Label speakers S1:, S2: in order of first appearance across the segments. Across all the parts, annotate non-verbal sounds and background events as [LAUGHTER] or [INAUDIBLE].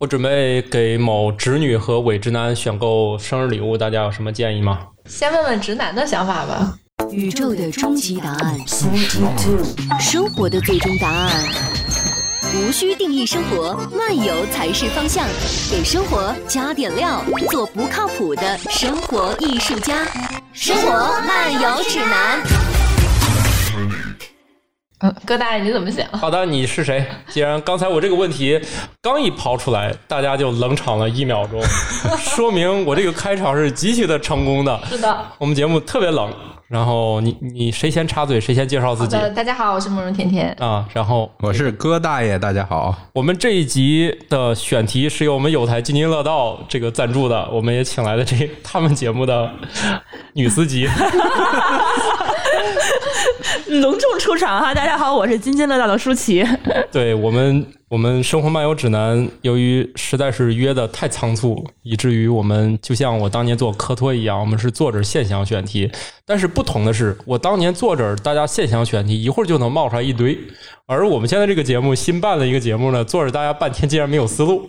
S1: 我准备给某直女和伪直男选购生日礼物，大家有什么建议吗？
S2: 先问问直男的想法吧。
S3: 宇宙的终极答案，生活的最终答案。无需定义生活，漫游才是方向。给生活加点料，做不靠谱的生活艺术家。生活漫游指南。
S2: 嗯，哥大爷你怎么想？
S1: 好的，你是谁？既然刚才我这个问题刚一抛出来，大家就冷场了一秒 [LAUGHS] 钟，说明我这个开场是极其的成功的。
S2: 是的，
S1: 我们节目特别冷，然后你你谁先插嘴，谁先介绍自己
S2: 呃，大家好，我是慕容甜甜。
S1: 啊？然后
S4: 我是哥大爷，大家好。
S1: 我们这一集的选题是由我们有台津津乐道这个赞助的，我们也请来了这他们节目的女司机。
S5: [LAUGHS] 隆重出场哈！大家好，我是津津乐道的舒淇。
S1: [LAUGHS] 对我们，我们《生活漫游指南》由于实在是约的太仓促，以至于我们就像我当年做科托一样，我们是坐着现象选题。但是不同的是，我当年坐着大家现象选题，一会儿就能冒出来一堆，而我们现在这个节目新办的一个节目呢，坐着大家半天竟然没有思路。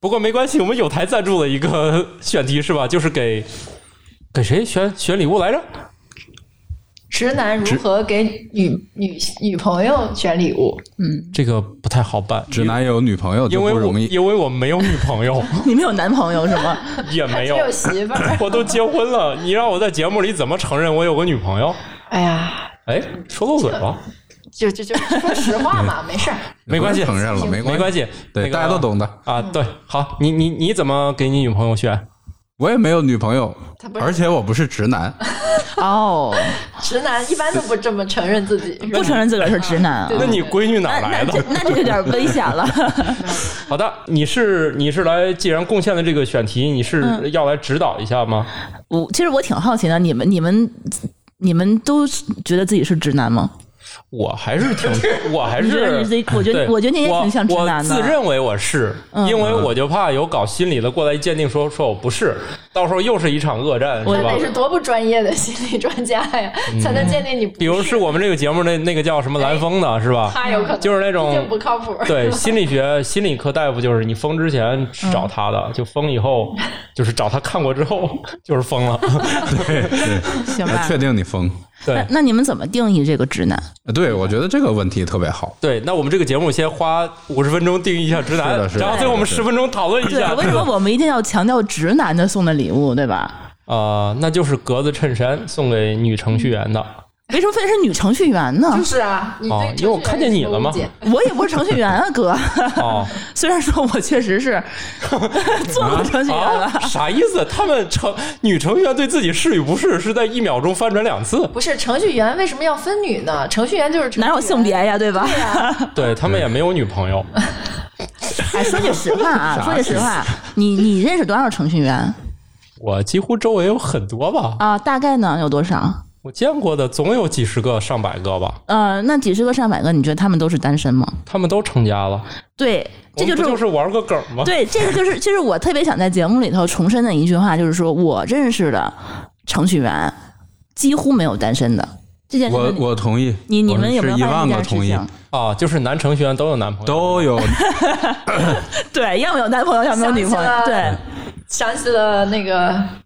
S1: 不过没关系，我们有台赞助了一个选题是吧？就是给给谁选选礼物来着？
S2: 直男如何给女女女朋友选礼物？
S1: 这个不太好办，
S4: 直男有女朋友就
S1: 因
S4: 不
S1: 为我
S4: 容易，
S1: 因为我没有女朋友，
S5: [LAUGHS] 你们有男朋友是吗？
S1: 也没有
S2: 只有媳妇儿
S1: [LAUGHS] 。我都结婚了，你让我在节目里怎么承认我有个女朋友？
S2: 哎呀，
S1: 哎，说漏嘴了，
S2: 就就就说实
S1: [LAUGHS]
S2: 话嘛，没事儿。
S1: 没关系
S4: 承认了，没
S1: 没关
S4: 关系，
S1: 系，
S4: 对，
S1: 那个
S4: 大家都懂的。
S1: 啊。对，好，你你你怎么给你女朋友
S5: 嗯
S1: 选？
S4: 我也没有女朋友
S2: 他不，是
S4: 而且我不是直男，
S5: 哦，
S2: 直男一般都不这么承认自己，
S5: 不承认自个儿是直男啊。
S1: 那你闺女哪
S5: 那
S1: 儿来
S5: 那这
S1: 的？
S5: 那这有点危险了。
S1: 好的，你是你是来，既然贡献了这个选题，你
S5: 嗯
S1: 是要来指导一下吗？
S5: [LAUGHS] 我其实我挺好奇的，你们你们你们都觉得自己是直男吗？
S1: 我还是
S5: [LAUGHS]
S1: 挺，我还
S5: 你觉得
S1: 是
S5: 你自己我觉得
S1: 对
S5: 我觉得你也
S1: 我
S5: 挺像直男的
S1: 我自认为我是，
S5: 嗯
S1: 因为我就怕有搞心理的过来鉴定说说我不是，到时候又是一场恶战，
S5: 我
S1: 是吧
S2: 那？是多不专业的心理专家呀，才能鉴定你不。
S1: 嗯比如是我们这个节目那那个叫什么蓝峰
S5: 哎
S1: 的是
S5: [LAUGHS]
S1: 吧？
S2: 他有可能
S1: 就是那
S2: 毕
S1: 种
S2: 竟不靠谱。
S1: 对心理学心理科大夫，就是你疯之前是找他的，就疯以
S5: [LAUGHS]
S1: 后就是找他看过之后 [LAUGHS] 就是疯了。
S5: 行
S4: 那
S1: 呃
S5: 吧。
S4: 确定你疯。
S1: 对
S5: 那那你们怎么定义这个直男？
S4: 对，我觉得这个问题特别好。
S1: 对，那我们这个节目先花五十分钟定义一下直男
S4: 是的是，的
S1: 然后最后我们十分钟讨论一
S5: 对
S1: 下，。
S5: 为什么我们一定要强调直男的送的礼物，对吧？
S1: 啊？那就是格子衬衫送给女程序员的
S5: 为什么非得是女程序员呢？
S2: [LAUGHS] 就是啊，你
S1: 哦因
S2: 对
S1: 为我看见你了嘛
S2: 程序员有什么误解
S5: 我也不是程序员啊，哥。 [LAUGHS]
S1: 哦
S5: 虽然说我确实
S1: [LAUGHS]
S5: 是做过程序员了，
S1: 啊，啥意思？他们程女程序员对自己是与不是是在一秒钟翻转两次，
S2: 不是程序员为什么要分女呢？程序员就是程序员啊
S5: 哪有性别？呀，对吧？
S1: 对他们也没有女朋友。
S5: 哎，说句实话啊，
S4: 啥
S5: 说句实话，你你认识多少程序员
S1: 我几乎周围有很多吧，
S5: 啊？大概呢有多少？
S1: 我见过的总有几十个、上百个吧，
S5: 呃，那几十个、上百个，你觉得他们都是单身吗？
S1: 他们都成家了。
S5: 对，这就
S1: 我们
S5: 是
S1: 不就是玩个梗吗？
S5: 对，这个就是其实我特别想在节目里头重申的一句话，就是说我认识的程序员几乎没有单身的这件事
S4: 我
S5: 情你。
S4: 我同意，
S5: 你你
S4: 我
S5: 们有没
S4: 是
S5: 有
S4: 一
S5: 发
S4: 万
S5: 现
S4: 个
S5: 这件
S4: 同
S5: 事
S4: 意
S5: 情？？
S1: 啊，就是男程序员都有男朋友，
S4: 都有
S5: 对，要么有男朋友，要么有女朋友
S2: 想。起
S5: 对
S2: 了，想起了那个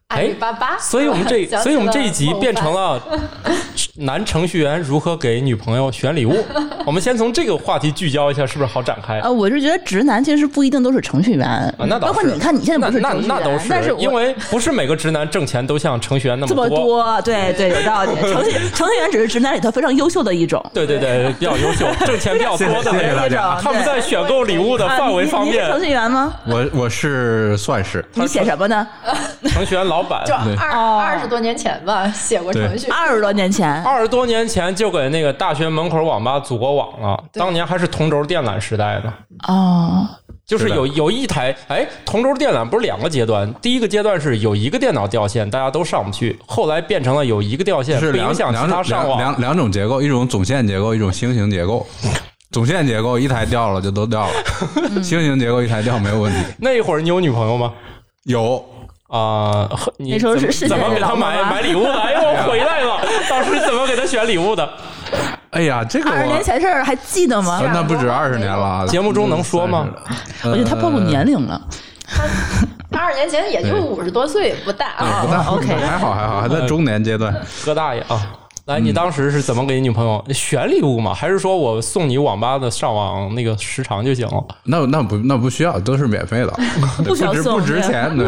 S2: 阿里巴巴，
S1: 哎所以我们
S2: [LAUGHS]
S1: 这，
S2: 想起了
S1: 所以我们这一集
S2: 某
S1: 变成了男程序员如何给女朋友选礼物。我们先从这个话题聚焦一下，是不是好展开？
S5: 呃，我是觉得直男其实不一定都是程序员，
S1: 啊那倒
S5: 包括
S1: 是
S5: 你看你现在
S1: 那
S5: 不是
S1: 那
S5: 程序员，
S1: 那都是，
S5: 但是我
S1: 因为不是每个直男挣钱都像程序员那
S5: 这么多，对对，有道理。程序程序员只是直男里头非常优秀的一种。
S1: 对对对，比较优秀，挣钱比较多的
S4: 谢谢
S1: 那
S4: 大
S1: 个，
S4: 家。
S1: 他们在选购礼物的
S5: 啊
S1: 范
S5: 你
S1: 围
S5: 你
S1: 方
S5: 你是
S1: 面，
S5: 程序员吗？
S4: 我我是算是
S5: 你写什么呢？
S1: 程序员老板
S2: 就二
S5: 哦啊
S2: 二十多年前吧，写过程序。
S5: 二十多年前，
S1: [LAUGHS] 二十多年前就给那个大学门口网吧组过网了，当年还是同轴电缆时代呢。
S5: 哦，
S1: 就是
S4: 是的
S1: 有有一台，哎，同轴电缆不是两个阶段，第一个阶段是有一个电脑掉线，大家都上不去，后来变成了有一个掉线
S4: 是
S1: 不
S4: 两
S1: 影响其
S4: 两
S1: 他
S4: 种
S1: 上
S4: 两
S1: 网。
S4: 两两种结构，一种总线结构，一种星形结构。总线结构一台掉了就都掉了，星形结构一台掉没有问题。
S1: 那一会儿你有女朋友吗？
S4: 有
S1: 啊、呵你
S5: 那时候
S1: 怎么
S5: 是世界
S1: 怎么给
S5: 老 [LAUGHS]
S1: 她
S5: 妈
S1: 买
S5: 妈
S1: 买礼物的？哎呦，我回来了，当时怎么给她选礼物的？
S4: 哎呀，这个
S5: 二十年
S4: 我
S5: 前事儿还记得吗？
S4: 啊那不止二十年了啊，
S1: 节目中能说吗
S4: 30？
S5: 我觉得他暴露年龄了。
S2: 二十年前也就
S4: 对
S2: 五十多岁，不大
S4: 呃。
S2: 啊。
S4: 不大
S5: 哦 OK
S4: 还好还好，还
S1: 呃
S4: 在中年阶段。
S1: 哥大爷啊！来，你当时是怎么给你女朋友选礼物吗？还是说我送你网吧的上网那个时长就行了？
S4: 那那不那不需要，都是免费的，对
S5: [LAUGHS] 不需要嗯
S4: 值
S5: 送
S4: 不
S5: [LAUGHS]
S4: 值
S5: 对
S4: 钱，对，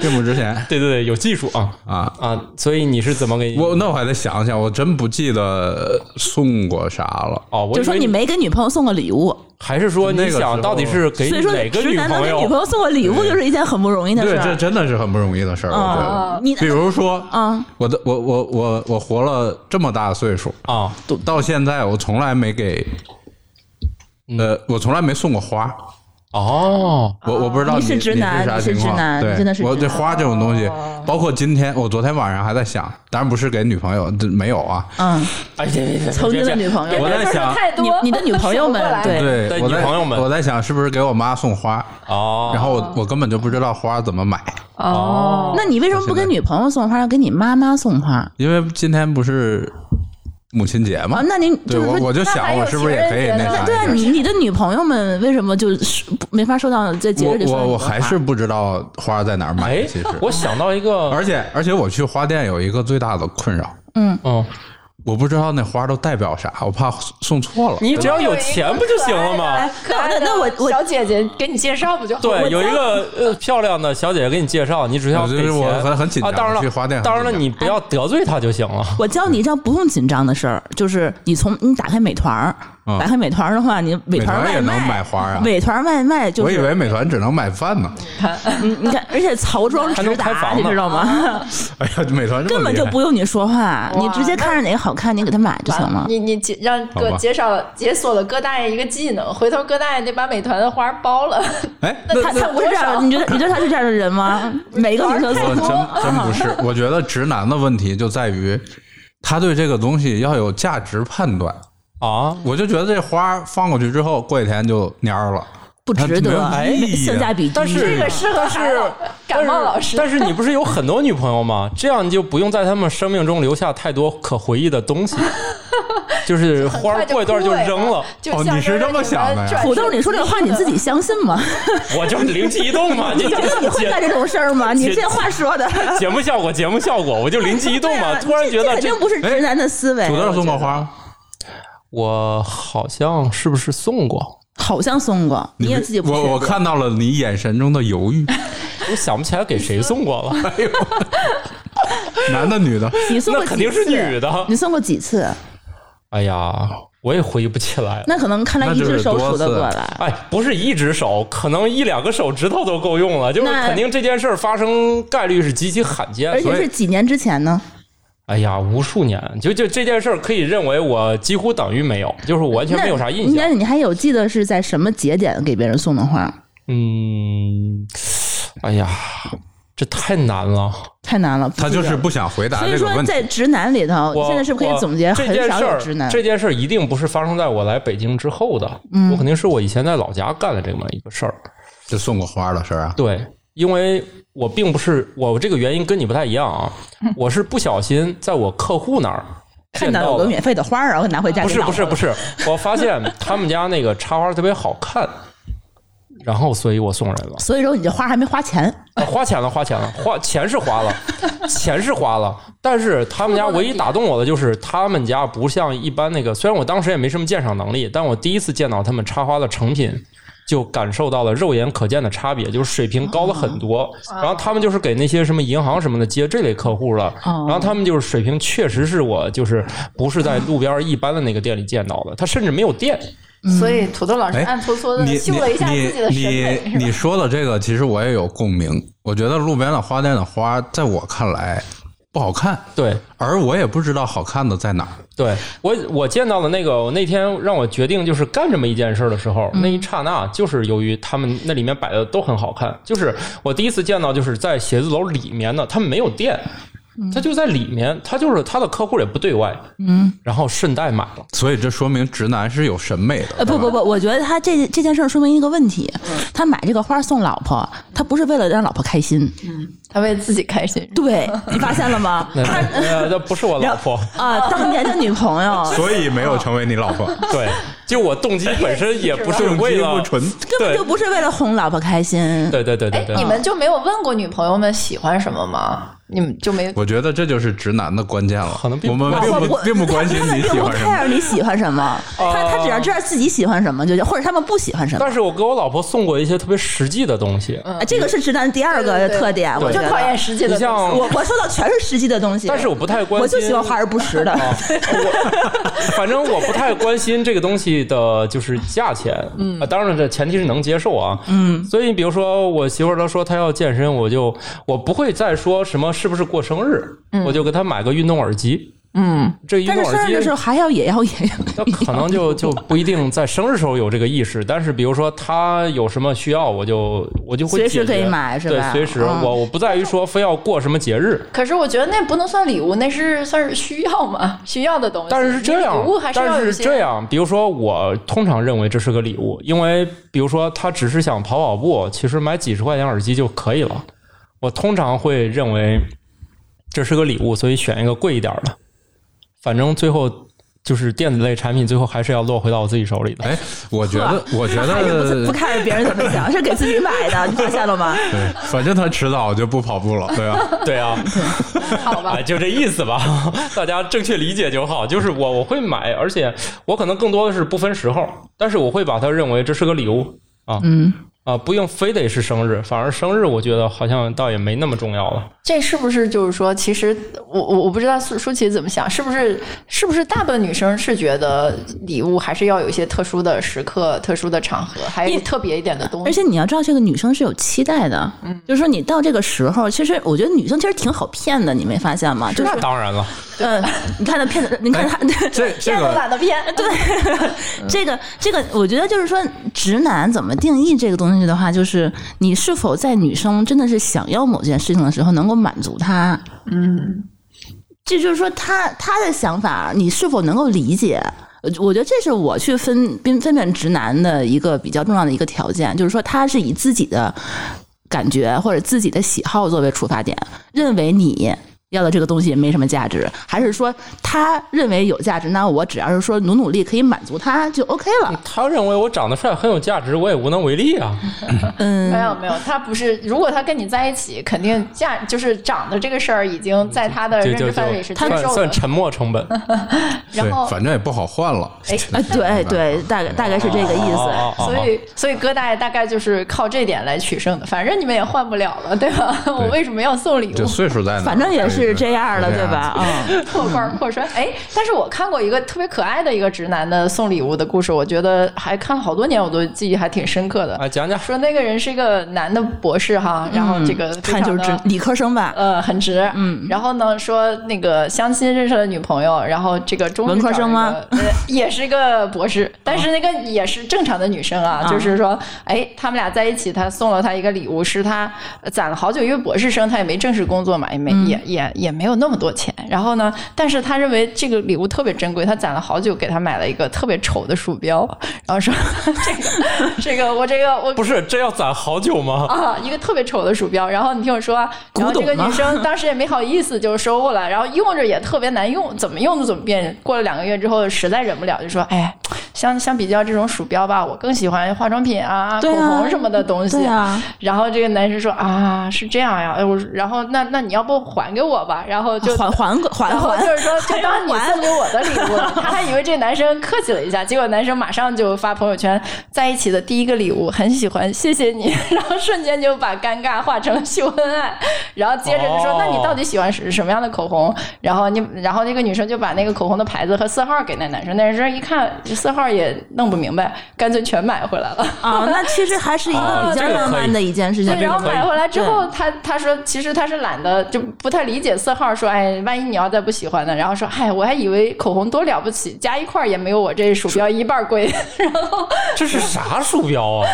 S4: 并不值钱
S1: 对对对，有技术啊
S4: 啊。
S1: 啊！所以你是怎么给你
S4: 我那我还得想想，我真不记得送过啥了。
S1: 哦，我
S5: 就
S1: 以
S5: 是说
S1: 为
S5: 你没给女朋友送过礼物，
S1: 还是说
S4: 那
S1: 你
S4: 个时候
S1: 想到底是给
S5: 所以说
S1: 哪个
S5: 直
S1: 女
S5: 男能
S1: 朋
S5: 给女
S1: 友
S5: 朋？友送过礼物，就是一啊件很不容易的
S4: 对
S5: 事，
S4: 这
S5: 儿。
S4: 真的是很不容易的事儿，我觉
S5: 啊
S4: 得。，
S5: 你
S4: 比如说，
S5: 啊，
S4: 我的我我我我活了这么大岁数，
S1: 啊，
S4: 都到现在我从来没给，
S1: 嗯
S4: 呃，我从来没送过花。
S1: 哦，
S4: 我我不知道
S5: 你
S4: 你
S5: 是直男
S4: 啥
S5: 你是
S4: 情况
S5: 直男
S4: 对
S5: 你真的是
S4: 我
S5: 直
S4: 对
S5: 男
S4: 花这种东西，
S1: 哦
S4: 包括今天，我昨天晚上还在想，当然不是给女朋友，这没有啊。
S5: 嗯，
S1: 哎，别别别，
S5: 曾经的
S1: 别
S5: 女朋友哎
S4: 我，在
S2: 事儿
S4: 想，
S2: 太
S5: 你
S2: 多，
S5: 你的女朋友们
S2: 数不过来
S5: 对
S4: 对
S1: 哎对，
S4: 我在
S1: 女朋友们
S4: 我在想是不是给我妈送花，
S1: 哦，
S4: 然后我我根本就不知道花怎么买，
S2: 哦，
S5: 那你为什么不给女朋友送花，要给你妈妈送花啊？
S4: 因为今天不是母亲节嘛。
S5: 那你
S4: 对
S5: 就是
S4: 我
S5: 说。
S4: 我就
S2: 那还
S4: 想
S2: 有
S4: 我是不是也可以那
S2: 情人节呢
S4: 啥一
S5: 对
S4: 下？
S5: 啊，你你的女朋友们为什么就是不没法收到在节
S4: 我
S5: 日里收到
S4: 我
S5: 你
S4: 我
S5: 的花
S4: 还是不知道花在哪儿买
S1: 哎
S4: 的，其实，
S1: 我想到一个，
S4: 而且而且我去花店有一个最大的困扰，
S1: 嗯，
S4: 我不知道那花都代表啥，我怕送错了。
S1: 你只要有钱不就行了吗？
S2: 可爱的
S5: 那我我
S2: 小姐姐给你介绍不就好了？
S5: 哎
S1: 对，有一个呃漂亮的小姐姐给你介绍，你只需要
S4: 我觉
S1: 给
S4: 得
S1: 钱。
S4: 我很很紧张
S1: 啊，当然
S4: 去花店
S1: 了，
S4: 很
S1: 当然了，
S4: 紧张
S1: 你不要得罪她就行了。
S5: 我教你一件不用紧张的事儿，就是你从你打开美团儿，
S4: 嗯
S5: 打开美团儿的话，你美
S4: 美
S5: 团
S4: 团
S5: 外
S4: 也能
S5: 卖
S4: 买花啊
S5: 美团外卖就
S4: 我以
S5: 是
S4: 为美团只能买饭呢。
S5: 嗯你看，而且曹庄
S1: 还能
S5: 直
S1: 开
S5: 达，
S1: 房
S5: 你
S1: 呢
S5: 知道吗？
S4: 哎呀，美团这
S5: 根
S4: 么
S5: 本
S4: 厉
S5: 就
S4: 害
S5: 不用你说话，你直接看着哪个好看，你给他买就行了。
S2: 你你介让
S4: 好
S2: 哥
S4: 吧
S2: 介绍解锁了哥大爷一个技能，回头哥大爷得把美团的花包了。
S4: 哎，
S2: 那
S5: 他
S2: 那
S5: 他不是这样，你觉得你觉得他是这样的人吗？每个女生
S4: 我
S5: 似乎
S4: 真真不是，
S5: [LAUGHS]
S4: 我觉得直男的问题就在于他对这个东西要有价值判断。
S1: 啊，
S4: 我就觉得这花放过去之后，过几天就蔫儿了。
S5: 不值
S4: 没有
S5: 得
S4: 意义，啊
S5: 性价比低。
S1: 但是
S2: 适合孩子感冒老师
S1: [LAUGHS] 但是你不是有很多女朋友吗？这样你就不用在她们生命中留下太多可回忆的东西，就是花儿
S2: 快
S1: 过一段就
S2: 枯萎
S1: 扔了。
S2: 就
S4: 哦
S2: 象
S4: 你是
S2: 征着
S4: 这么
S2: 们
S4: 想的呀
S2: 转
S5: 土豆，
S2: 瞬
S5: 你说这话你自己相信吗？
S1: 我就是灵机一动嘛，你
S5: [LAUGHS] 你觉得你会干这种事儿吗？你
S1: 姐
S5: 这话说的，
S1: 节目效果，节目效果，我就灵机一动
S5: [LAUGHS]
S1: 嘛，
S5: 对啊
S1: 突然觉
S5: 这
S1: 得
S5: 肯
S1: 这
S5: 定不是直男的思维。
S4: 土豆送过
S5: 我觉得，
S4: 花吗？
S1: 我好像是不是送过？
S5: 好像送过，你也自己不
S4: 我我
S5: 确定
S4: 看到了你眼神中的犹
S5: [LAUGHS]
S4: 豫，
S1: 我想不起来给谁送过 [LAUGHS] 了，
S4: 男的女的，
S5: 你送过
S1: 那肯定是
S5: 几次
S1: 女的
S5: 你。送过几次？
S1: 哎呀，我也回忆不起来了。
S5: 那可能看来
S4: 那
S5: 一
S4: 就是
S5: 只手
S4: 多
S5: 数得
S4: 次
S5: 过来。
S1: 哎，不是一只手，可能一两个手指头都够用了。就是
S5: 那
S1: 肯定这件事儿发生概率是极其罕见的
S5: 而。且
S4: 所以
S5: 是几年之前呢？
S1: 哎呀，无数年，就就这件事儿可以认为我几乎等于没有，就是完全
S5: 那
S1: 没有啥印象
S5: 那。你还有记得是在什么节点给别人送的花？
S1: 嗯，哎呀，这太难了。
S5: 太难了，
S4: 他
S5: 记得
S4: 就是。不想回答
S5: 所
S4: 这
S5: 以
S4: 个
S5: 说，
S4: 问题。
S5: 在直男里头，
S1: 我
S5: 现在是不是可
S1: 我
S5: 以总结
S1: 这
S5: 很
S1: 件
S5: 少
S1: 事
S5: 有
S1: 儿
S5: 直男？
S1: 这件事儿一定不是发生在我来北京之后的，
S5: 嗯
S1: 我肯定是我以前在老家干的这么一个事儿。
S4: 就送过花的事儿啊，
S1: 对，因为我并不是我这个原因跟你不太一样
S5: [LAUGHS]
S1: 啊，我是不小心在我客户那儿见
S5: 看到有
S1: 到
S5: 个
S1: 的。
S5: 免费的花儿，然后拿回家
S1: 不
S5: 给
S1: 是
S5: 老
S1: 不
S5: 婆
S1: 是不是， [LAUGHS] 我发现他们家那个插花特别好看，然后所以我送人了。
S5: 所以说你这花还没花钱，
S1: 啊花钱了，花钱了，花钱是花了， [LAUGHS] 钱是花了，但是他们家唯一打动我的就是他们家不像一般那个，虽然我当时也没什么鉴赏能力，但我第一次见到他们插花的成品，就感受到了肉眼可见的差别，就是水平高了很多。然后他们就是给那些什么银行什么的接这类客户了，
S5: 哦
S1: 然后他们就是水平确实是我就是不是在路边一般的那个店里见到的，他甚至没有店。
S2: 所以土豆老师
S4: 哎
S2: 暗搓搓的
S4: 你
S2: 秀了一下自己的审美，
S4: 你你你说的这个，其实我也有共鸣。我觉得路边的花店的花，在我看来不好看，
S1: 对，
S4: 而我也不知道好看的在哪儿。
S1: 对我，我见到的那个，我那天让我决定就是干这么一件事儿的时候，那一
S5: 嗯
S1: 刹那就是由于他们那里面摆的都很好看，就是我第一次见到就是在写字楼里面的，他们没有店，它就在里面，它就是它的客户也不对外，
S5: 嗯，
S1: 然后顺带买
S5: [LAUGHS]
S1: 了。
S4: 所以这说明直男是有审美的。
S5: 呃，不不不，我觉得他这这件事儿说明一个问题，
S1: 嗯
S5: 他买这个花送老婆，他不是为了让老婆开心，
S2: 他为自己开心。
S5: 对你发现了吗
S1: 嗯 [LAUGHS] ？那呃，那不是我老婆，
S5: 啊，当年的女朋友
S4: 所以没有成为你老
S5: [LAUGHS]
S4: 婆，
S1: 对，就我动机本身也不是
S4: 动
S1: 为
S4: 机
S1: 了
S4: 不，纯。
S5: 根本
S1: 对
S5: 就不是为了哄老婆开心，
S1: 对对对对
S2: 哎，
S1: 对
S2: 你，们就没有问过女朋友们喜欢什么吗？你们就没
S4: 我觉得这就是直男的关键了。
S1: 可能并
S4: 我们并
S5: 我
S4: 不
S5: 我
S4: 并不关心
S5: 他们
S4: 你
S5: 并
S4: 喜
S5: 不
S4: 欢什么。
S5: care 你喜欢什么，他他只要知道自己喜欢什么就行，或者他们不喜欢什么。
S1: 但是我给我老婆送过一些特别实际的东西，
S5: 啊这个是直男第二
S2: 对
S5: 个
S2: 对对
S5: 特点，
S2: 我
S5: 我觉
S2: 就讨
S5: 得。
S2: 厌实际的
S1: 你像
S2: 东西。
S5: 我我收到全是实际的东西，
S1: 但是我不太关心，
S5: 我就喜欢华而不实的。
S1: 啊，我 [LAUGHS] 反正我不太关心这个东西的，就是价钱。嗯、啊，当然这前提是能接受啊。嗯，所以比如说我媳妇儿她说她要健身，我就我不会再说什么是不是过生日，我就给她买个运动耳机。嗯，这运
S5: 嗯但是
S1: 动
S5: 生日
S1: 耳
S5: 的
S1: 机
S5: 时候还要也要也要，
S1: 那可能
S5: [LAUGHS]
S1: 就就不一定在生日时候有这个意识，但是比如说他有什么需要，我就我就会
S5: 随时
S1: 解决
S5: 可以买是吧
S1: 对，随时
S5: 嗯
S1: 我我不在于说非要过什么节日，
S2: 可是我觉得那不能算礼物，那是算是需要嘛， [LAUGHS] 需要的东西。
S1: 但是这样
S2: 呃礼物还，要
S1: 但
S2: 有一
S1: 是
S2: 些
S1: 这样，比如说我通常认为这是个礼物，因为比如说他只是想跑跑步，其实买几十块钱耳机就可以了。我通常会认为这是个礼物，所以选一个贵一点的，反正最后就是电子类产品，最后还是要落回到我自己手里的。
S4: 哎，我觉得，我觉
S5: 还哎是不是
S4: 得
S5: 不，看别人怎么想，是给自己买的，你发现了吗？
S4: 对，反正他迟早就不跑步了，对吧？
S5: [LAUGHS]
S1: 对啊，
S2: 好吧
S1: [LAUGHS] 哎，？就这意思吧，大家正确理解就好。就是我我会买，而且我可能更多的是不分时候，但是我会把它认为这是个礼物啊。
S5: 嗯
S1: 啊，不用非得是生日，反而生日我觉得好像倒也没那么重要了。
S2: 这是不是就是说，其实我我我不知道舒舒淇怎么想，是不是是不是大部分女生是觉得礼物还是要有一些特殊的时刻、特殊的场合，还有特别一点的东西。
S5: 而且你要知道，这个女生是有期待的，就是说你到这个时候，其实我觉得女生其实挺好骗的，你没发现吗？就是
S1: 那当然了，
S5: 嗯，你看她骗子，你看她
S4: 这这
S2: 骗都
S4: 个
S2: 懒得骗，对，
S5: [LAUGHS] 这个这个，我觉得就是说，直男怎么定义这个东西的话，就是你是否在女生真的是想要某件事情的时候能够满足她，嗯，这就是说他他的想法，你是否能够理解？我我觉得这是我去分分分辨直男的一个比较重要的一个条件，就是说他是以自己的感觉或者自己的喜好作为出发点，认为你要的这个东西没什么价值，还是说他认为有价值？那我只要是说努努力可以满足他就 OK 了。
S1: 他认为我长得帅很有价值，我也无能为力啊。
S2: 没
S5: 嗯，
S2: 有没有，他不是，如果他跟你在一起，肯定价就是长的这个事儿已经在他的
S1: 就
S2: 认
S1: 就
S2: 知
S1: 就
S2: 范围是接
S1: 算
S2: 受
S1: 算
S2: 的，
S1: 沉没成本，
S2: 然后
S4: 对，反正也不好换了。
S2: 哎
S4: [LAUGHS]
S5: 啊，对对，大概大概是这个意思。
S1: 哦
S2: 所以，所以哥大爷大概就是靠这点来取胜的，反正你们也换不了了，对吧？我为什么要送礼
S4: 就
S2: 物？
S4: 岁数
S2: 哦
S4: 在那儿，哎
S5: 反正也是这样的，
S4: 对
S5: 对吧？？
S2: [LAUGHS]
S5: 啊、
S2: 破罐儿破摔。哎，但是我看过一个特别可爱的一个直男的送礼物的故事，我觉得还看了好多年，我都记忆还挺深刻的。
S1: 啊，讲讲
S2: 说那个人是一个男的博士哈，然后这个非
S5: 看
S2: 常
S5: 就是
S2: 的
S5: 直理科生吧，
S2: 呃，很直。嗯，然后呢，说那个相亲认识了女朋友，然后这个中
S5: 文科生吗哦
S2: 呃，
S5: [LAUGHS]
S2: 也是个博士，但是那个也是正常的女生啊，
S5: 啊
S2: 就是说，哎，他们俩在一起，他送了她一个礼物，是他呃攒了好久，因为博士生他也没正式工作嘛，也没、
S5: 嗯
S2: 也也也没有那么多钱。然后呢，但是他认为这个礼物特别珍贵，他攒了好久给他买了一个特别丑的鼠标，然后说 [LAUGHS] 这个这个我这个我
S1: 不是这要攒好久吗？
S2: 啊，一个特别丑的鼠标。然后你听我说啊，然后这
S5: 古
S2: 个
S5: 董吗
S2: 女生当时也没好意思，就是收过来，然后用着也特别难用，怎么用都怎么变。过了两个月之后，实在忍不了，就说：“哎，相相比较这种鼠标吧，我更喜欢化妆品啊、
S5: 对
S2: 口
S5: 啊
S2: 红什么的东西。
S5: 对啊，
S2: 然后这个男生说：“啊，是这样呀。”哎，我说然后那那你要不还给我吧？然后就
S5: 还还还
S2: 然后
S5: 还，
S2: 就是说，就当你
S5: 还
S2: 送给我的礼
S5: [LAUGHS]
S2: 物了，他还以为这男生客气了一下，结果男生马上就发朋友圈，在一起的第一个礼物很喜欢，谢谢你， [LAUGHS] 然后瞬间就把尴尬化成秀恩爱，然后接着就说，
S1: 哦
S2: 那你到底喜欢是什么样的口红？然后你，然后那个女生就把那个口红的牌子和色号给那男生，那男生一看色号也弄不明白，干脆全买回来了。 [LAUGHS]
S5: 啊，那其实还是一
S2: 哦
S5: 个比较浪漫的一件事情
S2: 对，。然后 [LAUGHS]
S1: 可以
S2: 买回来之
S4: 嗯
S2: 后，他他说其实他是懒得，就不太理解色号，说哎，万一你要再不喜欢呢？然后说哎，我还以为口红多了不起，加一块儿也没有我这鼠标一半儿贵。 [LAUGHS]
S1: 这是啥鼠标啊？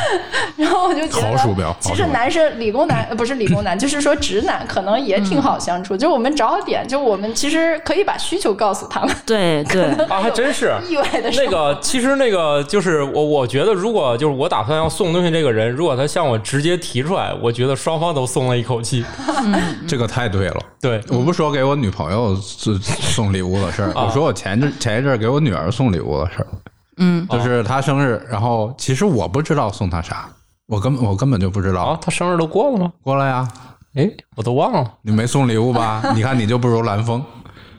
S2: 然后我就觉得，
S4: 好鼠标
S2: 其
S4: 好
S2: 实
S4: 鼠标
S2: 男生理工男呃不是理工男，就是说直男可能也
S4: 嗯
S2: 挺好相处，就是我们找好点，就我们其实可以把需求告诉
S4: [LAUGHS]
S2: 他们。
S5: 对对，
S2: [LAUGHS]
S1: 啊，还真是
S2: 意外的是
S1: 那个，其实那个就是我，我觉得如果就是我打算要送东西这个人，如果他向我直接提出来，我觉得双方都松了一口气。
S4: 这个太对了。
S1: 对，
S4: 我不说给我女朋友送送礼物的事儿，
S1: 啊
S4: 我说我前阵前一阵儿给我女儿送礼物的事儿，
S5: 嗯，
S4: 就是她生日，然后其实我不知道送她啥，我根本我根本就不知
S1: 啊
S4: 道，。
S1: 他生日都过了吗？
S4: 过来呀，
S1: 哎，我都忘了
S4: 你没送礼物
S1: [LAUGHS]
S4: 吧？你看你就不如蓝风，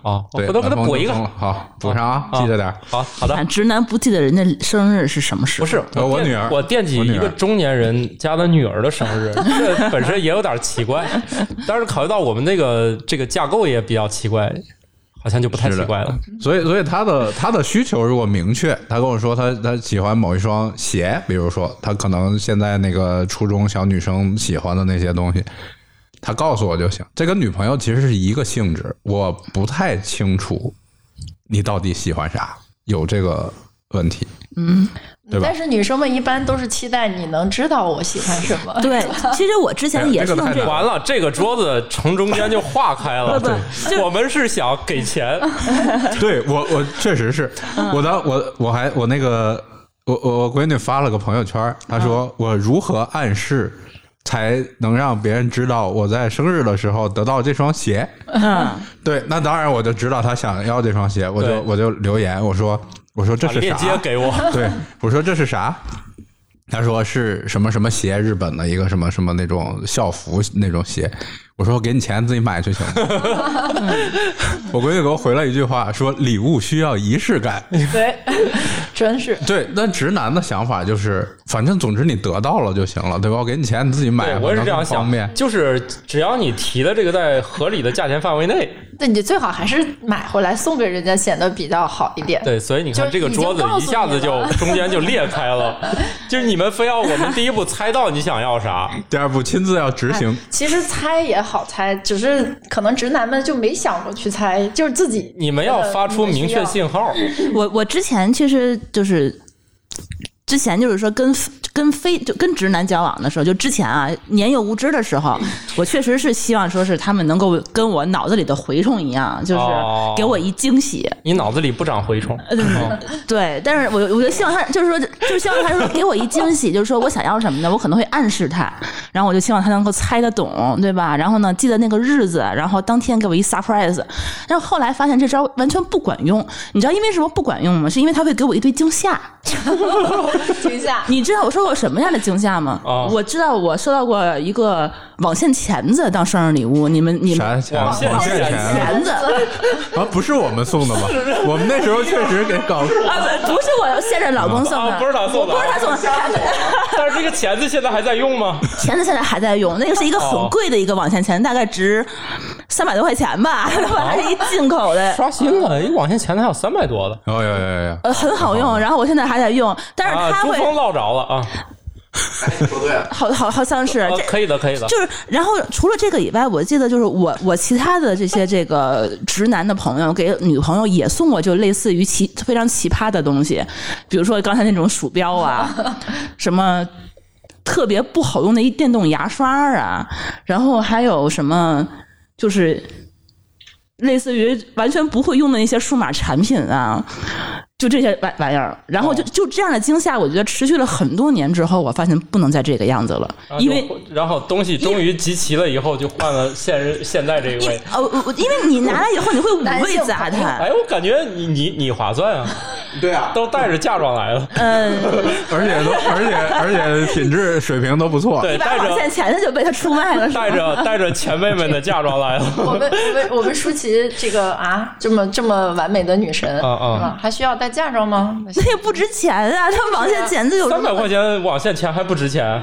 S1: 啊，我
S4: 对，
S1: 回头给
S4: 蓝
S1: 他
S4: 风
S1: 补
S4: 就
S1: 一个
S4: 送。了好，补上啊，记着点儿。
S1: 好好的
S5: [LAUGHS] 啊，，直男不记得人家生日是什么时候，
S1: 不是
S4: 呃我
S1: 惦
S4: 女儿
S1: 我惦记
S4: 我女
S1: 一个
S4: 儿
S1: 中年人家的女儿的生日，这本身也有点奇怪。但是考虑到我们这个这个架构也比较奇怪，好像就不太
S4: 是
S1: 奇
S4: 的
S1: 怪了。
S4: 所以，所以他的他的需求如果明确，他跟我说他他喜欢某一双鞋，比如说他可能现在那个初中小女生喜欢的那些东西，他告诉我就行。这跟女朋友其实是一个性质，我不太清楚你到底喜欢啥，有这个问题。对吧
S2: 但是女生们一般都是期待你能知道我喜欢什么。 [LAUGHS]
S5: 对，其实我之前也是用
S4: 哎呀这个太
S5: 这个。
S1: 完了，这个桌子从中间就化开了。
S5: 不不
S1: 对，我们是想给钱，
S4: 对我，我确实是我当我我还我那个我我我闺女发了个朋友圈，她说我如何暗示才能让别人知道我在生日的时候得到这双鞋？
S5: 嗯，
S4: 对，那当然我就知道她想要这双鞋，我
S1: 对
S4: 就我就留言我说我说这
S1: 把
S4: 是
S1: 链
S4: 啥？
S1: 接给我。
S4: [LAUGHS] 对，我说这是啥？他说是什么什么鞋，日本的一个什么什么那种校服那种鞋。我说我给你钱自己买去行吗？ [LAUGHS] 我闺女给我回了一句话，说礼物需要仪式感。
S1: 嗯
S2: 对， [LAUGHS] 真是。
S4: 对，那直男的想法就是，反正总之你得到了就行了，对吧？我给你钱你自己
S1: [LAUGHS]
S4: 买
S1: 对，，
S4: 反
S1: 我是
S4: 正
S1: 这样
S4: 更方便
S1: 想，。就是只要你提的这个在合理的价钱范围内，
S2: 那你最好还是买回来送给人家，显得比较好一点。
S1: 对，所以你看
S2: 就
S1: 这个
S2: 已经
S1: 桌子
S2: 告
S1: 一
S2: 诉
S1: 下
S2: 你
S1: 子就
S2: 了
S1: 中间就裂开了，就是你们非要我们第一步猜到你想要啥，
S4: 第二步亲自要
S5: 哎
S4: 执行，
S2: 其实猜也好猜，只是可能直男们就没想过去猜，就是自己
S1: 你们要发出明确信号。
S5: 我我之前其实就是。之前就是说跟跟非就跟直男交往的时候，就之前啊年幼无知的时候，我确实是希望说是他们能够跟我脑子里的蛔虫一样，就是
S1: 哦
S5: 给我一惊喜。
S1: 你脑子里不长蛔虫，
S5: 对，但是我我就希望他就是说就是希望他说给我一惊喜，就是说我想要什么呢？我可能会暗示他，然后我就希望他能够猜得懂，对吧？然后呢，记得那个日子，然后当天给我一 surprise。但是后来发现这招完全不管用，你知道因为什么不管用吗？是因为他会给我一堆惊吓。
S2: 停
S5: [LAUGHS]
S2: 下。
S5: 你知道我受过什么样的惊吓吗？
S1: 啊
S5: 我知道我收到过一个网线钳子当生日礼物，你们你
S4: 啥
S5: 们
S4: 钱？
S1: 网线
S4: 网线
S1: 钱
S4: 钱
S5: 钳子。
S4: 啊，不是我们送
S1: [LAUGHS]
S4: 的吧？我们那时候确实给搞
S5: 啊，不不是我现任老公送的，
S1: 啊不是他送的
S5: 我不是他送的，
S1: 但是这个钳子现在还在用吗？
S5: 钳子现在还在用，那个是一个
S1: 哦
S5: 很贵的一个网线钳，大概值三百多块钱吧，
S1: 哦
S5: 它是一进口的。
S1: 刷新了，一哎网线钳子还有三百多的
S4: 有有有有有，
S5: 呃，很好用，然后我现在还在用，但是
S1: 啊！
S5: 它
S1: 珠
S5: 会
S1: 峰落着了啊，
S5: 好好好像是
S1: 啊
S5: 这
S1: 可以的，可以的。
S5: 就是，然后除了这个以外，我记得就是我我其他的这些这个直男的朋友给女朋友也送过，就类似于奇非常奇葩的东西，比如说刚才那种鼠
S1: [LAUGHS]
S5: 标啊，什么特别不好用的一电动牙刷啊，然后还有什么就是类似于完全不会用的一些数码产品啊。就这些玩玩意儿，然
S1: 哦
S5: 后就就这样的惊吓，我觉得持续了很多年之后，我发现不能再这个样子了，
S1: 啊
S5: 因为
S1: 就然后东西终于集齐了以后，就换了现任现在这一
S5: 因
S1: 位
S5: 为。呃，我我因为你拿来以后你会五
S2: 男
S5: 味
S2: 性
S5: 杂
S2: 朋友
S5: 谈，
S1: [LAUGHS] 哎，我感觉你你你划算
S5: [LAUGHS]
S1: 啊，
S4: 对啊，
S1: 都带着嫁妆来了，
S5: 嗯，
S4: 而且都而且而且品质水平都不错。
S1: 对，
S5: 一
S1: 带
S5: 把网线
S1: 着
S5: 钳子就被他出卖了， [LAUGHS] 是吧
S1: 带着 [LAUGHS] 带着前辈们的嫁妆来了。
S2: 我们我们我们舒淇这个啊，这么这么完美的女神
S1: 啊啊
S2: 是吧还需要带驾照吗？
S5: 那也不值钱啊，他网线钳子有什
S1: 三百
S5: 么？
S1: 块钱网线钱还不值钱，啊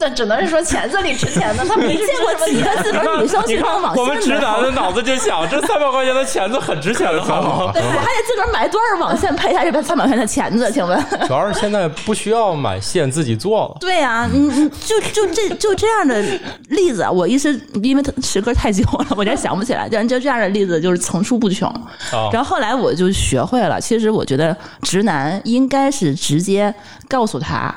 S2: 那只能是说钳子里值钱的，他没见
S5: [LAUGHS] 见过几个自个哎儿女生
S1: 你
S5: 去
S1: 看
S5: 当网
S1: 我
S5: 线
S1: 们直男的脑子就想，这三百块钱的钳子很值钱了，好啊吗？
S5: 我 [LAUGHS] 还得自个儿买多少网线配下这边三百块钱的钳子？请问？ [LAUGHS]
S1: 主要是现在不需要买线自己做了。
S5: 对呀、啊，你你就就这就这样的例子啊，我一时因为它时隔太久了，我这想不起来。但就这样的例子就是层出不穷。
S1: 啊
S5: 然后后来我就学会了，其实我觉得直男应该是直接告诉他，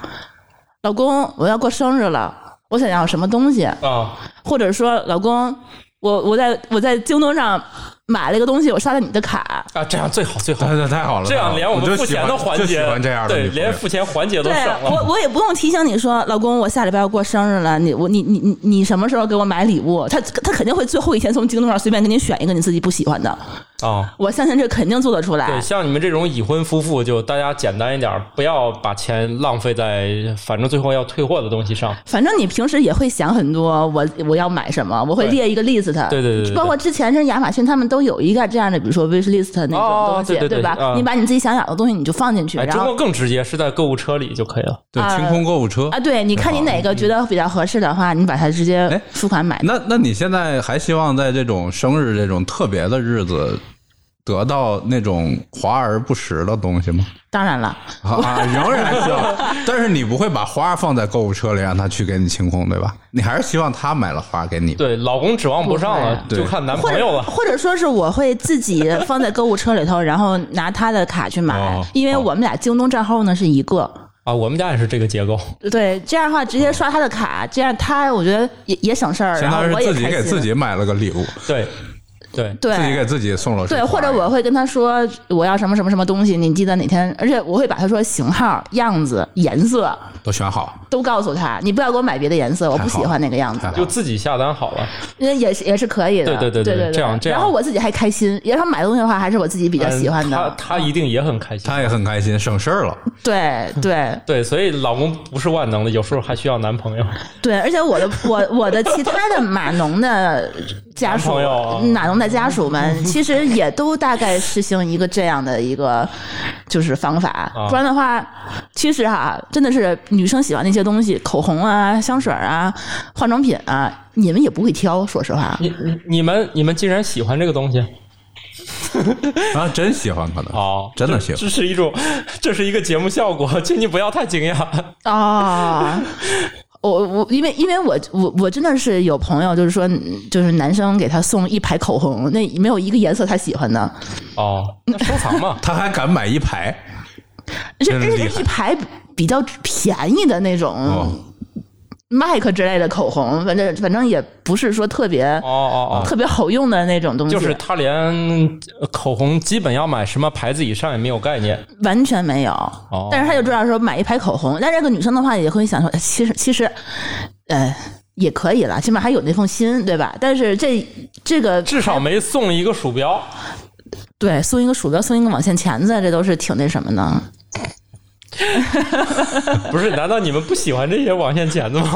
S5: 老公，我要过生日了，我想要什么东西，
S1: 啊，
S5: 或者说老公，我我在我在京东上买了一个东西，我刷了你的卡。
S1: 啊，这样最好最好
S4: 对，对，太好了，
S1: 这样连我们
S4: 就
S1: 付
S4: 喜
S1: 钱
S4: 欢
S1: 的环
S4: 就喜
S1: 节
S4: 欢这样的女
S1: 对，
S4: 朋友，
S1: 连付钱环节都
S5: 对
S1: 省
S5: 我
S1: 了。，
S5: 我也不用提醒你说，老公，我下礼拜要过生日了，你我你你你你什么时候给我买礼物？他他肯定会最后一天从京东上随便给你选一个你自己不喜欢的，
S1: 啊。
S5: 我相信这肯定做得出来
S1: 对，。像你们这种已婚夫妇，就大家简单一点，不要把钱浪费在反正最后要退货的东西上。
S5: 反正你平时也会想很多，我我要买什么，我会
S1: 对
S5: 列一个 list 的。
S1: 对对对对对
S5: 包括之前是亚马逊，他们都有一个这样的，比如说 wish list 那种
S1: 哦
S5: 东西，
S1: 对对对
S5: 吧、
S1: 啊
S5: 你把你自己想要的东西你就放进去，
S1: 哎，
S5: 然
S1: 中
S5: 后
S1: 国更直接，是在购物车里就可以了。
S4: 对
S5: 啊
S4: 清空购物车
S5: 啊，对，你看你哪个觉得比较合适的话，你把它直接
S4: 哎
S5: 付款买。
S4: 那那你现在还希望在这种生日这种特别的日子得到那种华而不实的
S1: [LAUGHS]
S4: 东西吗？
S5: 当然了，
S4: 啊，仍然希望， [LAUGHS] 但是你不会把花放在购物车里让他去给你清空，对吧？你还是希望他买了花给你。
S1: 对，老公指望不上了，
S4: 对
S1: 就看男
S5: 或
S1: 朋
S5: 者
S4: 啊
S1: 友了。
S5: 或者说是我会自己放在购物车里头，然后拿他的卡去买
S4: 哦，
S5: 因为我们俩京东账号呢是一个。
S1: 啊，我们家也是这个结构。
S5: 对，这样的话直接刷他的卡，这样他我觉得也也省事儿，
S4: 相
S5: 然后
S4: 当于是
S5: 我也
S4: 自己
S5: 开
S4: 给
S5: 心
S4: 自己买了个礼物，
S1: 对，对，
S5: 对
S4: 自己给自己送了束
S5: 对，
S4: 花
S5: 或者我会跟他说我要什么什么什么东西，你记得哪天，而且我会把他说型号、样子、颜色
S4: 都选好，
S5: 都告诉他，你不要给我买别的颜色，我不喜欢那个样子
S4: 太好，了
S1: 就自己下单好了。
S5: 那也是也是可以的，
S1: 对对对
S5: 对
S1: 对这样这样
S5: 然后我自己还开心，然后买东西的话还是我自己比较喜欢
S1: 嗯
S5: 的，
S1: 他他一定也很开心。
S4: 他也很开心，省事儿了。
S5: 对对
S1: 对，所以老公不是万能的，有时候还需要男朋友。
S5: 对，而且我的我我的其他的码农的家属
S1: 男朋友啊，
S5: 码农的家属们，其实也都大概实行一个这样的一个就是方法
S1: 啊，
S5: 不然的话，其实哈、真的是女生喜欢那些东西，口红啊、香水啊、化妆品啊，你们也不会挑，说实
S1: [LAUGHS]
S5: 话。
S1: 你你你们你们竟然喜欢这个东西？
S4: 啊，真喜欢可能
S1: 哦，
S4: 真的
S1: 这
S4: 喜
S1: 这
S4: 欢。。
S1: 是一种，这是一个节目效果，请你不要太惊讶。
S5: 啊、 [LAUGHS] 我我因为因为我我我真的是有朋友，就是说就是男生给他送一排口红，那没有一个颜色他喜欢的，
S1: 哦，那收藏嘛
S4: 他还敢买一排，
S5: 而且
S4: 真
S5: 而
S4: 是
S5: 且
S4: 厉
S5: 是
S4: 害
S5: 一排比较便宜的那
S4: 哦
S5: 种麦克之类的口红，反正反正也不是说特别、
S1: 哦哦哦，
S5: 特别好用的那种东西，
S1: 就是他连呃口红基本要买什么牌子以上也没有概 [LAUGHS] 念。
S5: 完全没有。
S1: 哦
S5: 但是他就知道说买一排口红，但是这个女生的话也会想说，哎其实其实，呃。也可以了，起码还有那封心，对吧？但是这这个
S1: 至少没送一个鼠标，
S5: 对，送一个鼠标，送一个网线钳子，这都是挺那什么的。
S1: 不是？难道你们不喜欢这些网线钳子 [LAUGHS] 吗？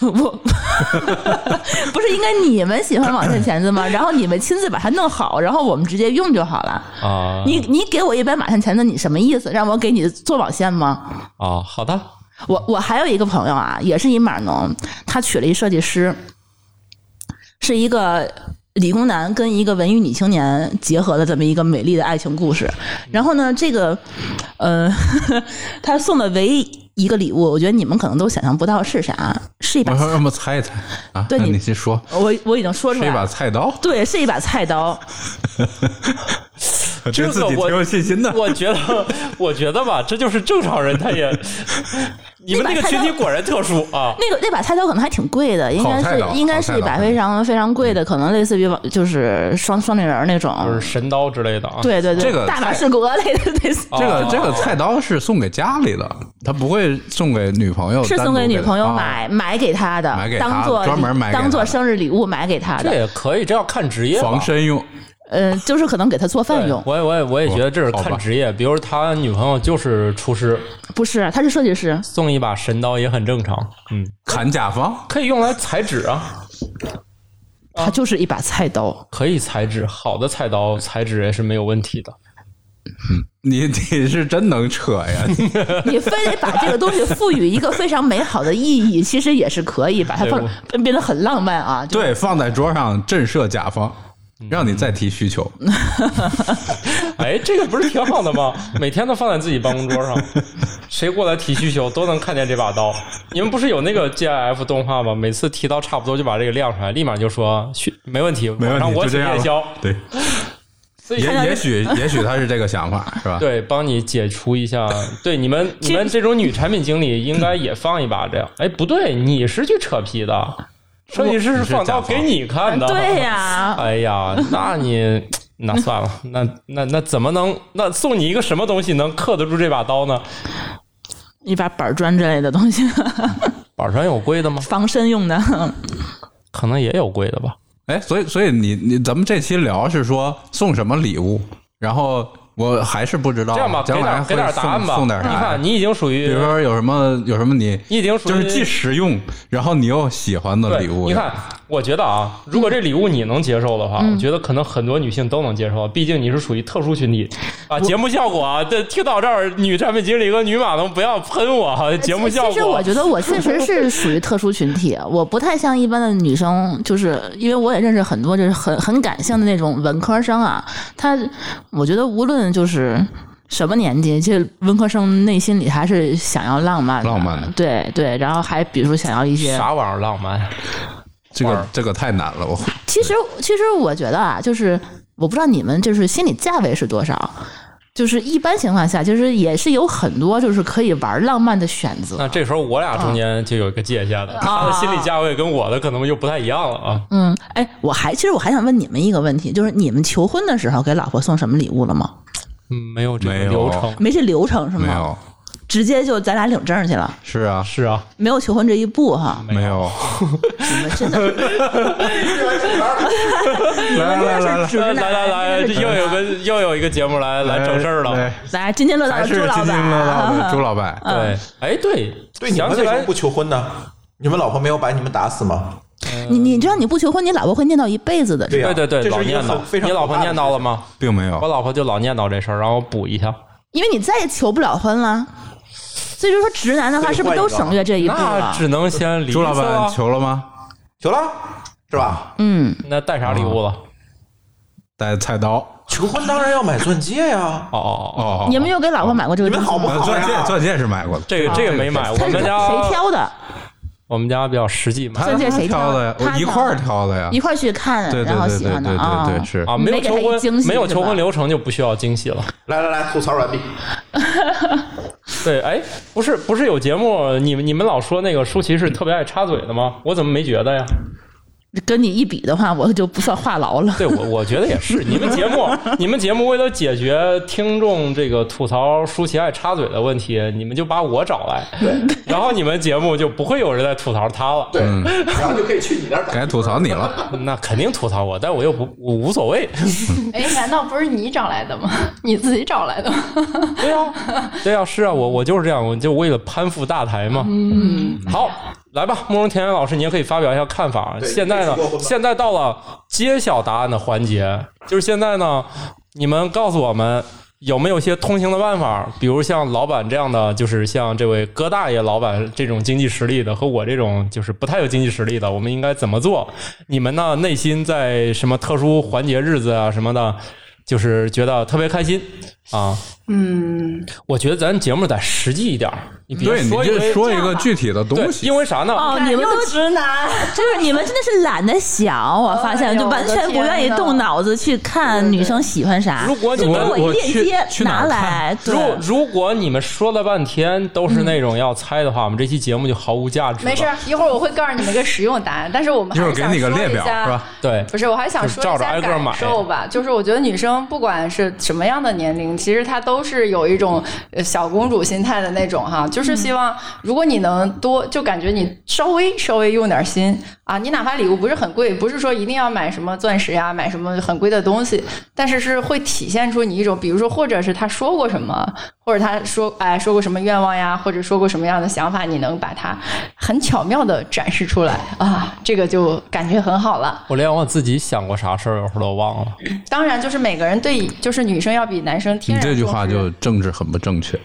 S5: 我 [LAUGHS] 不是应该你们喜欢网线钳子吗？然后你们亲自把它弄好，然后我们直接用就好了。
S1: 啊
S5: 你你给我一百马线钳子，你什么意思？让我给你做网线吗？
S1: 啊，好的，
S5: 我我还有一个朋友啊，也是一码农，他娶了一设计师，是一个理工男跟一个文艺女青年结合的这么一个美丽的爱情故事。然后呢，这个呃， [LAUGHS] 他送的唯一一个礼物，我觉得你们可能都想象不到是啥，是一把
S4: 我，说让我们猜一猜啊。
S5: 对
S4: 那
S5: 你
S4: 你先说，
S5: 我我已经说出
S4: 是一
S5: 来
S4: 把
S5: 了。
S4: 菜刀，
S5: 对，是一把菜刀。
S4: [LAUGHS] 对自己挺有信心的。
S1: 我觉得，我觉得吧，这就是正常人，他也， [LAUGHS] 你们那个群体果然特殊啊。
S5: 那个那把菜刀可能还挺贵的，应该
S4: 好菜
S5: 是
S4: 刀
S5: 应该是一
S4: 好菜
S5: 把
S4: 刀嗯
S5: 非常非常贵的，可能类似于往就是双双立人儿那种。
S1: 就是神刀之类的啊，，
S5: 对对对，
S4: 这个
S5: 大
S4: 菜
S5: 马
S4: 哦
S5: 士革类的类似。
S4: 这个这个菜刀是送给家里的，他不会送给女朋友，
S5: 是送给女朋友
S4: 单独给哦啊
S5: 买、买给她的，
S4: 买给她
S5: 当做
S4: 专门买给她
S5: 当做生日礼物买给她
S1: 这
S5: 的，
S1: 也可以，这要看职业
S4: 啊
S1: 吧
S4: 防身用。
S5: 呃，就是可能给她做饭
S1: 对
S5: 用。
S1: 我也我也我也觉得这是看职业，比如他女朋友就是厨师，
S5: 不是，啊她是设计师，
S1: 送一把神刀也很正常，嗯，
S4: 砍甲方，
S1: 可以用来裁纸啊，
S4: 嗯
S5: 她就是一把菜刀。
S1: 可以裁纸，好的菜刀裁纸也是没有问题的。
S4: 你你是真能扯呀！你 [LAUGHS]
S5: 你非得把这个东西赋予一个非常美好的意义，其实也是可以把它
S1: 对
S5: 放变得很浪漫啊。就是
S4: 对，放在桌上震慑甲方，让你再提需求。
S1: 哎，这个不是挺好的 [LAUGHS] 吗？每天都放在自己办公桌上，谁过来提需求都能看见这把刀。你们不是有那个 GIF 动画吗？每次提到差不多就把这个亮出来，立马就说需没问题，
S4: 没
S1: 晚
S4: 问
S1: 上
S4: 题，
S1: 我
S4: 就
S1: 请
S4: 这样
S1: 夜宵
S4: 吧。。对，
S1: 所
S5: [LAUGHS]
S1: 以
S4: 也也许也许他是这个想法，是吧？
S1: 对，帮你解除一下。对，你们你们这种女产品经理应该也放一把这样。哎，不对，你是去扯皮的，设计师是放
S4: 甲
S1: 到
S4: 方
S1: 给你看的。
S5: 对呀、
S1: [LAUGHS] 哎呀，那你那算了，那那那怎么能那送你一个什么东西能克得住这把刀呢？
S5: 一把板砖之类的东西，
S1: 板上有贵的吗？
S5: 防身用的。
S1: 可能也有贵的吧。
S4: 哎，所以所以你你咱们这期聊是说送什么礼物，然后我还是不知道，
S1: 这样吧，给
S4: 将来
S1: 点
S4: 会
S1: 给点
S4: 送
S1: 答案吧。
S4: 送点啥
S1: 你
S4: 呀？
S1: 看，你已经属于
S4: 比如说有什么有什么你
S1: 你已经属于
S4: 就是既实用，然后你又喜欢的
S1: 对，
S4: 礼物。
S1: 你看，我觉得啊，如果这礼物你能接受的话，
S5: 嗯
S1: 我觉得可能很多女性都能接受，啊毕竟你是属于特殊群体啊。节目效果啊，这听到这儿，女产品经理和女码农不要喷我啊， [LAUGHS] 节目效果。
S5: 其实我觉得我确
S1: [LAUGHS]
S5: 实是属于特殊群体，我不太像一般的女生，就是因为我也认识很多就是很很感性的那种文科生啊。他，我觉得无论就是什么年纪，其实文科生内心里还是想要浪漫的，
S4: 浪漫的
S5: 对对，然后还比如说想要一些
S1: 啥玩意儿浪漫？啊
S4: 这个这个太难了，我
S5: 其实，其实我觉得啊，就是我不知道你们就是心理价位是多少，就是一般情况下，就是也是有很多就是可以玩浪漫的选择。
S1: 那这时候我俩中间就有一个界限
S5: 啊
S1: 的，他的心理价位跟我的可能就不太一样了啊。
S5: 嗯，哎，我还其实我还想问你们一个问题，就是你们求婚的时候给老婆送什么礼物了吗？
S1: 嗯，没有这
S4: 没
S1: 个
S4: 有
S1: 流程。
S5: 没这流程是吗？
S4: 没有。
S5: 直接就咱俩领证去了，
S4: 是啊，
S1: 是啊，
S5: 没有求婚这一步哈。
S4: 没有。
S5: 你们真的，
S1: [LAUGHS]
S4: 来来来来，
S5: 直
S1: 来
S5: 男
S1: 来来，
S5: 真的是直
S1: 又
S5: 男
S1: 有个又有一个节目来来整事儿了
S6: 哎
S4: 对。
S5: 来津津乐道
S4: 还
S5: 的
S4: 是
S5: 朱
S4: 津
S5: 老板，啊
S4: 津乐道的朱老板。
S5: 嗯
S1: 对，哎对，
S6: 对，你们
S1: 想起
S6: 为什
S1: 来
S6: 么不求婚呢？你们老婆没有把你们打死吗？
S5: 你你知道你不求婚，你老婆会念叨一辈子的。
S6: 对呀、
S1: 对对对，
S6: 这
S1: 老
S6: 是一
S1: 念
S6: 个
S1: 叨
S6: 很非，常
S1: 你老婆念叨了
S6: 吗？
S1: 吗？
S4: 并没
S1: 我
S4: 有，
S1: 老婆就老念叨这事儿，让我补一下。
S5: 因为你再也求不了婚了。所以就说直男的话，
S6: 所以
S5: 是不是都省略这一步啊
S1: 那
S5: 了？
S1: 只能先离。啊
S4: 朱老板，求了吗？
S6: 求了，是吧？
S5: 嗯，
S1: 那带啥礼物了？
S4: 带菜刀
S6: 求婚当然要买钻戒呀、
S1: 哦哦哦，
S4: 哦，
S5: 你们有给老婆买过这个
S6: 你
S5: 东
S6: 们
S5: 西吗？
S6: 好不好
S4: 钻戒
S6: 呀？
S4: 钻戒是买过的，
S1: 这个这个没买，我
S5: 他是
S1: 们家
S5: 啊谁挑的？
S1: 我们家比较实际嘛
S4: 他
S5: 钻戒谁
S4: 他挑的呀？
S5: 挑的
S4: 我一块儿挑的呀
S5: 一。块儿去看，
S4: 对对
S5: 然后
S4: 对
S5: 喜
S4: 对
S5: 欢
S4: 对
S5: 的
S4: 对
S5: 啊。
S4: 对，是
S1: 啊，
S5: 你
S1: 没有
S5: 没给
S1: 求
S5: 他一惊
S1: 婚，
S5: 喜
S1: 没有
S5: 是
S1: 求
S5: 吧
S1: 婚流程就不需要惊喜了。
S6: 来来来，吐槽完毕。
S1: 对，哎，不是不是有节目，你们你们老说那个舒淇是特别爱插嘴的吗？我怎么没觉得呀？
S5: 跟你一比的话，我就不算话痨了。
S1: 对我我觉得也 [LAUGHS] 是，你们节目你们节目为了解决听众这个吐槽舒淇爱插嘴的问题，你们就把我找来，然后你们节目就不会有人再吐槽他了。
S6: 对，然后就可以去你那儿打。
S4: 该吐槽你了。
S1: 那肯定吐槽我，但我又不我无所谓。
S2: 哎，难道不是你找来的吗？ [LAUGHS] 你自己找来的吗？
S1: 对呀、对呀、是啊，我我就是这样，我就为了攀附大台嘛。嗯，好，来吧，慕容田园老师，你也可以发表一下看法。
S6: 对
S1: 现在呢
S6: 你可以直播吧，
S1: 现在到了揭晓答案的环节，就是现在呢，你们告诉我们。有没有一些通行的办法？比如像老板这样的，就是像这位哥大爷老板这种经济实力的，和我这种就是不太有经济实力的，我们应该怎么做？你们呢，内心在什么特殊环节、日子啊什么的，就是觉得特别开心啊？
S2: 嗯，
S1: 我觉得咱节目得实际一点儿，你别
S4: 对，你
S1: 说一
S4: 就
S1: 堆
S4: 说一个具体的
S1: 对
S4: 东，西。
S1: 因为啥呢？
S5: 哦，你们都
S2: 直男，
S5: [LAUGHS] 就是你们真的是懒得想，我发
S2: 哎
S5: 现
S2: 呦
S5: 就完全不愿意动脑子去看女生喜欢啥。
S1: 如果你
S5: 就给
S1: 们
S5: 我
S4: 我
S5: 一
S4: 去
S5: 链
S4: 去
S5: 接
S4: 哪
S5: 拿
S4: 儿
S5: 来，对
S1: 如如果你们说了半天都是那种要猜的话，我们这期节目就毫无价值。
S2: 嗯没事，，一会儿我会告诉你们个实用答案，但是我们
S4: 一
S2: 还
S4: 会儿
S2: 是
S4: 给
S2: 想
S4: 你个
S2: 说
S4: 列
S2: 一
S4: 表
S2: 下
S4: 是吧？
S1: 对，
S2: 不是，我还想
S1: 就
S2: 说
S1: 照
S2: 一
S1: 着
S2: 下
S1: 挨个买
S2: 感受吧，就是我觉得女生不管是什么样的年龄，其实她都是有一种呃小公主心态的那种哈，就是希望如果你能多，就感觉你稍微稍微用点心啊，你哪怕礼物不是很贵，不是说一定要买什么钻石呀，买什么很贵的东西，但是是会体现出你一种，比如说或者是她说过什么， [LAUGHS] 或者她说哎说过什么愿望呀，或者说过什么样的想法，你能把它很巧妙的展示出来啊，这个就感觉很好了。
S1: 我连我自己想过啥事儿，有时候都忘了。
S2: 当然，就是每个人对，就是女生要比男生天然
S4: 你这句话
S2: 重视
S4: 就政治很不正确。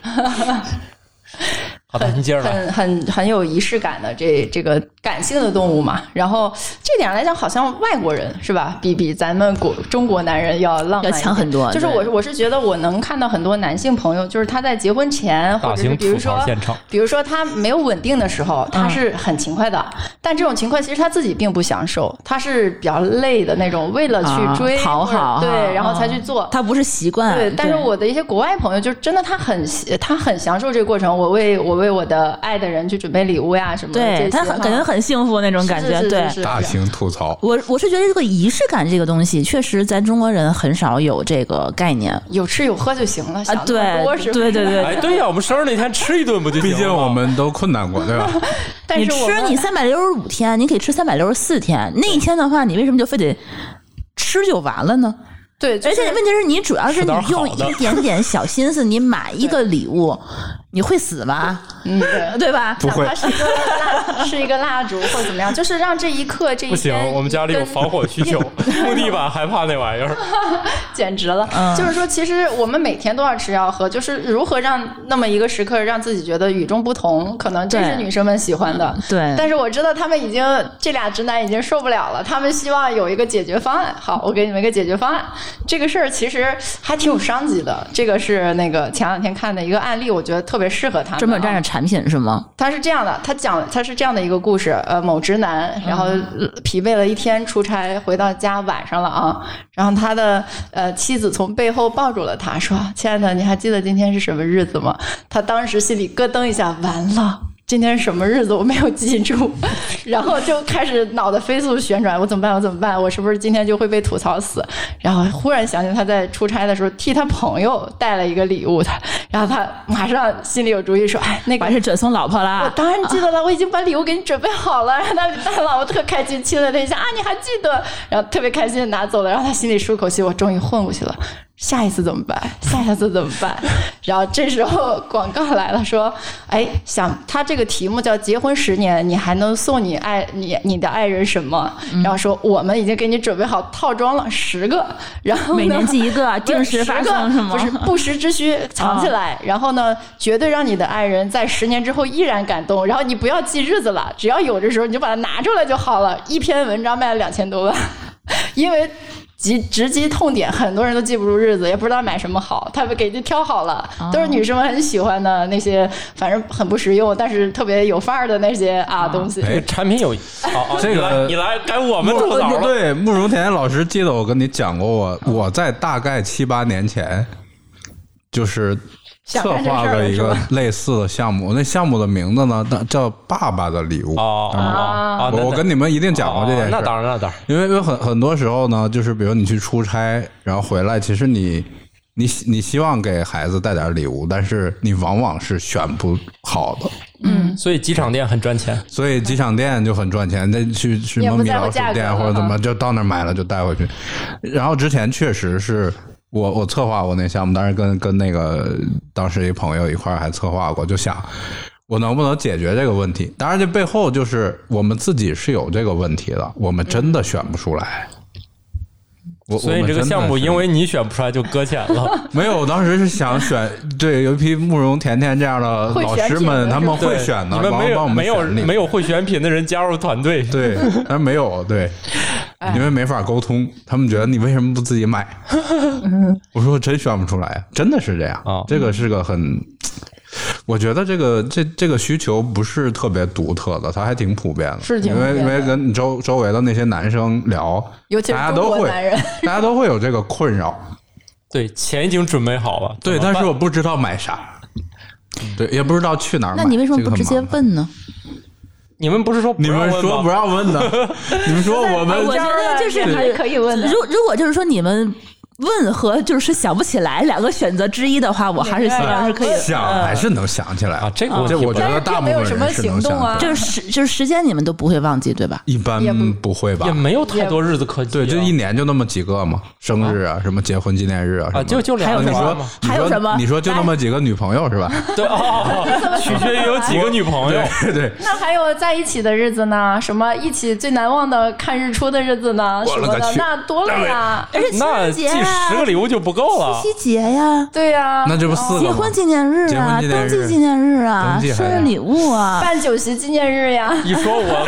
S1: 好的，你接着来。
S2: 很很很有仪式感的这这个感性的动物嘛。然后这点来讲，好像外国人是吧，比比咱们国中国男人要浪漫一点
S5: 要强很多
S2: 就是
S5: 对
S2: 我是我是觉得我能看到很多男性朋友，就是他在结婚前或
S1: 大
S2: 者是
S1: 型
S2: 比如
S1: 吐
S2: 说
S1: 槽现场，
S2: 比如说他没有稳定的时候，他
S5: 嗯
S2: 是很勤快的，但这种勤快其实他自己并不享受，他是比较累的那种，为了
S5: 啊
S2: 去追、
S5: 讨
S2: 或者
S5: 好啊
S2: 对，然后才去
S5: 啊
S2: 做。
S5: 他不是习惯。
S2: 对，但是我的一些国外朋友，就真的他很喜他很享受这个过程。我为我为我的爱的人去准备礼物呀什么的，
S5: 对
S2: 这些
S5: 他
S2: 哈
S5: 很感觉很幸福那种感觉。
S2: 是是是
S5: 对
S2: 是是
S4: 大型吐槽，
S5: 我，我是觉得这个仪式感这个东西，确实咱中国人很少有这个概念啊。
S2: 有吃有喝就行了，想那么
S5: 对
S2: 多是吧
S5: 对对对，
S1: 哎，对呀、我们生日那天吃一顿不就行
S4: 毕
S1: 了吗？
S4: 竟我们都困难过，对吧？
S2: 但
S5: 你
S2: 是我
S5: 吃
S2: 们
S5: 你三百六十五天，你可以吃三百六十四天。那一天的话，你为什么就非得吃就完了呢？
S2: 对，就
S5: 而
S2: 是
S5: 且问题是你主要是
S1: 吃
S5: 你
S1: 点好
S5: 用
S1: 的
S5: 一点点小心思，你买一个礼物，你会死吗？
S2: 嗯对。
S5: 对吧？
S4: 不会
S2: 哪怕是一个蜡，是一个蜡烛或怎么样，就是让这一刻这一
S1: 不行，
S2: 天
S1: 我们家里有
S2: 跟
S1: 防火需
S2: [LAUGHS]
S1: 求，木地板害怕那玩意儿。
S2: 简直了！
S5: 嗯
S2: 就是说，其实我们每天都要吃要喝，就是如何让那么一个时刻让自己觉得与众不同，可能这
S5: 对
S2: 是女生们喜欢的。
S5: 对
S2: 但是我知道他们已经这俩直男已经受不了了，他们希望有一个解决方案。好，我给你们一个解决方案。这个事儿其实还挺有商机的，这个是那个前两天看的一个案例，我觉得特别适合他们啊。
S5: 专门有这样的产品是吗？
S2: 他是这样的，他讲他是这样的一个故事，呃，某直男，然后呃疲惫了一天出差，回到家晚上了啊，然后他的呃妻子从背后抱住了他，说：“亲爱的，你还记得今天是什么日子吗？”他当时心里咯噔一下，完了。今天是什么日子？我没有记住， [LAUGHS] 然后就开始脑袋飞速旋转，我怎么办？我怎么办？我是不是今天就会被吐槽死？然后忽然想起他在出差的时候替他朋友带了一个礼物，他，然后他马上心里有主意说：“哎，那个
S5: 完事转送老婆
S2: 我
S5: 啦。
S2: 当然记得了，我已经把礼物给你准备好了， [LAUGHS] 让他带了，我特开心，亲了他一下啊，你还记得？然后特别开心的拿走了，让他心里舒口气，我终于混过去了。下一次怎么办？ [LAUGHS] 下一次怎么办？然后这时候广告来了，说：“哎，想他这个题目叫‘结婚十年，你还能送你爱你你的爱人什么’，然后说我们已经给你准备好套装了，十个，然后呢 [LAUGHS]
S5: 每年寄一个，
S2: 不是
S5: [LAUGHS] 定时
S2: 十
S5: 发
S2: 个
S5: 送是吗？啊
S2: 不
S5: [LAUGHS]
S2: 是不时之需，藏起来，然后呢，绝对让你的爱人在十年之后依然感动。然后你不要记日子了，只要有的时候你就把它拿出来就好了。一篇文章卖了两千多万， [LAUGHS] 因为。直直击痛点，很多人都记不住日子，也不知道买什么好，他们给就挑好了，
S5: 啊
S2: 都是女生们很喜欢的那些，反正很不实用，但是特别有范儿的那些啊东西。
S1: 这产品有，哦哦
S4: 哎这个
S1: 你来你来该我们吐
S4: 慕
S1: 槽了。
S4: 对，慕容甜老师记得我跟你讲过我，我在大概七八年前，就是
S2: 想
S4: 策
S2: 干这
S4: 划
S2: 事儿
S4: 了
S2: 了
S4: 一
S2: 是
S4: 个
S2: 吧
S4: 类似的项目，那项目的名字呢那叫《爸爸的礼物》
S1: 哦哦
S2: 啊
S1: 哦，
S4: 我我跟你们一定讲过这件事。
S1: 那当然，那当然。
S4: 因为因为很很多时候呢，就是比如你去出差，然后回来，其实你你你希望给孩子带点礼物，但是你往往是选不好的，
S5: 嗯
S2: 嗯
S1: 所以机场店很赚钱，
S4: 所以机场店就很赚钱。那去去什
S2: 也
S4: 么
S2: 不
S4: 米
S2: 在乎
S4: 老鼠
S2: 价格嗯
S4: 店
S2: 了
S4: 或者怎么，
S2: 哈
S4: 就到那儿买了就带回去。然后之前确实是我我策划过那项目，当时跟跟那个当时一朋友一块儿还策划过，就想。我能不能解决这个问题？当然，这背后就是我们自己是有这个问题的，我们真的选不出来。我
S1: 所以你
S4: 我们
S1: 这个
S4: 真的
S1: 项目
S4: 是
S1: 因为你选不出来就搁浅了。
S4: 没有，我当时是想选，对，有一批慕容甜甜这样的
S2: 会
S4: 老
S2: 选
S4: 师
S2: 品的
S4: 们，
S2: 是
S4: 他
S2: 吧
S4: 们 [LAUGHS] 会
S1: 对
S4: 选的，
S1: 你们
S4: 帮
S1: 没
S4: 帮
S1: 有
S4: 我们
S1: 没有
S4: 选那个
S1: 没有会选品的人加入团队，
S4: [LAUGHS] 对，但是没有对，
S2: 哎
S4: 因为没法沟通，他们觉得你为什么不自
S2: [LAUGHS]
S4: 己买？我说我真选不出来，真的是这样。
S1: 哦
S4: 这个是个很，我觉得这个这这个需求不是特别独特的，它还挺普遍的。
S2: 是挺
S4: 因
S2: 普
S4: 为因
S2: 遍的
S4: 为跟你周周围的那些男生聊，
S2: 尤其是
S4: 大家
S2: 中
S4: 都
S2: 国
S4: 会
S2: 男人，
S4: 大家都会有这个困扰。
S1: 对，钱已经准备好了。
S4: [LAUGHS] 对，
S1: 怎么
S4: 但
S1: 办
S4: 是我不知道买啥。对，也不知道去哪儿买。
S5: 那你为什么
S4: 这个
S5: 不
S4: 很
S5: 直接
S4: 麻烦？
S5: 问呢？
S1: 你们不是说不
S4: 你
S1: 让
S4: 们
S1: 问
S4: 说
S1: 吗
S4: 不让问 [LAUGHS] 的，你们说我们
S5: 我觉得就是
S2: 还是可以问的
S5: 如如果就是说你们问和就是想不起来两个选择之一的话，我还是希望是可以
S2: 对
S4: 想还是能想起来
S1: 呃啊？这个
S4: 这我觉
S2: 但
S4: 得
S2: 是
S4: 大
S2: 并
S4: 部
S2: 没
S4: 分
S2: 有什么
S4: 人是能
S2: 行动啊
S4: 想起来，
S5: 就是时就是时间你们都不会忘记对吧？
S4: 一般
S2: 也不
S4: 不会吧
S1: 也？没有太多日子可记啊。
S4: 对，就一年就那么几个嘛，生日啊，什么结婚纪念日啊，什
S1: 啊，
S4: 么
S1: 就就
S5: 还
S1: 俩
S5: 有
S1: 女
S5: 什
S1: 娃
S5: 么
S1: 嘛。
S4: 你
S5: 还有
S4: 说
S5: 什么
S4: 你说就那么几个女朋友是吧？
S1: 对
S4: [LAUGHS]
S1: 哦，取决于有几个女朋友。
S4: 对，
S2: 那还有在一起的日子呢？什么一起最难忘的看日出的日子呢？
S4: 我
S2: 什
S4: 勒
S2: 么
S4: 个
S2: 的，
S4: 去
S2: 那多了呀。
S5: [LAUGHS] 而且情
S1: 那
S5: 人
S1: 既
S5: 节呀
S1: 十个礼物就不够了。
S5: 七夕节呀，
S2: 对呀、
S4: 那这不四个
S5: 结
S4: 吗
S5: 婚？纪念日啊，
S4: 结
S5: 登
S4: 婚纪念日
S5: 记纪念日啊
S4: 登，记还
S5: 生
S4: 有
S5: 日礼物
S4: [LAUGHS]
S5: 啊，
S2: 办酒席纪念日呀，
S1: 一说
S5: [LAUGHS]
S1: 我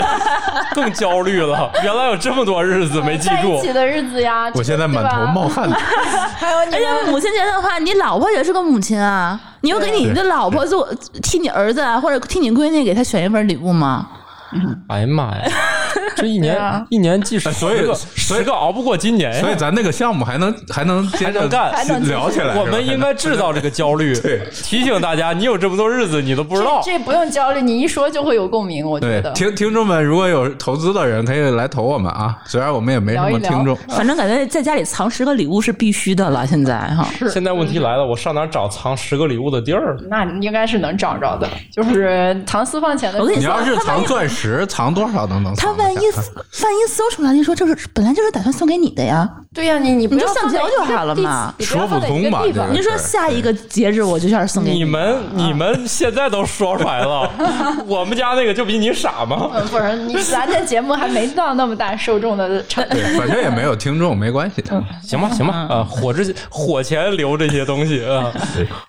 S1: 更焦虑了，原来有这么多日子没记
S2: 在一
S1: 住
S2: 起。的日子呀，
S4: 我现在满头冒哎汗，
S2: 对吧，还有你
S5: 而且
S2: 们
S5: 母亲节的话，你老婆也是个母亲啊，你又给你的老婆做替你儿子啊，或者替你闺女给她选一份礼物吗？
S1: 哎呀妈呀，这
S5: [LAUGHS]
S1: 一年、
S2: 对啊
S1: 一年记十
S4: 哎所以
S1: 个，
S4: 所以
S1: 十个熬不过今年呀。
S4: 所以咱那个项目还能还能接
S1: 哎还
S4: 着
S1: 能干还
S2: 能继续
S4: 聊 [LAUGHS] 起来。是吧
S1: 我们应该制造这个焦虑，
S4: [LAUGHS] 对
S1: 提醒大家，你有这么多日子你都不知道。
S2: 这这不用焦虑，你一说就会有共鸣，我觉
S4: 对
S2: 得。
S4: 听听众们，如果有投资的人可以来投我们啊，虽然我们也没什
S2: 聊
S4: 么
S2: 一聊
S4: 听众，
S5: 反正感觉在家里藏十个礼物是必须的了，现在哈。
S1: 现在问题来了，我上哪儿找藏十个礼物的地儿？
S2: 那你应该是能找着的，就是藏私房钱的。
S5: 我跟
S4: 你
S5: 说
S4: 要是藏钻石，藏多少都能
S5: 他
S4: 藏得
S5: 万一
S4: 下。啊
S5: 万一搜出来，就说这是本来就是打算送给你的呀。
S2: 对呀、你你不
S5: 你就
S2: 要
S5: 上
S2: 放在
S5: 交
S2: 一
S5: 就
S2: 个
S5: 好了
S2: 地
S5: 嘛
S2: 你要
S4: 说不
S2: 放在一个
S4: 通吧
S2: 地
S4: 这
S2: 方
S4: 个
S5: 你说下一个节日我就想送给
S1: 你
S5: 你
S1: 们你们现在都说出来了， [LAUGHS] 我们家那个就比你傻吗？
S2: [LAUGHS] 嗯，不是你，咱这节目还没到那么大受众的程度。
S4: 对，反正也没有听众，没关系
S5: 嗯
S4: 的。
S1: 行吧行吧，啊、火之火前留这些东西啊，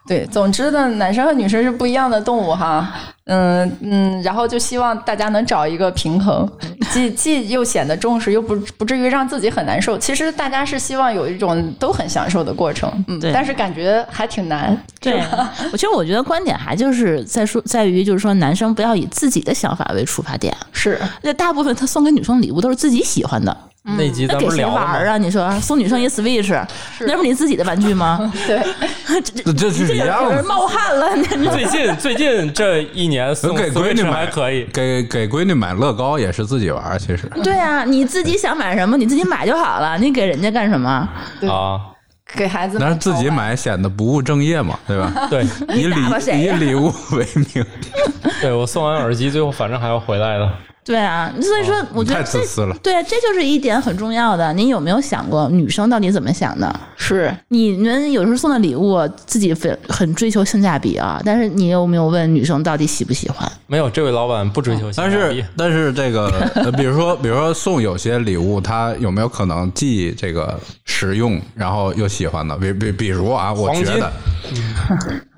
S2: 对，总之呢，男生和女生是不一样的动物哈。嗯嗯，然后就希望大家能找一个平衡，既既又显得重视，又不不至于让自己很难受。其实大家是希望有一种都很享受的过程，嗯，
S5: 对
S2: 但是感觉还挺难。
S5: 对，啊我其实我觉得观点还就是在说，在于就是说男生不要以自己的想法为出发点，
S2: 是，
S5: 那大部分他送给女生礼物都是自己喜欢的，
S1: 那集
S5: 嗯那
S1: 咱
S5: 给
S1: 不是
S5: 谁
S1: 聊了
S5: 玩儿
S1: 吗？
S5: 啊？你说送女生一 Switch，那不是你自己的玩具吗？
S2: 对，
S5: 这 [LAUGHS]
S4: 这
S5: 这
S4: 这是一样
S5: 有人
S4: 的，
S5: 冒汗了，你
S1: [LAUGHS] 最近最近这一年送
S4: [LAUGHS] 给闺
S1: Switch
S4: 女
S1: 还
S4: 买
S1: 可以，
S4: 给给闺女买乐高也是自己玩儿，其实
S5: 对啊，你自己想买什么你自己买就好了，你给人家干什么？
S2: 对
S1: 啊，
S2: 给孩子
S4: 但是自己买显得不务正业嘛，对
S5: [LAUGHS]
S4: 吧？
S1: 对
S4: 以礼
S5: 打发谁
S4: 以
S5: 呀
S4: 礼物为名，
S1: 对，我送完耳机，最后反正还要回来的。
S5: 对啊，所以说我觉
S4: 太
S5: 得这
S4: 自私了。
S5: 对，啊这就是一点很重要的。你有没有想过女生到底怎么想的？
S2: 是
S5: 你们有时候送的礼物自己很很追求性价比啊，但是你有没有问女生到底喜不喜欢？
S1: 没有，这位老板不追求性
S5: 啊
S1: 价
S4: 但
S1: 比，
S4: 是但是这个，呃比如说比如说送有些礼物，它有没有可能既这个实用，然后又喜欢的？比比比如啊，我
S1: 黄
S4: 觉
S1: 金嗯
S4: 得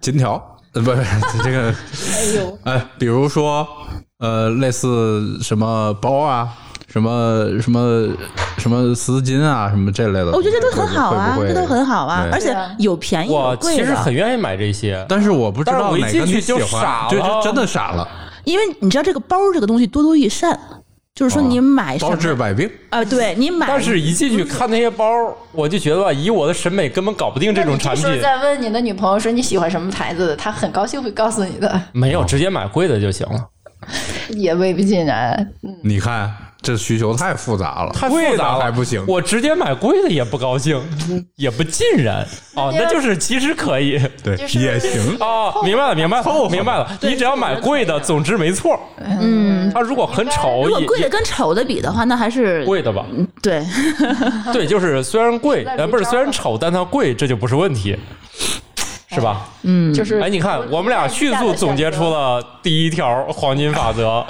S4: 金条，呃，不是这个， [LAUGHS] 哎，比如说呃，类似什么包啊。什么什么什么丝巾啊，什么这类的，
S5: 哦我觉得这都很好啊，
S4: 会不会
S5: 这都很好啊
S4: 对，
S5: 而且有便宜哎有
S1: 我
S5: 贵
S1: 其实很
S5: 的，
S1: 愿意买这些，
S4: 但是我不知
S1: 但是
S4: 道
S1: 我一
S4: 哪
S1: 进
S4: 个你
S1: 去
S4: 喜
S1: 就傻
S4: 欢，就
S1: 了
S4: 就真的傻了，
S5: 因为你知道这个包这个东西多多益善，就是说你买哎什
S4: 包
S5: 么
S4: 治百病。
S5: 啊，对你买，
S1: 但是一进去看那些包，我就觉得吧，以我的审美根本搞不定这种产
S2: 那你这时候
S1: 品。
S2: 再问你的女朋友说你喜欢什么牌子的，她很高兴会告诉你的，
S1: 没有，直接买贵的就行了。
S2: 也未必尽然。
S4: 你看这需求太复杂了，
S1: 太
S4: 贵
S1: 复
S4: 的
S1: 杂了，
S4: 还不行。
S1: 啊我直接买贵的也不高兴，也不尽然。哦，
S2: 那
S1: 那
S2: 就
S1: 就是其实可以。
S4: 对
S2: 就是
S4: 也
S5: [LAUGHS]
S4: 行。
S1: 哦，明白了，明白了，明白了。你只要买贵的，总之没错。
S5: 嗯，
S1: 它如果很丑，
S5: 如果
S1: 也
S5: 贵的嗯
S1: 也
S5: 跟丑的比的话，那还是
S1: 贵的吧？
S5: 对，
S1: 对，就是虽然
S5: [LAUGHS]
S1: 贵，
S2: 在
S1: 呃，不是
S2: 没招
S1: 虽然
S2: 了
S1: 丑，但它贵，这就不是问题，是吧？
S2: 就是
S1: 哎，你看，我们俩迅速总结出了第一条黄金法
S2: [LAUGHS]
S1: 则：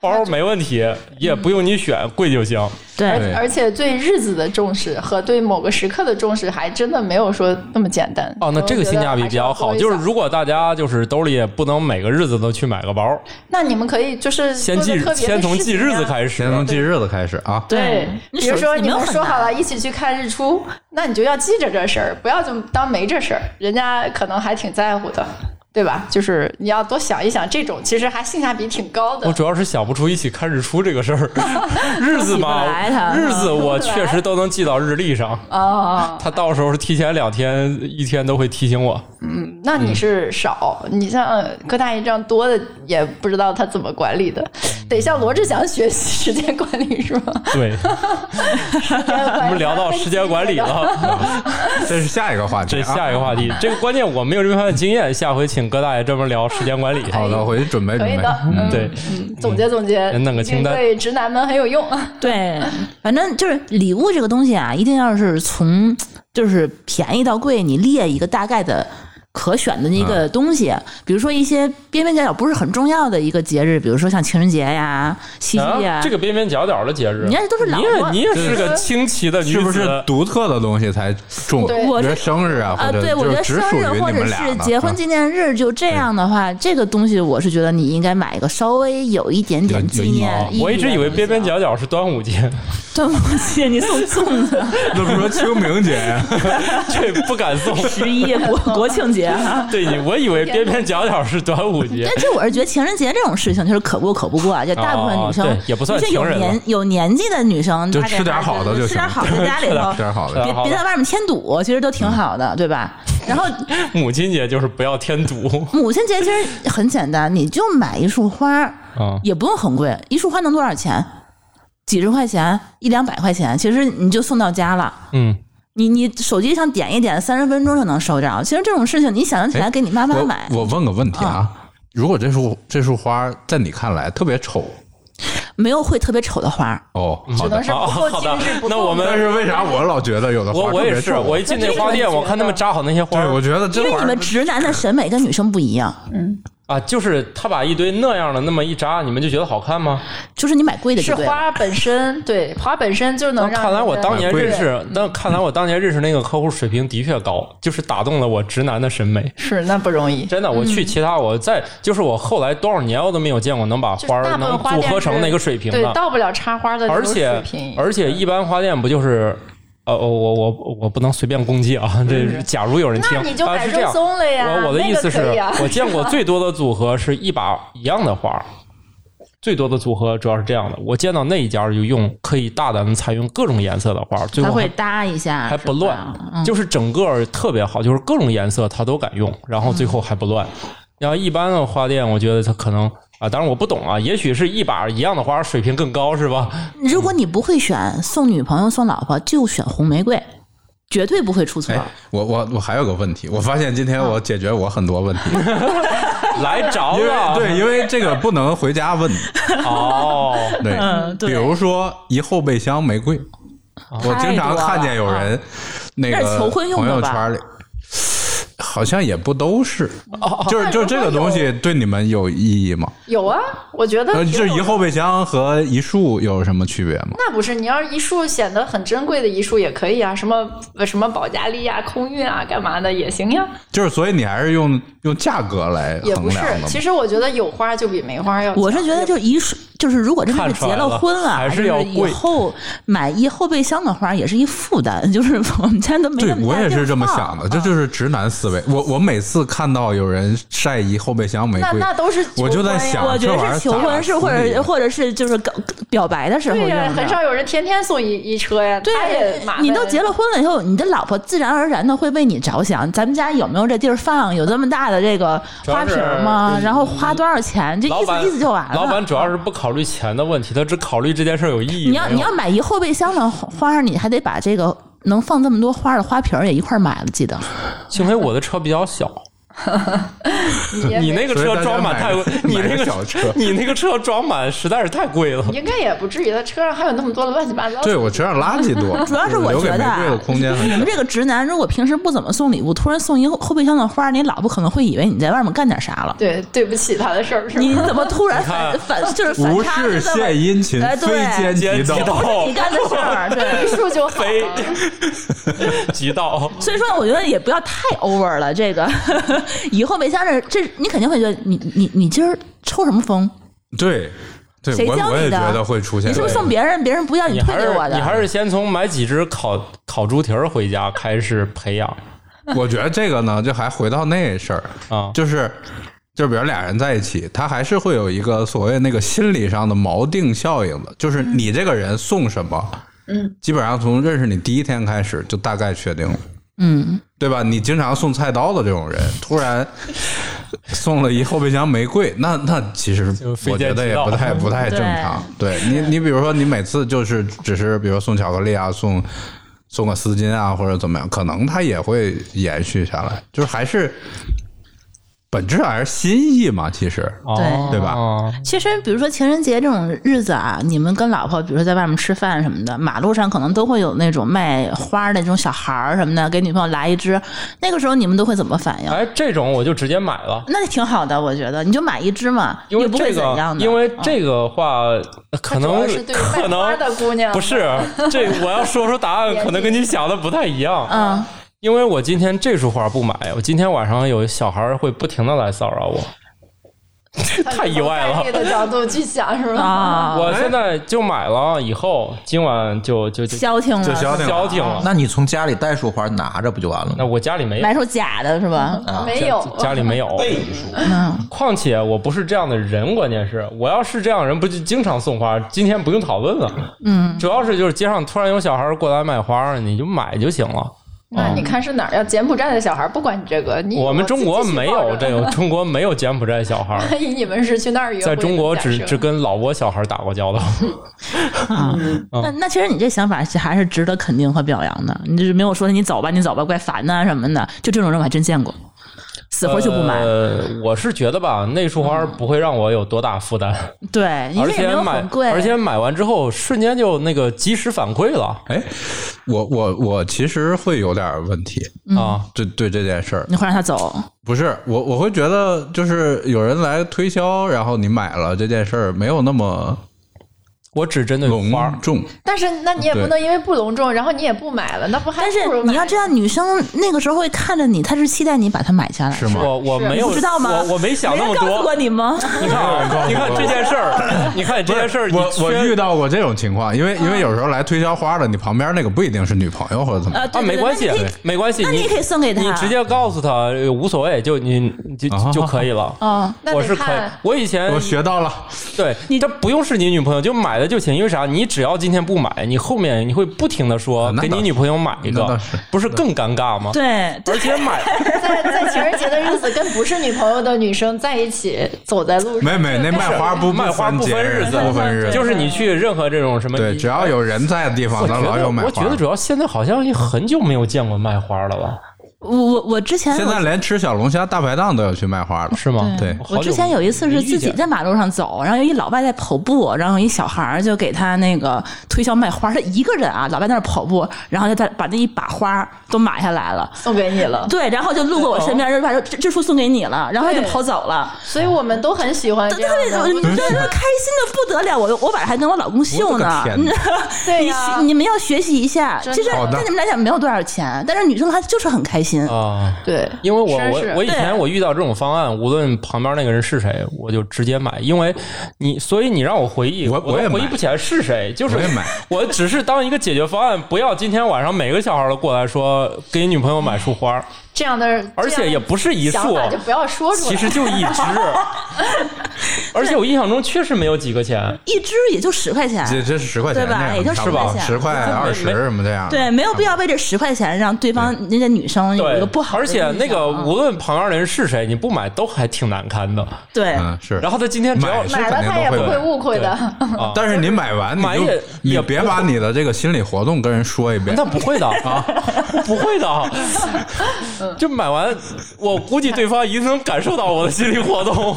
S1: 包没问题，也不用你选，贵就
S2: 嗯
S1: 行。
S5: [LAUGHS] 对
S4: 对
S2: 而且对日子的重视和对某个时刻的重视，还真的没有说那么简单。
S1: 哦，那这个
S2: 我觉得
S1: 性价比
S2: 还
S1: 比较
S2: 要
S1: 好。
S2: 多一
S1: 就是
S2: 想
S1: 如果大家就是兜里也不能每个日子都去买个包，
S2: 那你们可以就是
S1: 先
S2: 做个
S1: 记
S2: 特别的啊
S1: 先从
S2: 事
S1: 记
S2: 情
S1: 日子
S2: 呀
S1: 开始
S4: 先。从记日子开始啊，
S2: 对，
S5: 嗯你
S2: 比如
S5: 手
S2: 说
S5: 机
S2: 你
S5: 没有
S2: 们
S5: 很
S2: 说好
S5: 难
S2: 了一起去看日出，那你就要记着这事儿，不要就当没这事儿，人家可能还挺在乎的，对吧？就是你要多想一想，这种其实还性价比挺高的
S1: 我。主要是想不出一起看日出这个事
S2: [LAUGHS]
S1: 儿，日子嘛
S5: 起不来它，
S1: 日子我确实都能记到日历上。
S2: 啊，
S1: 他到时候提前两天、一天都会提醒我。
S2: 那
S1: 嗯
S2: 你是少，你像柯大爷这样多的，也不知道他怎么管理的，
S1: 嗯
S2: 得向罗志祥学习时间管理是吧？ [LAUGHS]
S1: 对， [LAUGHS] 我
S2: 我
S1: 们聊到时间管理，
S2: [LAUGHS]
S1: 了。
S4: 这是下一个话题、
S1: 这
S4: 啊。
S1: 是下一个话题，这个关键我没有这方面的经
S4: [LAUGHS]
S1: 验，下回请哥大爷专门聊时间管理。
S4: 好的，回去准备准
S2: 可以
S4: 备。
S2: 的，
S4: 嗯，
S1: 对，
S2: 总结总结，
S1: 嗯弄个
S2: 一定
S1: 清单
S2: 对直男们很有用。啊
S1: [LAUGHS]
S5: [LAUGHS] 对，反正就是礼物这个东西啊，一定要是从就是便宜到贵，你列一个大概的。可选的那个东西，啊比如说一些边边角角不是很重要的一个节日，比如说像情人节呀、七
S4: 嗯
S5: 夕哎呀，
S1: 啊，这个边边角角的节日，
S5: 你看都是老啊哎
S1: 你也你也是个清奇的女子，
S4: 是不是独特的东西才重？
S2: 对
S5: 我
S4: 比
S5: 是
S4: 如生日啊，
S5: 啊，
S4: 或者
S5: 对，我觉
S4: 就
S5: 得
S4: 只
S5: 生
S4: 属
S5: 日
S4: 于
S5: 或
S4: 你
S5: 者
S4: 们俩
S5: 是
S4: 呢嗯
S5: 结婚纪念日就这样的话，这个东西我是觉得你应该买一个稍微有一点点
S4: 有
S5: 纪
S4: 有意义
S5: 念
S4: 啊
S5: 意义的东西啊。
S1: 我一直以为边
S5: [LAUGHS]
S1: 边角角是端午
S4: [LAUGHS]
S1: 节，
S5: 端午节你送粽子，
S4: 啊那不说清明节呀、
S1: 这不敢送。
S5: 十一国国庆节哈。
S1: 对，你我以为边边角角是端午节
S5: 但，这我是觉得情人节这种事情就是可过可不过啊，就大部分女生、
S1: 哦对也不算
S5: 就是有
S1: 情人了
S5: 年有年纪的女生，
S4: 就
S5: 大概
S4: 吃点
S5: 还是
S4: 好的就
S5: 吃点
S4: 行
S5: [LAUGHS] 好的，
S4: [LAUGHS]
S5: 在家里头
S4: 有点好的嗯
S1: 是。
S5: 别别在外面添堵，其实都挺好的，对吧？然后
S1: 母亲节就是不要添堵
S5: 母亲节其实很简单，你就买一束花儿，
S1: 啊。
S5: 也不用很贵，一束花能多少钱？几十块钱，一两百块钱，其实你就送到家了。
S1: 嗯，
S5: 你你手机上点一点，三十分钟就能收着。其实这种事情，你想得起来给你妈妈买，
S4: 哎我我问个问题啊，如果这束这束花在你看来特别丑
S5: 没有会特别丑的花儿。
S4: 哦，
S1: 嗯
S4: 好
S2: 只
S4: 的
S2: 能。是不够精致，不
S1: 那
S2: 够
S1: 我们
S4: 但是为啥我老觉得有的
S1: 我
S4: 花特
S1: 我也
S4: 别
S1: 是，
S4: 丑？
S1: 我一进那花店，我看他们扎好那些花
S4: 对，我
S1: 儿
S4: 觉得
S5: 因
S4: 这
S5: 为
S4: 玩
S5: 你
S4: 意儿
S5: 们直男的审美跟女生不一样，
S1: 啊，就是他把一堆那样的那么一扎，你们就觉得好看吗？
S5: 就是你买贵的
S2: 是
S5: 就对了
S2: 花
S1: [LAUGHS]
S2: 本身，对花本身就能
S1: 那
S2: 让。
S1: 看来我当年
S4: 贵
S1: 认识，那看来我当年认识那个客户水平的确高，就是打动了我直男的审美。
S2: 是那不容易，
S1: 真的，我
S2: 嗯
S1: 去其他，我再就是我后来多少年我都没有见过能把
S2: 就是
S1: 花
S2: 大
S1: 儿
S2: 部分
S1: 能
S2: 花
S1: 组
S2: 店
S1: 合成
S2: 是
S1: 那个水平
S2: 对，
S1: 的，
S2: 到不了插花的这种
S1: 而且
S2: 水平
S1: 而且一般花店不就是。呃，我我我我不能随便攻击啊！这假如有人听，
S2: 嗯那你就
S1: 啊
S2: 改
S1: 是这样
S2: 肉松了呀
S1: 我我的
S2: 那
S1: 意
S2: 个
S1: 思是
S2: 可以啊，
S1: 我见过最多的组合是一把一样的花儿，最多的组合主要是这样的。我见到那一家就用，可以大胆的采用各种颜色的花儿，最
S5: 它
S1: 后
S5: 会
S1: 还
S5: 搭一下，
S1: 还不乱
S5: 啊是吧，嗯
S1: 就是整个儿特别好，就是各种颜色它都敢用，然后最后还不乱。然后一般的花店，我觉得它可能啊，当然我不懂啊，也许是一把一样的花水平更高是
S5: [LAUGHS]
S1: 吧？
S5: 如果你不会选送女朋友、送老婆，就选红玫瑰，绝对不会出错。
S4: 哎，我我我还有个问题，我发现今天我解决我很多问题，
S1: 来着啊
S4: 因为
S1: 了，
S4: 对，因为这个不能回家问，
S1: 哦，
S4: 对，
S5: 嗯对
S4: 比如说一后备箱玫瑰，我经常看见有人那
S5: 那是
S4: 个
S5: 求婚用
S4: 朋
S5: 的
S4: 友
S5: 吧
S4: 圈里。好像也不都是，就是就这个东西对你们有意义吗？
S2: 有啊，我觉得
S4: 呃，
S2: 挺
S4: 这
S2: 有
S4: 一后备箱和一束有什么区别吗？
S2: 那不是，你要是一束显得很珍贵的一束也可以啊，什么呃什么保加利亚空运啊，干嘛的也行呀，
S4: 就是所以你还是用用价格来
S2: 也
S4: 衡
S2: 不是
S4: 量的。吗？。
S2: 其实我觉得有花就比没花要强，
S5: 我是觉得就一瞬，就是如果真的
S1: 看
S5: 是
S1: 出
S5: 结
S1: 来了
S5: 婚了，
S1: 还是
S5: 就
S1: 要
S5: 以
S1: 贵
S5: 后买一后备箱的花也是一负担，就是 [LAUGHS] 我们家都没
S4: 对
S5: 那，么
S4: 我
S5: 大嗯
S4: 也
S5: 地儿
S4: 是这么
S5: 放啊
S4: 想的，这就是直男思维。我我每次看到有人晒一后备箱玫
S2: 那
S4: 瑰，
S2: 那都是
S4: 我就在
S2: 求婚呀
S4: 想
S5: 我觉
S4: 这玩
S5: 得
S4: 意儿
S5: 是求
S4: 咋
S5: 婚是或
S4: 处理
S5: 者
S4: 啊
S5: 或者是就是搞表白的时候
S2: 对
S5: 用
S2: 呀、
S5: 的，
S2: 很少有人天天送一一车呀，
S5: 对
S2: 他也
S5: 呀
S2: 麻，烦
S5: 你都结了婚了以后，你的老婆自然而然的会为你着想。咱们家有没有这地儿放？有这么大的这个
S1: 主要
S5: 花
S1: 是嗯
S5: 瓶吗？然后花多少钱？这
S1: 老
S5: 意
S1: 板
S5: 思意思就完了。
S1: 老板主要是不考虑钱的问题，他只考虑这件事儿有意义
S5: 你
S1: 没
S5: 要
S1: 有。
S5: 你要买一后备箱的花儿，你还得把这个能放这么多花儿的花瓶儿也一块儿买了，记
S1: [LAUGHS]
S5: 得。
S1: 幸亏我的车比较
S4: [LAUGHS]
S1: 小，
S2: 也
S1: 你那个
S4: 所以大
S1: 车
S4: 家
S1: 装满
S4: 买
S1: 太
S4: 个
S1: 贵，你
S4: 买
S1: 那
S4: 个
S1: 个
S4: 小车
S1: [LAUGHS] 你那个车装满实在是太贵了。
S2: 应该也不至于，他车上还有那么多乱七八糟。
S4: 对，我车上垃圾多，
S5: [LAUGHS] 主要是我
S4: 留给
S5: 觉
S4: 玫
S5: 得啊
S4: 瑰的空间很
S5: 你
S4: 小
S5: 们。这个直男，如果平时不怎么送礼物，突然送一个后备箱的花儿，你老婆可能会以为你在外面干点啥了。
S2: 对，对不起他的事儿是吧？
S5: 你怎么突然反
S1: 你看
S5: 反就是 [LAUGHS] 反
S4: 无
S5: 差就
S4: 事
S5: 这么
S4: 献殷勤，
S5: 哎
S4: 非
S5: 对
S4: 奸即
S1: 奸即
S4: 盗
S1: 盗。
S5: 你干的事儿？啊对
S2: [LAUGHS] 一。束就好
S1: 非 [LAUGHS]
S2: 了。
S1: 急到，
S5: 所以说，我觉得也不要太 over 了。这个以后没像这这，你肯定会觉得你你你今儿抽什么风？
S4: 对，对，
S5: 谁
S4: 我
S5: 教
S4: 我也
S5: 你的
S4: 觉得会出现。
S5: 你是不是送别人，别人不要
S1: 你
S5: 退
S1: 还
S5: 给
S1: 是
S5: 我的？
S1: 你还是先从买几只烤烤猪蹄儿回家开始培养
S4: 我觉得这个呢，就还回到那事儿，
S1: 啊。
S4: 就是。就比如俩人在一起，他还是会有一个所谓那个心理上的锚定效应的，就是你这个人送什么，嗯，基本上从认识你第一天开始就大概确定了，
S5: 嗯，
S4: 对吧？你经常送菜刀的这种人，突然 [LAUGHS] 送了一后备箱玫瑰，那那其实
S1: 就非
S4: 我觉
S1: 奸
S4: 得
S1: 即
S4: 也
S1: 盗
S4: 不太不太正常。对你，你比如说你每次就是只是比如送巧克力啊，送送个丝巾啊，或者怎么样，可能它也会延续下来，就是还是本质还是心意嘛，其实
S1: 哦
S4: 对吧
S5: 其实，比如说情人节这种日子啊，你们跟老婆，比如说在外面吃饭什么的，马路上可能都会有那种卖花儿的那种小孩儿什么的，给女朋友来一支。那个时候你们都会怎么反应？
S1: 哎，这种我就直接买了。
S5: 那挺好的，我觉得，你就买一支嘛，
S1: 因为
S5: 也不会
S1: 这
S5: 怎
S1: 个
S5: 样，的。
S1: 因为
S5: 嗯
S1: 这个话可
S2: 主
S1: 能
S2: 要是对
S1: 可
S2: 卖花
S1: 能
S2: 的姑娘
S1: 不是这，我要说出答案可能跟你想的不太一样。
S5: 嗯，
S1: 因为我今天这束花不买，我今天晚上有小孩会不停的来骚扰我，太意外了
S2: 从概率。的角度去想是吧？
S5: 啊，
S1: 我现在就买了，以后今晚就就就
S5: 消停
S4: 就消
S5: 了，
S4: 停
S1: 消停了。
S7: 那你从家里带束花拿着不就完了
S1: 那
S7: 吗？
S1: 我家里没有
S5: 买，首假的是吧？
S2: 没有，
S1: 家里没 [LAUGHS] 有。
S6: 倍数，
S1: 况且我不是这样的人，关键是我要是这样的人，不就经常送花？今天不用讨论了。嗯，主要是就是街上突然有小孩过来买花，你就买就行了。
S2: 那你看是哪儿？要柬埔寨的小孩不管你这个，你以为
S1: 我们中国
S2: 自己
S1: 没
S2: 抱
S1: 有
S2: 着
S1: 这
S2: [LAUGHS]
S1: 个，中国没有柬埔寨小孩，
S2: 万一你们是去那儿约会的
S1: 在中国
S2: 假
S1: 只
S2: 设
S1: 只跟老挝小孩打过交道。
S5: 啊，那那其实你这想法是还是值得肯定和表扬的。你就是没有说你走吧，你走吧，怪烦呐、什么的，就这种人我还真见过，死活就不买。
S1: 呃，我是觉得吧，那束花不会让我有多大负担，
S5: 对，因
S1: 而
S5: 为也没
S1: 且
S5: 有
S1: 买
S5: 很贵，
S1: 而且买完之后瞬间就那个及时反馈了
S4: 哎，我我我其实会有点问题，
S1: 啊。
S4: 对对这件事儿，
S5: 你会让他走。
S4: 不是我我会觉得就是有人来推销，然后你买了这件事儿没有那么
S1: 我只针对
S4: 隆
S1: 花儿，
S4: 重，
S2: 但是那你也不
S4: 对
S2: 能因为不隆重，然后你也不买了，那不还
S5: 但
S2: 不
S5: 是
S2: 如
S5: 你要
S2: 买
S5: [LAUGHS] 知道，女生那个时候会看着你，她是期待你把它买下来。
S4: 是吗？
S1: 我我
S2: 是
S1: 没有
S5: 你知道吗
S1: 我我没想那么
S5: 没人告诉
S1: 多
S5: 过。你吗？
S1: 你看啊，你看这件事儿，你看这件事儿，
S4: 我
S1: 你缺
S4: 我遇到过这种情况，因为因为有时候来推销花的，你旁边那个不一定是女朋友或者怎么样，
S5: 啊，
S1: 啊，
S5: 对
S1: 没关系，没关系，
S5: 那你也可以送给他
S1: 你直接告诉他呃无所谓，就你你就
S4: 啊
S1: 就可以了。
S5: 啊，
S2: 那
S1: 我
S2: 得
S1: 是可以
S2: 看，
S1: 我以前
S4: 我学到了。
S1: 对，这不用是你女朋友，就买了就行。因为啥？你只要今天不买，你后面你会不停的说
S4: 啊那
S1: 给
S4: 倒
S1: 你
S4: 是
S1: 女朋友买一
S4: 那倒
S1: 个
S4: 是，
S1: 不是更尴尬吗？
S5: 对，
S1: 而且买
S2: 在在情人节的日子跟不是女朋友的女生在一起走在路上，
S4: 没没，那卖花不
S1: 卖花
S4: 不
S1: 不
S4: 节
S1: 分日子
S4: 不分日子，
S1: 就是你去任何这种什么，
S4: 对，只要有人在的地方，
S1: 哎我
S4: 咱
S1: 觉
S4: 老
S1: 得
S4: 有买花。
S1: 我觉得主要现在好像也很久没有见过卖花了吧？
S5: 我我我之前
S4: 现在连吃小龙虾大排档都要去卖花了，
S1: 是吗？
S4: 对
S1: 好
S5: 我
S1: 久
S5: 之前有一次
S1: 没
S5: 是
S1: 遇
S5: 自己
S1: 见
S5: 在马路上走，然后有一老外在跑步，然后有一小孩儿就给他那个推销卖花，他一个人啊，老外在那儿跑步，然后就他把那一把花都买下
S4: [LAUGHS]
S5: 来了。
S2: 送给你了。
S5: 对，然后就路过我身边，人把这这束送给你了，然后他就
S2: 对
S5: 跑走了，
S2: 所以我们都很喜欢这样
S5: 特别
S2: 的。
S5: 就是开心的不得了。我我晚上还跟我老公秀
S4: 我的
S5: 呢
S4: 个，天
S5: 你
S4: 哪
S2: 对
S5: [LAUGHS] 你
S2: 呀、
S5: 学你们要学习一下，
S2: 真
S5: 其实
S4: 好的哦
S5: 对你们来讲没有多少钱，但是女生她就是很开心。
S1: 啊。
S2: 对，
S1: 因为我
S2: 真
S1: 我
S2: 是
S1: 我以前
S5: 对
S1: 我遇到这种方案，无论旁边那个人是谁，我就直接买，因为你，所以你让我回忆，
S4: 我
S1: 我都
S4: 我也买
S1: 回忆不起来是谁，就是
S4: 我也买，
S1: [LAUGHS] 我只是当一个解决方案，不要今天晚上每个小孩都过来说给女朋友买束花，
S2: 这样的，
S1: 而且也不是一
S2: 哎这样的
S1: 束
S2: 想，法就不要说出来。
S1: 其实就一
S2: [LAUGHS]
S1: 支，而且我印象中确实没有几个钱，
S5: 一支也就十块钱，
S4: 这这是十块钱
S5: 对吧
S4: 那样
S5: 也就
S4: 差不
S5: 10块
S4: 多
S5: 钱
S4: 十块
S1: 没
S4: 二十
S1: 没
S4: 什么这样。
S5: 对，没有必要为这十块钱让对方人家女生有一
S1: 对
S5: 个不，好的
S1: 而
S5: 印象
S1: 且
S5: 啊。
S1: 那个无论旁边的人是谁，你不买都还挺难堪的。
S5: 对，
S4: 嗯是。
S1: 然后他今天只要
S4: 买是
S2: 买了
S4: 肯定
S2: 他
S4: 都
S2: 也
S4: 会
S2: 不会
S4: 买
S2: 误会的。
S1: 啊，
S4: 但是你买完你
S1: 买
S4: 就
S1: 也
S4: 你
S1: 也
S4: 别
S1: 不
S4: 把你的这个心理活动跟人说一遍
S1: 那，不会的啊， [LAUGHS] 不会的，就买完，我估计对方一定能感受到我的心理活动，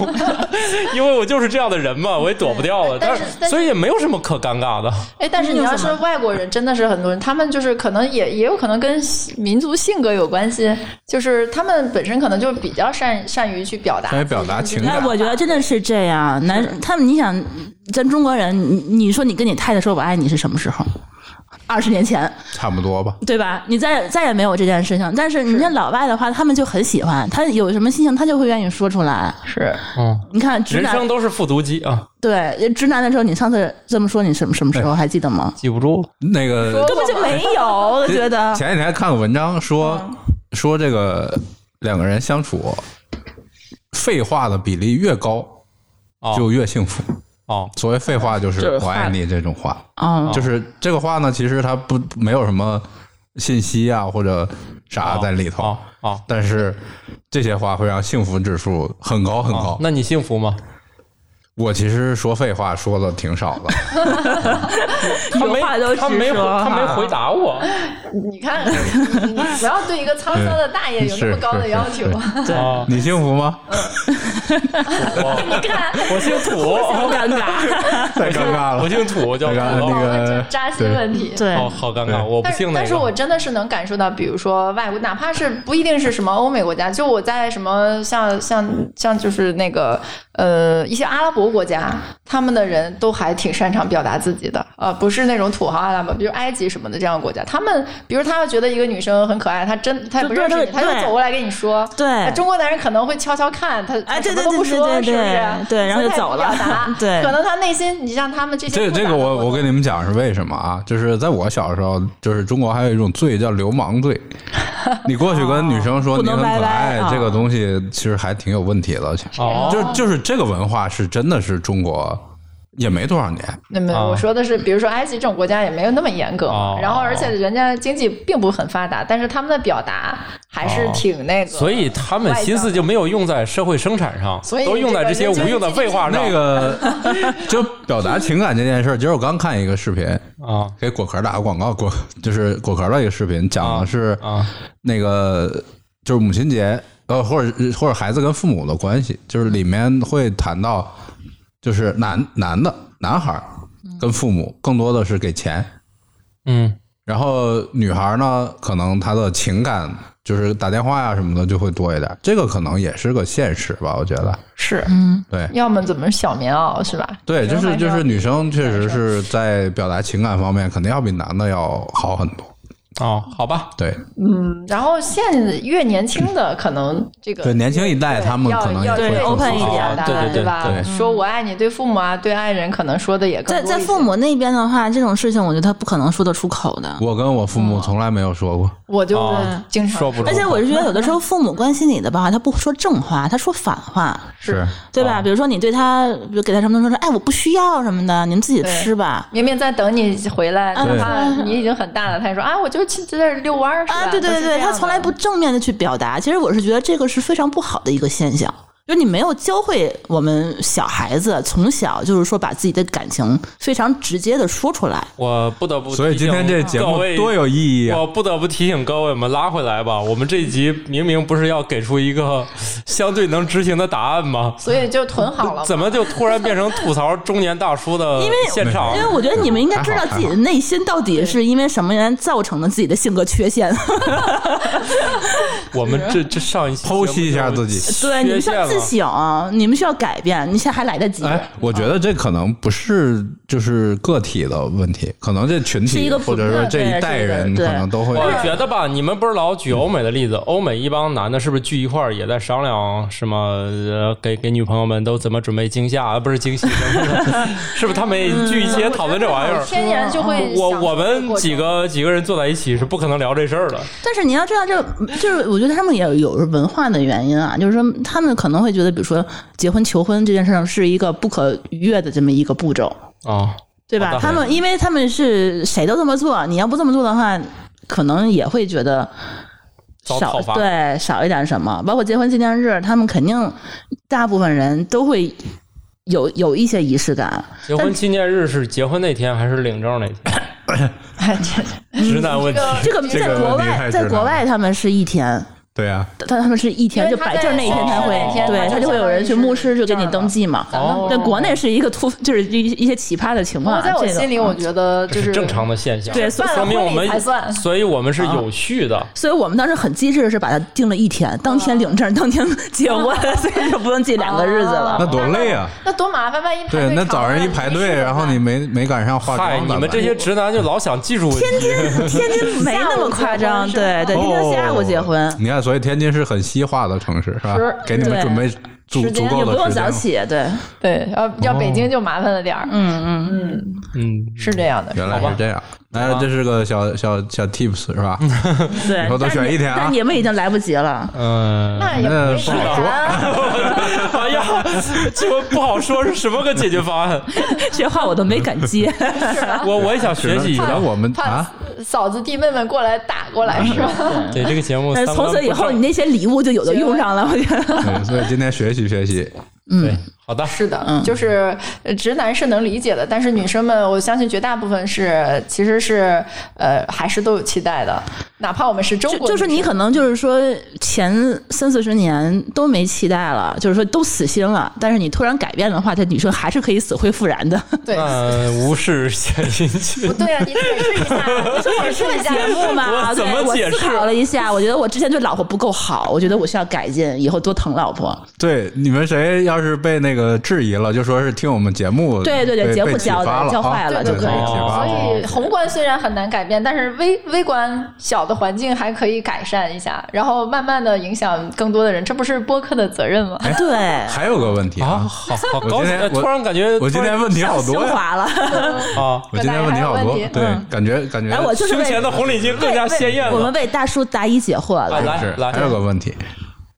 S1: 因为我就是这样的人嘛，我也躲不掉了。
S2: 对但是但是
S1: 所以也没有什么可尴尬的。
S2: [LAUGHS] 哎，但是你要是外国人，真的是很多人，他们就是可能也也有可能跟民族性格有关系，就是他们本身可能就比较善善于去表达
S4: 来表达情
S5: 哎，
S4: 感。
S5: 我觉得真的是这样。男，他们你想，咱中国人，你你说你跟你太太说我爱你是什么时候？二十年前，
S4: 差不多吧。
S5: 对吧？你再再也没有这件事情。但是你像老外的话，他们就很喜欢，他有什么心情，他就会愿意说出来。
S2: 是
S1: 嗯，
S5: 你看直
S1: 人
S5: 男
S1: 生，都是复读机
S4: 嗯
S1: 啊，
S5: 对直男的时候，你上次这么说，你什么什么时候还记得吗？
S1: 记不住。
S4: 那个
S5: 根本就没有，我觉
S2: 啊
S5: 得。
S4: 前几天看个文章说
S2: 嗯
S4: 说这个两个人相处，废话的比例越高
S1: 哦
S4: 就越幸福。
S1: 哦，
S4: 所谓废话就是
S5: 就是
S4: “我
S5: 话
S4: 爱你”这种话，
S2: 哦
S5: 嗯，
S4: 就是这个话呢，其实它不没有什么信息啊或者啥
S1: 哦
S4: 在里头
S1: 哦，哦
S4: 但是这些话会让幸福指数很高很
S1: 哦
S4: 高。
S1: 那你幸福吗？
S4: 我其实说废话说的挺少的，
S1: 他没
S5: 有话都直
S1: 他没
S5: 说
S1: 他没回答我，
S2: 你看， [LAUGHS] 你你不要对一个沧桑的大爷有那么高的要求。 [LAUGHS]
S1: 对，啊、
S4: 你幸福吗？
S1: 我姓土，
S5: 尴尬。
S4: 太尴尬了，
S1: [LAUGHS] 我姓土，我叫
S4: 太
S1: 土
S4: 尴尬
S1: 豆
S4: 那个
S2: 这 [LAUGHS] 扎心问题。
S5: 对，
S1: 哦，好尴尬，我不
S2: 但是
S1: 姓那个。
S2: 但是我真的是能感受到，比如说外国，哪怕是不一定是什么欧美国家，就我在什么像像像就是那个呃一些阿拉伯国家，他们的人都还挺擅长表达自己的，呃，不是那种土豪阿拉伯，比如埃及什么的这样的国家，他们比如他要觉得一个女生很可爱，他真他也不
S5: 就
S2: 认识
S5: 对
S2: 你，他就
S5: 对
S2: 走过来跟你说，
S5: 对
S1: 哦
S2: 啊中国男人可能会悄悄看他，他
S5: 哎对
S2: 什么都不
S5: 对对
S2: 说，
S5: 对对
S2: 是不是
S5: 对？对然后
S2: 所以
S5: 就
S2: 他也
S5: 走
S2: 不
S5: 了
S2: 表达
S5: [LAUGHS] 对
S2: 可能他内心，你像他们这些
S4: 这
S2: 复杂
S4: 这
S2: 的
S4: 个我
S2: 活
S4: 我
S2: 动
S4: 跟你们讲是为什么啊？就是在我小时候，就是中国还有一种罪叫流氓罪。你过去跟女生说
S5: 不
S4: 你
S5: 能
S4: 很
S5: 拜
S4: 可
S5: 拜
S4: 爱，
S5: 啊
S4: 这个东西其实还挺有问题的。
S1: 哦
S4: 就就是这个文化是真的是中国也没多少年，
S2: 那么
S1: 啊
S2: 我说的是，比如说埃及这种国家也没有那么严格嘛
S1: 哦，
S2: 然后而且人家经济并不很发达，但是他们的表达还是挺那个，
S1: 哦所以他们心思就没有用在社会生产上，
S2: 所以
S1: 都用在这些无用的废话上。
S4: 那个就表达情感这件事儿，今儿我刚看一个视频，
S1: 啊
S4: 给果壳打个广告，果就是果壳的一个视频，讲的是
S1: 啊
S4: 那个就是母亲节，呃，或者或者孩子跟父母的关系，就是里面会谈到，就是男男的男孩儿
S2: 嗯
S4: 跟父母更多的是给钱，
S1: 嗯
S4: 然后女孩呢，可能她的情感就是打电话呀、什么的就会多一点，这个可能也是个现实吧，我觉得，
S2: 是
S4: 对。
S2: 要么怎么小棉袄是吧？
S4: 对，
S2: 嗯女
S4: 就
S2: 生
S4: 是
S2: 还是
S4: 就
S2: 要
S4: 是女生确实是在表达情感方面，肯定要比男的要好很多。
S1: 哦，好吧，
S4: 对，
S2: 嗯然后现越年轻的可能这个
S4: 对年轻一代
S2: 对
S4: 他们
S2: 要
S4: 可能也
S2: 要
S4: 会
S2: 对
S5: 更 open 一点
S2: 表达
S1: 对对对
S2: 对吧
S1: 对？
S2: 说我爱你，对父母啊，对爱人可能说的也更
S5: 在
S2: 多
S5: 在
S2: 一些
S5: 父母那边的话，这种事情我觉得他不可能说得出口的。
S4: 我跟我父母
S1: 嗯
S4: 从来没有说过，
S2: 我就
S1: 哦
S2: 经常
S1: 说不出
S5: 而且我是觉得，有的时候父母关心你的吧，他不说正话，他说反话，
S4: 是
S5: 对
S2: 哦
S5: 吧？比如说你对他，比如给他什么东西，说，哎，我不需要什么的，你们自己吃吧。
S2: 明明在等你回来，哪
S5: 对
S2: 怕你已经很大了，他也说啊，我就去在这儿遛弯儿是吧
S5: 啊，对对对对，他从来不正面的去表达。其实我是觉得这个是非常不好的一个现象，就是你没有教会我们小孩子从小就是说把自己的感情非常直接的说出来。
S1: 我不得不
S4: 所以今天这节目多有意义啊！
S1: 我不得不提醒各位，我们拉回来吧。我们这一集明明不是要给出一个相对能执行的答案吗？
S2: 所以就囤好了嘛。
S1: 怎么就突然变成吐槽中年大叔的现场
S2: 哦
S5: 因？为我觉得你们应该知道自己的内心到底是因为什么原因造成了自己的性格缺陷。
S1: 我们这这上一期
S4: 剖析一下自己
S5: 对，
S1: 缺
S5: 你们需
S1: 陷
S5: 要自
S1: 了。
S5: 省，你们需要改变，你现在还来得及。
S4: 哎，我觉得这可能不是就是个体的问题，可能这群
S5: 是一
S4: 体
S5: 个
S4: 或者说这一代人
S5: 普遍的
S4: 可
S5: 对
S4: 能都会啊
S1: 我觉得吧，你们不是老举欧美的例子，欧美一帮男的是不是聚一块儿也在商量什么、呃、给给女朋友们都怎么准备惊吓，啊不是惊喜， [LAUGHS] 是不是他们也聚一起也讨论这玩意儿？
S2: 天然就会
S1: 嗯我
S2: 想
S1: 我们几
S2: 过
S1: 个几个人坐在一起是不可能聊这事儿的。
S5: 但是你要知道这，就是我觉得他们也有文化的原因啊，就是说他们可能会觉得，比如说结婚求婚这件事儿是一个不可逾越的这么一个步骤，哦
S1: 啊，
S5: 对
S1: 好
S5: 吧？
S1: 的
S5: 他们因为他们是谁都这么做，你要不这么做的话，可能也会觉得
S1: 遭
S5: 少
S1: 讨伐
S5: 对少一点什么，包括结婚纪念日，他们肯定大部分人都会有有一些仪式感。
S1: 结婚纪念日是结婚那天还是领证那天？
S2: 程这
S1: 直男问题。
S5: 这个
S4: 这个
S5: 在国
S4: 问题
S5: 外，
S4: 太
S5: 在
S4: 直
S5: 国
S4: 男
S5: 外他们是一天，
S4: 对啊，
S5: 但他们是一天，
S2: 因为
S5: 就
S2: 他
S5: 摆
S2: 在
S5: 正那一天才会
S2: 生日那，天
S5: 对
S2: 他
S5: 他
S2: 就
S5: 就会有人去牧师就给你登记嘛。
S1: 哦
S5: 但国内是一个突，就是一一些奇葩的情
S2: 不
S5: 况
S2: 过
S5: 啊。
S2: 哦在我
S5: 这个
S2: 心里，我觉得就
S1: 这是正常的现象，
S5: 对所以
S1: 说明我
S2: 办了婚
S1: 们
S2: 礼才算
S1: 所以我们
S4: 啊
S1: 是有序的。
S5: 所以我们当时很机智，是把它定了一天，当天领证，当天结婚，
S2: 哦
S5: 所以就不用记两个日子
S4: 那
S5: 了。
S4: 多累啊！
S2: 那多麻烦，万一排队
S4: 对，那
S2: 长
S4: 早
S2: 了
S4: 上一排队，然后你没没赶上化妆
S1: 嗨，
S4: 咋
S1: 你
S4: 办，
S1: 们这些直男就老想技术问
S4: [LAUGHS]
S1: 题，
S5: 天津没那么夸张，
S2: 下午结婚
S5: 对对，天津下午结婚，
S4: 哦你看，所以天津是很西化的城市，是吧
S2: 是？
S4: 给你们
S5: 对
S4: 准备足
S2: 时间
S4: 足
S5: 也
S4: 够
S5: 不
S4: 的
S5: 用
S4: 时间
S5: 早
S4: 了。
S5: 起，对，
S2: 对，要
S4: 哦
S2: 要北京就麻烦了点儿，
S5: 嗯嗯，
S1: 嗯，
S2: 是这样的。
S4: 原来
S1: 好吧
S4: 是这样，哎，这是个小小小 tips 是吧？
S5: 对。
S4: 以后都选一天啊
S5: 但是你们已经来不及了，
S1: 嗯，
S2: 那也没啊
S4: 那不啊好说
S2: 啥，
S1: 哎呀，就不好说是什么个解决方案。
S5: [LAUGHS] 这话我都没敢
S4: [LAUGHS]
S5: 接。
S1: 我我也想
S4: 只
S1: 学
S4: 能
S1: 习一
S4: 只
S1: 下
S4: 能。我们
S2: 怕
S4: 啊，
S2: 嫂子弟妹们过来打过
S4: 嗯
S2: 来是吧？
S1: 对这个节目，
S5: 但
S1: 三
S5: 是
S1: 观
S5: 从此以
S1: 不
S5: 后，
S1: 正
S5: 你那些礼物就有的用上了，我觉得。
S4: 对，所以今天学习学习，
S1: 对好的，
S2: [LAUGHS] 是的，就是呃直男是能理解的，但是女生们，我相信绝大部分是其实是呃还是都有期待的，哪怕我们是中
S5: 就
S2: 国女生，
S5: 就是你可能就是说前三四十年都没期待了，就是说都死心了，但是你突然改变的话，这女生还是可以死灰复燃的。
S1: [LAUGHS]
S2: 对。
S4: 嗯
S1: 那无视献殷勤
S2: [LAUGHS] 不。对啊，你解释一下，解释一下
S5: 节目
S1: [LAUGHS]
S5: 嘛，
S1: 我怎么
S5: 对我
S1: 解释
S5: 思考了一下，我觉得我之前对老婆不够好，我觉得我需要改进，以后多疼老婆。
S4: 对，你们谁要是被那个质疑了，就说是听我们节目被，
S5: 对对对
S4: 被
S5: 节目
S4: 被启
S5: 教的
S4: 发了
S5: 教
S4: 啊
S5: 坏了
S4: 对
S5: 就可以
S4: 被启
S2: 所
S4: 发了
S2: 以宏观虽然很难改变，但是微微观小的环境还可以改善一下，然后慢慢的影响更多的人，这不是播客的责
S4: [LAUGHS]
S2: 任吗？
S1: 哎
S5: 对，
S4: 还有个问题
S1: 啊，
S4: 啊，
S1: 好好
S4: 我
S1: 高
S4: 今
S1: 兴！
S4: 天
S1: 呃
S4: 我
S1: 突然感觉
S4: 我今
S1: 突然
S4: 天问题好多
S5: 升
S4: 呀，
S5: 华了。
S1: 啊，
S4: 我今天问题好多
S2: 大家还有问题，
S4: 对
S2: 嗯，
S4: 感觉感觉
S5: 哎，我就是
S1: 胸
S5: 为
S1: 前的红领巾 [LAUGHS] 更加鲜艳
S5: 我们
S1: 了。
S5: 为大叔答疑解惑
S1: 啊，
S5: 了，
S1: 来
S4: 是
S1: 来，
S4: 还有个问题，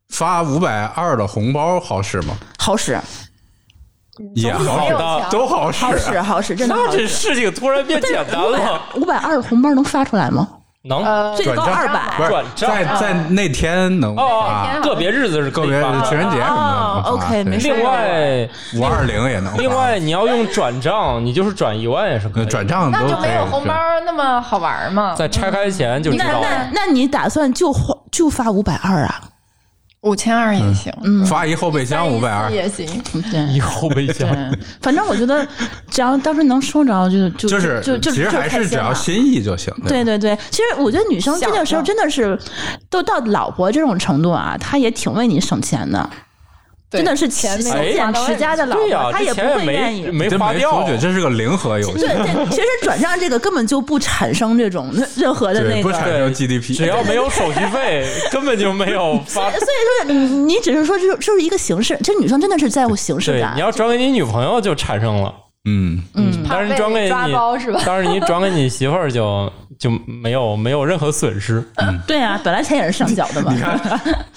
S4: 发五百二的红包好使吗？
S5: 好使，
S4: 也好
S2: 没有
S4: 使，
S2: 强
S4: 都好使，
S5: 好
S1: 啊
S5: 使，啊好使，真的
S1: 那
S5: 好
S1: 这
S5: 使。
S1: 事情突然变简单了，
S5: 五百二红包能发出来吗？
S1: 能
S2: 呃，
S5: 最高
S4: 转账
S5: 二百。
S4: 不是
S1: 转账
S4: 在在那天能
S1: 哦
S4: 发，
S2: 啊
S1: 个别日子是
S4: 个
S1: 可以
S4: 别
S1: 发
S4: 情
S1: 的。
S4: 人节什么的
S5: 哦，OK，没事
S1: 另外，
S4: 五二零也能发，
S1: 另外你要用转账，你就是转一万也是可以
S4: 呃
S1: 的。
S4: 转账
S2: 那
S4: 都
S2: 就
S4: 可
S2: 没
S4: 以
S2: 有红包那么好玩嘛。
S1: 在拆开前就知
S5: 那
S1: 道
S5: 那
S1: 了。
S5: 那你打算就花就发五百二啊？
S2: 五千二也行，
S4: 是发一后备箱嗯五百啊二，
S2: 也行。
S5: 对
S1: 以后备箱
S5: 对，反正我觉得只要当时能收着，就就
S4: 就是
S5: 就就
S4: 其实
S5: 就
S4: 还
S5: 开
S4: 是
S5: 心
S4: 只要
S5: 了
S4: 心意就行。吧
S5: 对对对，其实我觉得女生这个时候
S2: 享受
S5: 真的是，都到老婆这种程度啊，她也挺为你省钱的，
S2: 对
S5: 真的是勤
S2: 钱
S5: 勤
S1: 没
S5: 俭持家的老
S1: 对呀
S5: 婆，，她
S1: 这
S5: 也不
S1: 钱
S5: 会愿
S1: 没
S5: 意。
S1: 没
S4: 真
S1: 花掉
S4: 出，去，这是个零和游戏
S5: 对，对，其实转账这个根本就不产生这种任何的那
S4: 对，不
S5: 个。
S4: 产生 GDP，
S1: 只要没有手续费，根本就没
S5: [LAUGHS]
S1: 有发
S5: 所以说，你只是说这就是一个形式，其实女生真的是在乎形式
S1: 对，
S5: 感
S1: 你。要转给你女朋友就产生了，
S4: 嗯，
S5: 嗯，
S1: 但是转给
S2: 被抓
S1: 你
S2: 包是吧，
S1: 但是你转给你媳妇儿就就没有没有任何损失。
S5: 对啊，本来钱也是上缴的嘛。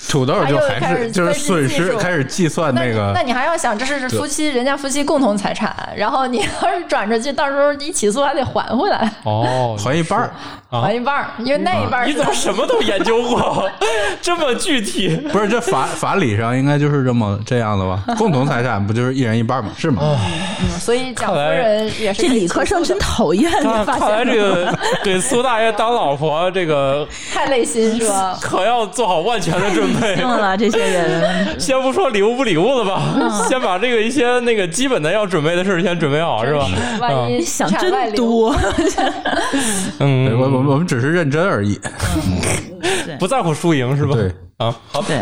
S4: 土豆就还
S2: 还
S4: 是
S2: 有
S4: 就是
S2: 开始
S4: 损
S2: 计
S4: 失
S2: 数
S4: 开始计算
S2: 那
S4: 那
S2: 你
S4: 个
S2: 那你还要想，这是夫妻，人家夫妻共同财产，然后你要是转出去，到时候一起诉还得还回来，
S1: 哦，
S4: 还一半儿，
S1: 啊
S2: 还一半儿，因为那
S4: 啊
S2: 一半儿
S1: 你
S2: 是
S1: 怎么什么都研究过， [LAUGHS] 这么具体？
S4: 不是这法法理上应该就是这么这样的吧？共同财产不就是一人一半吗？是吗？
S2: 所以蒋夫
S1: 看来
S2: 人也是
S5: 这理科生真讨厌， [LAUGHS] 你
S1: 看
S5: 发
S1: 看来
S5: 现
S1: 这
S5: 没有？
S1: 个给苏大爷当老婆，这个
S2: 太累心是吧？
S1: 可要做好万全的准备。
S5: 用了这些人，
S1: 先不说礼物不礼物了吧，先把这个一些那个基本的要准备的事儿先准备好，是吧？
S2: 万一
S5: 你想
S2: 产外
S5: 真
S2: 流 [LAUGHS]
S5: 多。
S4: 对
S1: 嗯，
S4: 我我我们只是认真而已。
S1: 不在乎输赢，是吧？
S4: 对
S1: 啊，好，
S5: 对，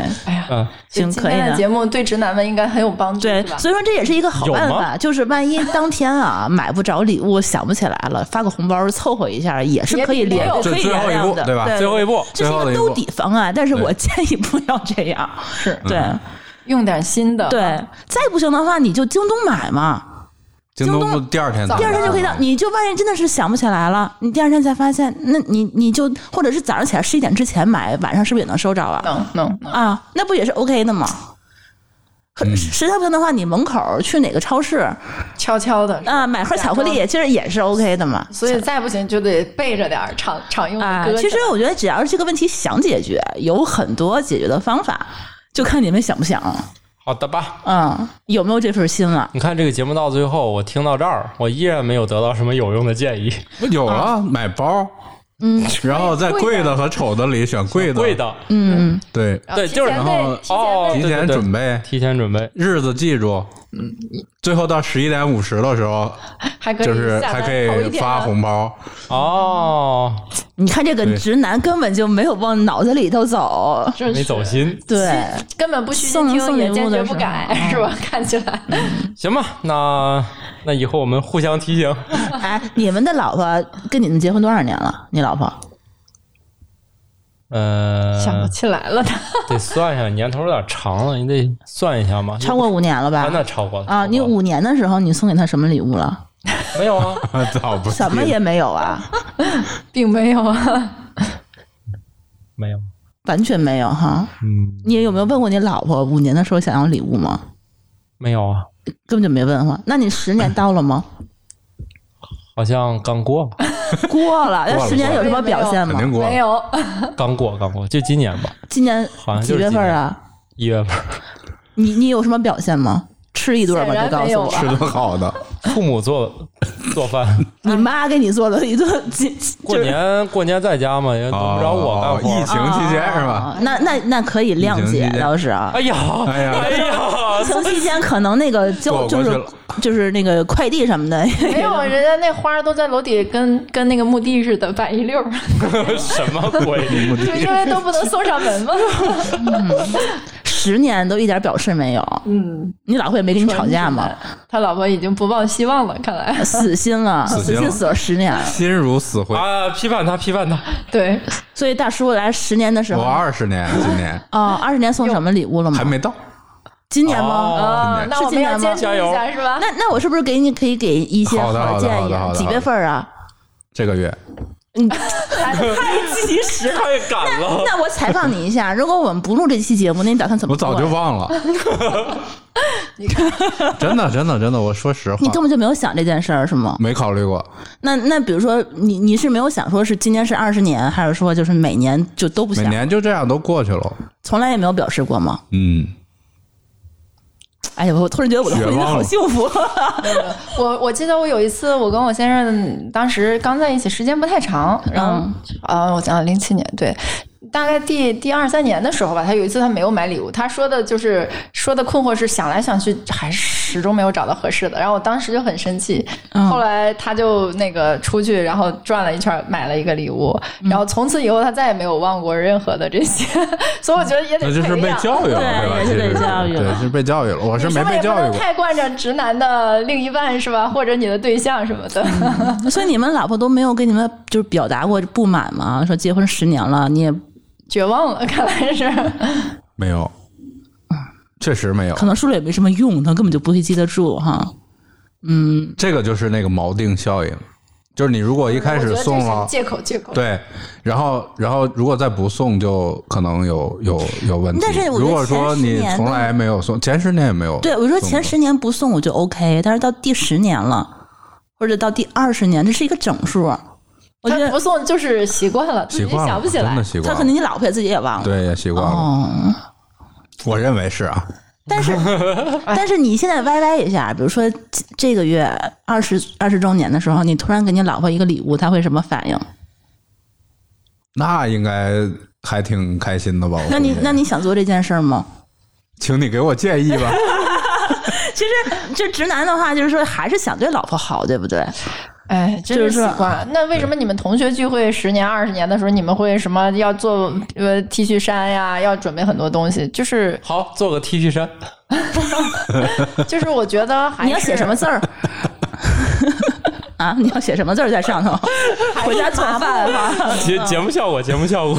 S1: 嗯，
S5: 行，
S2: 今
S5: 可以
S2: 天的
S5: 的。
S2: 节目对直男们应该很有帮助，
S5: 对
S2: 是，吧？
S5: 所以说这也是一个好
S1: 有
S5: 办
S1: 吗
S5: 法，就是万一当天啊买不着礼物，想不起来了，发个红包凑合一下也是
S2: 也
S5: 可以
S2: 比没
S5: 原
S2: 有
S5: 可
S4: 这
S5: 以
S4: 最
S5: 原
S4: 后一
S5: 谅
S4: 步
S5: 的，
S4: 对吧
S5: 对
S1: 最后一步，
S5: 这是
S4: 最后
S5: 一个
S4: 一
S5: 兜
S4: 步
S5: 底方案，但是我建议不要这样。
S2: 是嗯
S5: 对
S2: 用点新的，啊
S5: 对，再不行的话你就京东买嘛，
S4: 京东不第二天
S5: 第二天就可以到。你就万一真的是想不起来了，你第二天才发现，那你你就或者是早上起来十一点之前买，晚上是不是也能收着啊？
S2: 能能能，
S5: 啊，那不也是 OK 的吗？可实在不行的话，你门口儿去哪个超市
S2: 悄悄的
S5: 啊买盒巧克力，其实也是 OK 的嘛。
S2: 所以再不行就得备着点儿常常用的
S5: 啊
S2: 歌。，
S5: 其实我觉得只要是这个问题想解决，有很多解决的方法，就看你们想不想。
S1: 好的吧。
S5: 嗯，有没有这份心啊了？
S1: 你看这个节目到最后，我听到这儿，我依然没有得到什么有用的建议。
S4: 有了买包，嗯，然后在贵的和丑的里选贵的，
S1: 贵的，
S5: 嗯，
S4: 对，
S2: 然后
S1: 对，
S2: 提
S1: 就是
S2: 前
S4: 然后
S2: 备提前
S1: 哦，
S4: 提
S1: 对
S4: 前准，
S1: 对
S4: 备
S1: 对，提前准备。
S4: 日子记住，嗯，最后到十一点五十的时候，
S2: 还可以
S4: 就是
S2: 下单
S4: 还可
S2: 头
S4: 以
S2: 一天啊
S4: 发
S2: 的
S4: 红包， [LAUGHS]
S1: 哦，
S5: 你看这个
S4: 对
S5: 直男根本就没有往脑子里头走，
S1: 没走心，
S5: 对，
S2: 根本不虚
S5: 送
S2: 心听，
S5: 送
S2: 也
S5: 礼物
S2: 坚决
S5: 的嗯
S2: 不
S5: 时
S2: 改 [LAUGHS]
S5: 候，
S2: 是吧？看起来
S4: 嗯
S1: 行吧？那那以后我们互相提醒。
S5: 哎，你们的老婆跟你们结婚多少年了？你老婆
S1: 呃，
S2: 想不起来了，
S1: 得算一下，年头有点长了，你得算一下嘛。
S5: 超过五年了吧
S1: 啊，？那超过了
S5: 啊，你
S1: 超过
S5: 五年的时候你送给她什么礼物了？
S1: 了没有啊？
S4: 早不记
S5: 什么也没有啊，
S2: [LAUGHS] 并没有啊。
S1: 没有。
S5: 完全没有哈。
S1: 嗯，
S5: 你有没有问过你老婆五年的时候想要礼物吗？
S1: 没有啊，
S5: 根本就没问过。那你十年到了吗？
S1: 好像刚过，
S5: 过了。那十年有什么表现
S4: 肯
S5: 吗
S4: 定？过
S2: 没
S4: 了，
S2: 有，
S1: 刚过，刚过，就今年吧，
S5: 今年
S1: 好像
S5: 几
S1: 就是
S5: 月
S1: 今
S5: 份
S1: 年
S5: 啊？
S1: 一月份。
S5: 你你有什么表现吗？吃一顿吧，
S2: 显然
S5: 就告
S2: 没
S5: 诉
S2: 有
S5: 我
S2: 啊，
S4: 吃顿好的，
S1: 父母做做饭，
S5: 你妈给你做了一顿鸡，
S1: 过年过年在家嘛，也轮不着我干活。
S4: 哦疫情期间是吧？
S5: 啊那那那可以谅
S4: 疫情期
S5: 解
S4: 间，
S5: 倒是啊
S1: 哎。呀，
S4: 哎呀
S1: 哎
S5: 疫
S1: 呀，
S5: 情期间可能那个交
S4: 躲
S5: 就
S4: 过去
S5: 是
S4: 了
S5: 就是那个快递什么的， [LAUGHS]
S2: 没有，人家那花儿都在楼底跟跟那个墓地似的摆一
S4: [LAUGHS]
S2: 溜儿，
S1: 什么鬼？
S2: 就因为都不能送上门
S5: [LAUGHS]
S2: 嘛。 [LAUGHS]
S5: 十年都一点表示没有。
S2: 嗯，
S5: 你老婆也没跟你吵架吗？
S2: 他老婆已经不抱希望了，看来 [LAUGHS]
S5: 死心了，
S4: 死心了
S5: 心死了十年了。
S4: [LAUGHS] 心如死灰。
S1: 啊！批判他，批判他，
S2: 对，
S5: 所以大叔来十年的时候
S4: 我，二十
S5: [LAUGHS]
S4: 年，今年
S5: 哦，二十年送什么礼物了吗？
S4: 还没到，
S5: 今年吗？
S1: 哦
S2: 啊，那我们要监督
S1: 加
S2: 一
S1: 油
S2: 下是吧？
S5: 那那我是不是给你可以给一些
S4: 好的好的
S5: 建
S4: 好
S5: 议
S4: 的好
S5: 啊？
S4: 的
S5: 几
S4: 好
S5: 月
S4: 的
S5: 份啊？
S4: 这个月
S5: [LAUGHS] 及嗯时
S1: 太赶了。
S5: 那我采访你一下，如果我们不录这期节目，那你打算怎么
S4: 我
S5: 做呀？
S4: 早就忘
S5: [LAUGHS]
S4: 了。真的，真的，真的，我说实
S5: 你
S4: 话
S5: 根，本就没有想这件事儿，是吗？
S4: 没考虑过。
S5: 那那比如说，你你是没有想说是今年是二十年，还是说就是每年就都不
S4: 每
S5: 想，
S4: 年就这样都过去了。
S5: 从来也没有表示过吗？
S4: 嗯，
S5: 哎呀，我突然觉得我的婚
S4: 绝
S5: 姻
S4: 望了
S5: 好幸福。
S4: 嗯
S2: 我我记得我有一次，我跟我先生当时刚在一起，时间不太长，然后
S5: 嗯
S2: 啊、我想想，零七年对。大概第第二三年的时候吧，他有一次他没有买礼物，他说的就是说的困惑是想来想去还是始终没有找到合适的，然后我当时就很生气，
S5: 嗯
S2: 后来他就那个出去，然后转了一圈买了一个礼物，
S5: 嗯
S2: 然后从此以后他再也没有忘过任何的这些， [LAUGHS] 所以我觉得也得
S4: 那就是
S2: 培
S4: 被
S2: 养
S4: 教育了，
S5: 对
S4: 对吧？
S5: 也是被
S4: 其实
S5: 教育了
S4: 对，是被教育了。我是
S2: 你
S4: 没
S2: 说
S4: 被
S2: 也不
S4: 教育
S2: 能
S4: 过。
S2: 太惯着直男的另一半是吧？或者你的对象什么的。
S5: [LAUGHS]
S4: 嗯
S5: 所以你们老婆都没有跟你们就是表达过不满吗？说结婚十年了，你也
S2: 绝望了，看来是。
S4: 没有，确实没有
S5: 可。能说了也没什么用，她根本就不会记得住哈。嗯，
S4: 这个就是那个锚定效应，就是你如果一开
S2: 我觉
S4: 始
S2: 得这
S4: 送
S2: 是
S4: 了，
S2: 借口，借口。
S4: 对，然后然后如果再不送，就可能有有有问题。
S5: 但是我觉得
S4: 如果说
S5: 前十
S4: 你
S5: 年
S4: 从
S5: 都
S4: 来没有送，前十年也没有送过。
S5: 对，我说前十年不送我就 OK，但是到第十年了，或者到第二十年，这是一个整数。我觉
S2: 他不
S5: 得
S2: 送就是习惯了，自
S4: 习
S2: 己
S4: 惯了，
S2: 想不起
S4: 真
S2: 来
S4: 的。习惯
S5: 她
S4: 了。
S5: 可能你老婆也自己也忘了。
S4: 对也习惯了，
S5: 哦，
S4: 我认为是啊。
S5: 但
S4: [LAUGHS]
S5: 是但是你现在歪歪一下，比如说这这个月二十二十周年的时候，你突然给你老婆一个礼物，她会什么反
S4: 哦
S5: 应？
S4: 那应该还挺开心的吧？我
S5: 那你
S4: 估计
S5: 那，你想做这件事儿
S4: [LAUGHS]
S5: 吗？
S4: 请你给我建议吧。
S5: 其实就直男的话，就是说还是想对老婆好，对不对？
S2: 哎，真是
S5: 就是
S2: 习
S5: 说
S2: 惯。那为什么你们同学聚会十年、二十年的时候，你们会什么要做呃 T 恤衫呀，要准备很多东西？就是
S1: 好，做个 T 恤衫，
S2: 就是，我觉得还是
S5: 你要写什么字儿？ [LAUGHS] 啊，你要写什么字儿在上头？回家做饭吧。
S1: 节节目效果，节目效果。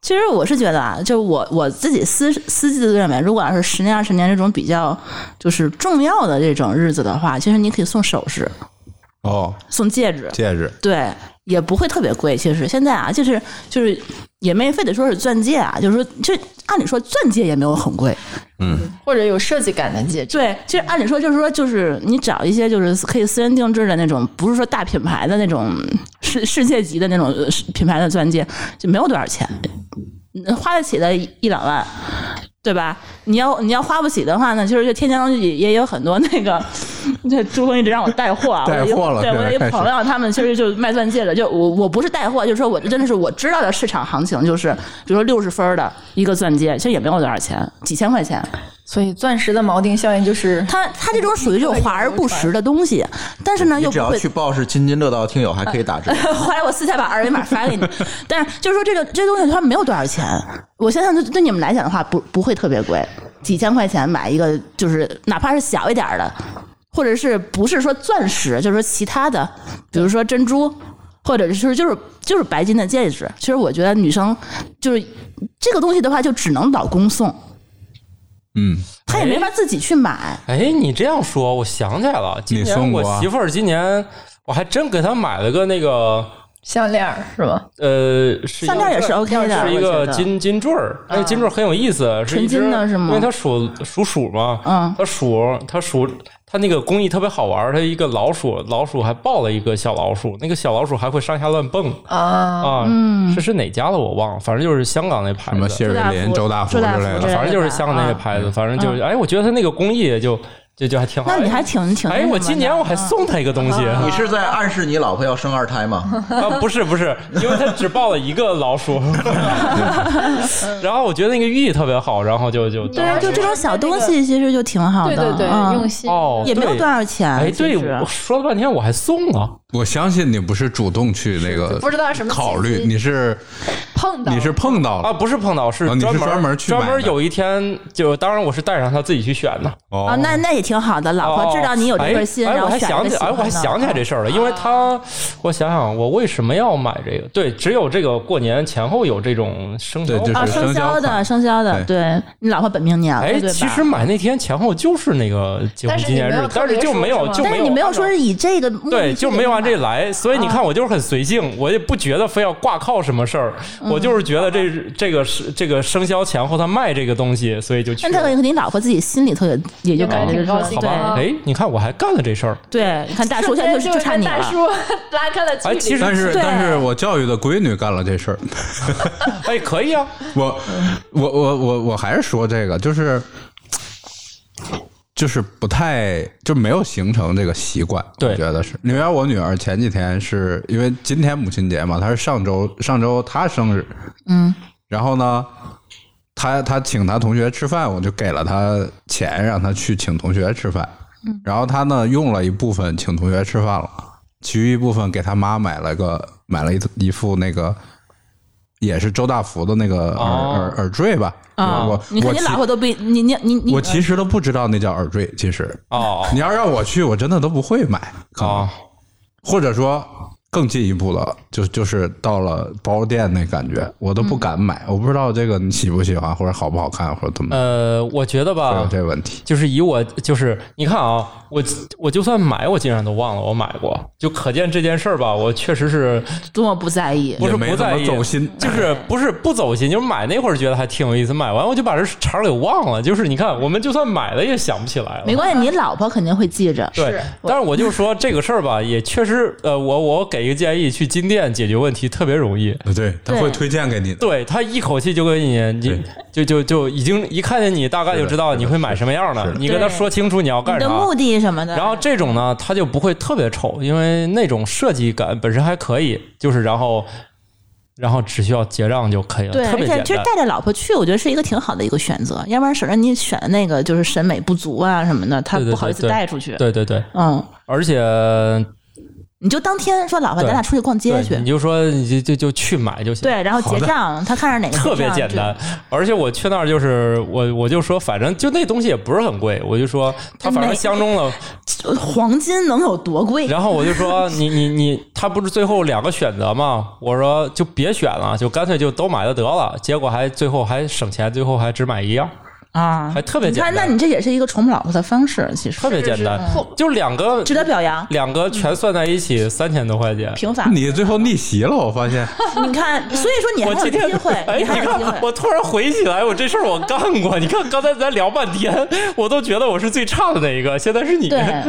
S5: 其实我是觉得啊，就我我自己私私自认为，如果要是十年、二十年这种比较就是重要的这种日子的话，其实你可以送首饰、
S4: 哦，
S5: 送戒指，
S4: 戒指，
S5: 对，也不会特别贵。其实现在啊，就是就是也没非得说是钻戒啊，就是说就按理说钻戒也没有很贵，
S2: [LAUGHS] 或者有设计感的戒指？
S5: 对，其实按理说就是说，就是你找一些就是可以私人定制的那种，不是说大品牌的那种世世界级的那种呃品牌的钻戒，就没有多少钱，嗯花得起的一一两万，对吧？你要你要花不起的话呢，就是这天津也也有很多那个，这朱峰一直让我带货啊，
S4: 带货了
S5: 我有一对我有一
S4: 现在开始
S5: 朋友他们其实就是卖钻戒的，就我我不是带货，就是说我真的是我知道的市场行情，就是比如说六十分的一个钻戒，其实也没有多少钱，几千块钱。
S2: 所以钻石的锚定效应就是
S5: 它它这种属于这种华而不实的东西，但是呢
S7: 你
S5: 又
S7: 只
S5: 不
S7: 要
S5: 会
S7: 去。报是津津乐道听友还可以打折。
S5: [LAUGHS] 后来我私下把二维码
S1: [LAUGHS]
S5: 发给你，但是就是说这个这东西它没有多少钱，我相信对对你们来讲的话不不会特别贵，几千块钱买一个就是哪怕是小一点儿的，或者是不是说钻石，就是说其他的，比如说珍珠，或者是就是就是白金的戒指。其实我觉得女生就是这个东西的话，就只能老公送，
S4: 嗯，
S5: 她也没法自己去买。
S1: 哎，你这样说，我想起来了，今
S4: 你送
S1: 年
S4: 过
S1: 我
S4: 啊
S1: 媳妇儿今年我还真给她买了个那个
S2: 项链儿是吧？
S1: 呃，是一个
S5: 项链也是 OK 的，
S1: 是一
S5: 我觉
S1: 个
S5: 得嗯
S1: 金金坠儿，那金坠儿很有意思，是一只
S5: 纯金的是吗
S1: 因为它属属鼠嘛，
S5: 嗯
S1: 它鼠它鼠它它那个工艺特别好玩儿，它一个老鼠，老鼠还抱了一个小老鼠，那个小老鼠还会上下乱蹦
S5: 哦
S2: 啊，
S4: 哦
S1: 啊，
S5: 嗯
S1: 这是哪家的我忘了，反正就是香港那牌
S4: 什么
S1: 子，
S4: 谢瑞麟、周大福
S5: 周
S4: 之
S5: 大福
S4: 类
S5: 之类
S4: 的
S5: 的，
S1: 反正就是香港那
S5: 嗯
S1: 个牌子，反正就是哎，我觉得它那个工艺也就就就还挺好。
S5: 那你还挺挺
S1: 哎，我今年我还
S5: 送。
S1: 送他一个东西，
S5: 嗯
S7: 你是在暗示你老婆要生二胎
S5: [LAUGHS]
S6: [LAUGHS]
S7: 吗？
S1: [LAUGHS] 啊，不是不是，因为他只抱了一个老鼠，然后我觉得那个寓意特别好，然后就就
S5: 对啊，就这种小东西其实就挺好
S2: 对
S5: 的，
S2: 对对，
S5: 嗯
S2: 用心
S1: 哦，
S5: 也没有
S1: 对
S5: 多少钱。
S1: 哎，对，
S5: 其实
S1: 我说了半天我还送了，
S4: 我相信你不是主动去那个
S2: 不知道什么
S4: 考虑
S2: 契，机
S4: 你是
S2: 碰到
S4: 你是碰到
S1: 啊，
S4: 了
S1: 不是碰到，是
S4: 哦你
S1: 专
S4: 是
S1: 门
S4: 专门去
S1: 专门
S4: 买的
S1: 有一天就，当然我是带上他自己去选的。
S5: 啊，
S4: 哦，
S5: 那那也挺好的，老婆知道你有这份心，
S1: 哦哎哎
S5: 然
S1: 我
S5: 后
S1: 还
S5: 选了
S1: 想
S5: 个
S1: 起，
S5: 喜
S1: 哎，
S5: 欢
S1: 我还
S5: 的嗯啊
S1: 想起来这事儿了，因为他，我想想，我为什么要买这个？对，只有这个过年前后有这种生肖
S4: 对就是
S5: 啊，生
S4: 生肖
S5: 肖的
S4: 款
S5: 生肖的，对你老婆本命年了，
S1: 哎，
S5: 对吧
S1: 其实买那天前后就是那个结婚
S2: 但是
S1: 纪
S2: 你
S1: 念
S2: 没有
S1: 日，
S2: 特
S1: 但是
S2: 别
S1: 就
S2: 说
S1: 没
S2: 是
S1: 有
S2: 吗
S1: 就
S5: 但
S1: 没
S5: 是
S1: 有
S5: 你没有
S1: 按照
S5: 说是以这个
S1: [LAUGHS]
S5: 目
S1: 对，
S5: 的
S1: 就
S5: 去
S1: 没有按这
S5: 买
S1: 来，所以你看，我就是很随性，我也不觉得非要挂靠什么事儿，我就是觉得这这个是这个生肖前后他卖这个东西，所以就去
S5: 但他
S1: 了。
S5: 肯定老婆自己心里头也也就感觉就是
S2: 挺高
S5: 说
S2: 兴
S1: 好
S2: 的
S1: 吧，
S2: 啊
S1: 哎，你看我还干了这事儿，
S5: 对对，你看大叔现在就是就差你
S2: 大
S5: 了，
S2: 叔拉开了距
S1: 哎，其
S2: 离，
S1: 实
S4: 但是
S5: 对
S4: 但是我教育的闺女干了这事
S5: [LAUGHS]
S4: 儿，
S1: 哎可以啊，
S4: 我我我我我还是说这个，就是就是不太就没有形成这个习惯，
S1: 对
S4: 我觉得是。因为我女儿前几天是因为今天母亲节嘛，她是上周上周她生日，
S5: 嗯，
S4: 然后呢，她她请她同学吃饭，我就给了她钱让她去请同学吃饭，然后她呢用了一部分请同学吃饭了，其余一部分给她妈买了个买了一一副那个。也是周大福的那个耳、
S1: 哦
S4: 耳耳坠吧，
S5: 啊
S4: 我，
S5: 你
S4: 我
S5: 看你
S4: 其
S5: 老婆都不你你你你
S4: 我其实都不知道那叫耳坠，其实
S1: 哦
S4: 你要让我去，我真的都不会买，可能
S1: 哦，
S4: 或者说更进一步了，就就是到了包店那感觉，我都不敢
S1: 嗯
S4: 买，我不知道这个你喜不喜欢，或者好不好看，或者怎么
S1: 呃，我觉得
S4: 会有
S1: 吧，
S4: 这问题。
S1: 就是以我就是你看啊，我我就算买，我竟然都忘了我买过，就可见这件事儿吧，我确实是
S5: 多么不在意
S1: 不，是
S4: 也没
S1: 不在意
S4: 怎么走心
S5: 哎
S1: 就是不是不走心，就是买那会儿觉得还挺有意思，买完我就把这茬儿给忘了。就是你看，我们就算买了也想不起来了。
S5: 没关系，你老婆肯定会记着，
S1: 对，但是我就说这个事儿吧，也确实，呃，我我给一个建议，去金店解决问题特别容易。
S4: 对，他会推荐给你的。
S1: 对他一口气就给你，你就就就已经一看见你，大概
S4: 是
S1: 就
S4: 的
S1: 知道
S4: 是的
S1: 你会买什么样
S4: 是
S1: 的
S4: 的。
S1: 你跟他
S5: 对
S1: 说清楚你要干
S5: 你
S1: 啥，
S5: 的目的什么的，
S1: 然后这种呢，它就不会特别丑，因为那种设计感本身还可以，就是然后然后只需要结账就可以了，
S5: 对，
S1: 特
S5: 而
S1: 别
S5: 且
S1: 简
S5: 其实
S1: 单。
S5: 带着老婆去，我觉得是一个挺好的一个选择，要不然省着你选的那个就是审美不足啊什么的，她
S1: 对对
S5: 不好意
S1: 对
S5: 思
S1: 对
S5: 带出去。
S1: 对对对，
S5: 嗯，
S1: 而且
S5: 你就当天说老婆，
S1: 对
S5: 咱俩出去逛街
S1: 对
S5: 去
S1: 你，就说你就就就去买就行。
S5: 对，然后结账，她看上哪个
S1: 特别简单，，而且我去那儿就是我我就说，反正就那东西也不是很贵，我就说它反正
S5: 没
S1: 相中了，
S5: 就呃黄金能有多贵？
S1: 然后我就说你你你，他不是最后两个选择吗？我说就别选了，就干脆就都买了得了，结果还最后还省钱，最后还只买一样。
S5: 啊，
S1: 还特别
S5: 你
S1: 简单
S5: 看，那你这也是一个宠老婆的方式，其实
S1: 特别简单，就两个
S5: 值得表扬，
S1: 两个全算在一起三千多块钱。
S5: 平反。
S4: [LAUGHS] 你最后逆袭了，我发
S1: [LAUGHS]
S4: 现
S5: 你看，所以说你还
S1: 我
S5: 有
S1: 今
S5: 机
S1: 天
S5: 会，
S1: 哎，你
S5: 你还有机
S1: 看，
S5: 会。
S1: 我突然回忆起来，我这事儿我干过。你看刚才咱聊半天，我都觉得我是最差的那一个，现在是你。
S5: 对，
S1: 哎，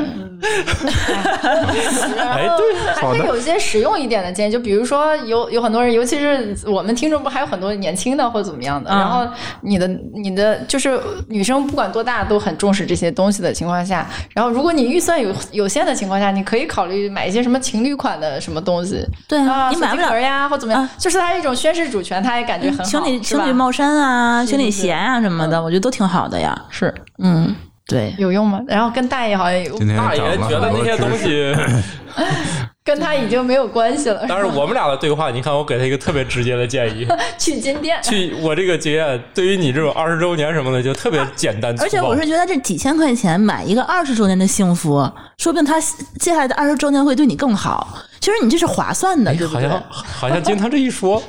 S5: 哎
S1: 对，
S2: 还会有一些实用一点的建议，就比如说有有很多人，尤其是我们听众不还有很多年轻的或怎么样的，
S5: 嗯
S2: 然后你的你的就是女生不管多大都很重视这些东西的情况下，然后如果你预算有有限的情况下，你可以考虑买一些什么情侣款的什么东西，
S5: 对啊
S2: 啊，
S5: 你买不了
S2: 手机壳呀或怎么样
S5: 啊，
S2: 就是它一种宣示主权，它也感觉很好，
S5: 情侣
S2: 是
S5: 情
S2: 吧
S5: 侣帽衫啊，情侣
S2: 是
S5: 鞋啊什
S1: 嗯
S5: 么的，我觉得都挺好的呀。
S2: 是
S5: 嗯，对，
S2: 有用吗？然后跟大爷好像有
S4: 今天
S1: 大爷
S4: 长了
S1: 觉得
S4: 很
S1: 那
S4: 多
S1: 些东
S4: 知识。
S1: 西，
S2: 跟他已经没有关系了，
S1: 但是我们俩的对话，你看我给他一个特别直接的建议，
S2: 去金店。
S1: 去我这个经验，对于你这种二十周年什么的，就特别简单粗暴。
S5: 而且我是觉得这几千块钱买一个二十周年的幸福，说不定他接下来的二十周年会对你更好。其实你这是划算的，对不
S1: 哎好
S5: 对？
S1: 像好像经他这一
S5: [LAUGHS]
S1: 说，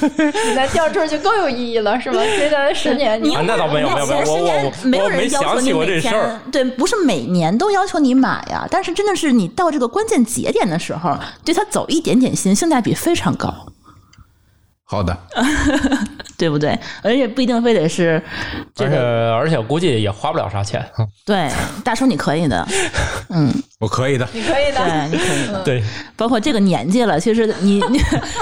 S2: 你的吊坠就更有意义了，是吧？接下来十年，
S5: 你
S1: 啊那倒没有没有没有
S5: 前十
S1: 我我
S5: 年
S1: 我
S5: 没有
S1: 我
S5: 人
S1: 没
S5: 要
S1: 想
S5: 求
S1: 起
S5: 你
S1: 过
S5: 每
S1: 这事
S5: 天
S1: 儿
S5: 对，不是每年都要求你买呀，但是真的是你到这个关键节点的时候，对他走一点点心，性价比非常高。
S4: 好的，
S5: 对不对？而且不一定非得是这
S1: 而且
S5: 个，嗯
S1: 而且估计也花不了啥钱。 [LAUGHS]
S5: 对，大叔你可以的，
S4: 我可以的。
S2: 你可以的。
S5: 对，你可以的。
S1: 对，
S5: 包括这个年纪了，其实你你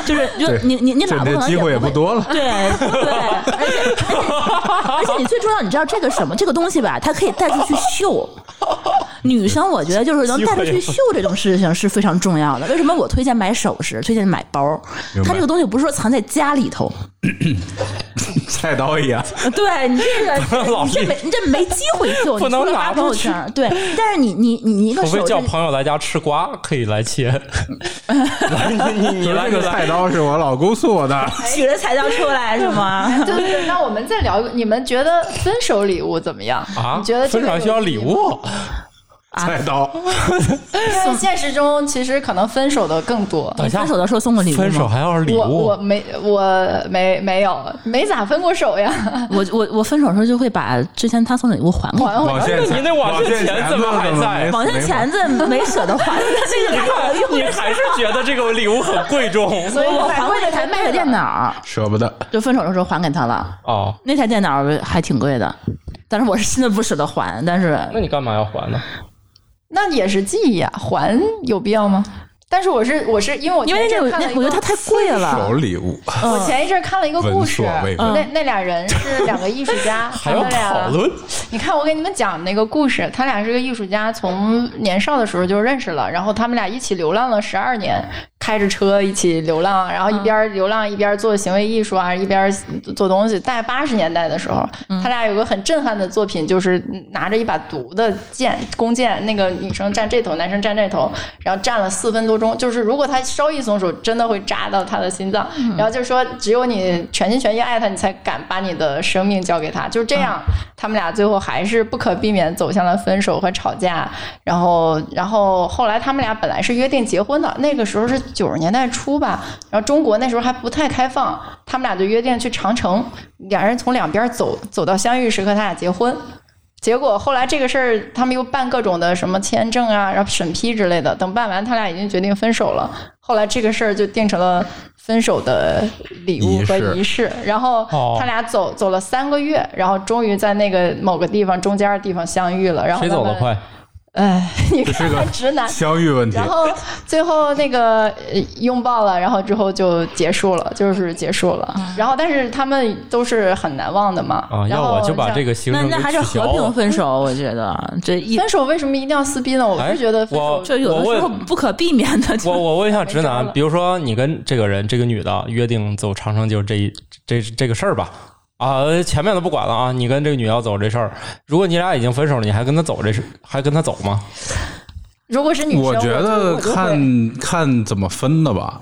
S5: 就是就
S4: 对
S5: 是你你你
S4: 就
S5: 哪
S4: 你
S5: 不可
S4: 这
S5: 能
S4: 机会也
S5: 不
S4: 不
S5: 会
S4: 多
S2: [LAUGHS]
S4: 了。
S5: [LAUGHS] 对对，而且而且你最重要，你知道这个什么这个东西吧，它可以带出去 [LAUGHS] 秀。女生我觉得就是能带出去秀这种事情是非常重要的。为什么我推荐买首饰，推荐买包？
S4: 明白
S5: 它这个东西不是说藏在家里头，
S4: 菜刀一样，
S5: [LAUGHS] 对
S1: [LAUGHS]
S5: 你这个
S1: 老
S5: 你这没你这没机会秀， [LAUGHS]
S1: 不
S5: 你
S1: 能
S5: 除非
S1: 拿
S5: 发朋
S1: 出
S5: 友
S1: 去
S5: 圈。对，但是你你你你一个
S1: 除非
S5: 手
S1: 叫
S5: 机。
S1: 朋友来家吃瓜，可以来切。来，你你你
S4: 你
S1: 来
S4: 那
S1: 你
S4: 个
S1: 来
S4: 菜，刀是我老公送我
S2: 啊
S4: 的。
S5: 举着菜刀出来是 [LAUGHS] 吗？
S2: 对对对，那我们再聊一个，你们觉得分手礼物怎么样？
S1: 啊，
S2: 你觉得这
S1: 分
S2: 个
S1: 手需要礼
S2: 有意义吗
S1: 物？
S4: 菜刀，
S2: 因为现实中其实可能分手的更多。
S1: 等一下
S5: 分，手的时候送过礼物吗
S1: 分手还要礼
S2: 我
S1: 物
S2: 我？没我没没有没咋分过手
S1: [LAUGHS]
S2: 呀，
S5: 我我我分手的时候就会把之前他送的礼物还给他。
S2: 还
S4: 网
S2: 我
S4: 线
S1: 那你那网线
S4: 线
S1: 钳
S4: 钳
S1: 子怎么还
S4: 没
S1: 在
S5: 网线钳子没舍得还，这个太好用
S1: 你还是觉得这个礼物很贵重
S2: 所以
S5: 我还
S2: 还
S5: 会
S2: 会
S5: 那台卖的电脑，
S4: 舍不得。
S5: 就分手的时候还给他了。
S1: 哦？
S5: 那台电脑还挺贵的，但是我是真的不舍得还。但是
S1: 那你干嘛要还呢？
S2: 那也是记忆啊，还有必要吗？但是我是我是因为我
S5: 因为
S2: 前一
S5: 那
S2: 阵
S5: 个
S2: 看
S5: 那
S2: 了一
S5: 我觉得它
S2: 个
S5: 太贵
S4: 手
S5: 了，
S2: [LAUGHS]
S4: 礼物，
S2: 我前一阵看了一个故事，
S4: 闻所未闻
S2: 那那俩人是两个艺术
S1: [LAUGHS]
S2: 家，
S1: 还
S2: 他
S1: 要
S2: 们
S1: 讨
S2: 俩
S1: 论？
S2: [LAUGHS] 你看，我给你们讲那个故事，他俩是个艺术家，从年少的时候就认识了，然后他们俩一起流浪了十二年，开着车一起流浪，然后一边流浪一边做行为艺术啊，一边做东西。在八十年代的时候，他俩有个很震撼的作品，就是拿着一把毒的剑弓箭，那个女生站这头，男生站这头，然后站了四分多钟，就是如果他稍一松手，真的会扎到他的心脏。然后就说，只有你全心全意爱他，你才敢把你的生命交给他。就是这样，他们俩最后还是不可避免走向了分手和吵架。然后，然后后来他们俩本来是约定结婚的，那个时候是九十年代初吧，然后中国那时候还不太开放，他们俩就约定去长城，两人从两边走，走到相遇时刻，他俩结婚。结果后来这个事儿，他们又办各种的什么签证啊，然后审批之类的。等办完，他俩已经决定分手了。后来这个事儿就定成了分手的礼物和
S4: 仪式
S2: 仪式。然后
S1: 哦
S2: 他俩走走了三个月，然后终于在那个某个地方中间的地方相遇了。然后
S1: 谁
S2: 他
S1: 走
S2: 们
S1: 得快？？
S2: 哎，你
S4: 这是个
S2: 看直男。
S4: 相遇问题
S2: 然。后最后那个呃拥抱了，然后之后就结束了，就是结束了。然后但是他们都是很难忘的嘛。
S1: 啊，
S2: 然
S1: 要
S2: 后
S1: 我就把
S2: 像
S1: 这个行
S5: 那
S1: 程
S5: 那还是
S1: 给取消
S5: 和平
S1: 了。
S5: 分手，我觉得这一
S2: 分手为什么一定要撕逼呢？我
S1: 哎
S2: 是觉得分手
S1: 我
S5: 就有的时候
S1: 问
S5: 不可避免的
S1: 我
S5: 就
S1: 我问一下直
S2: 没招
S1: 男
S2: 了，
S1: 啊比如说你跟这个人这个女的约定走长城，就是这一这这个事儿吧。啊，前面都不管了啊！你跟这个女要走这事儿，如果你俩已经分手了，你还跟她走这事，还跟她走吗？
S2: 如果是女生，
S4: 我觉得
S2: 我就我就会
S4: 看看怎么分的吧。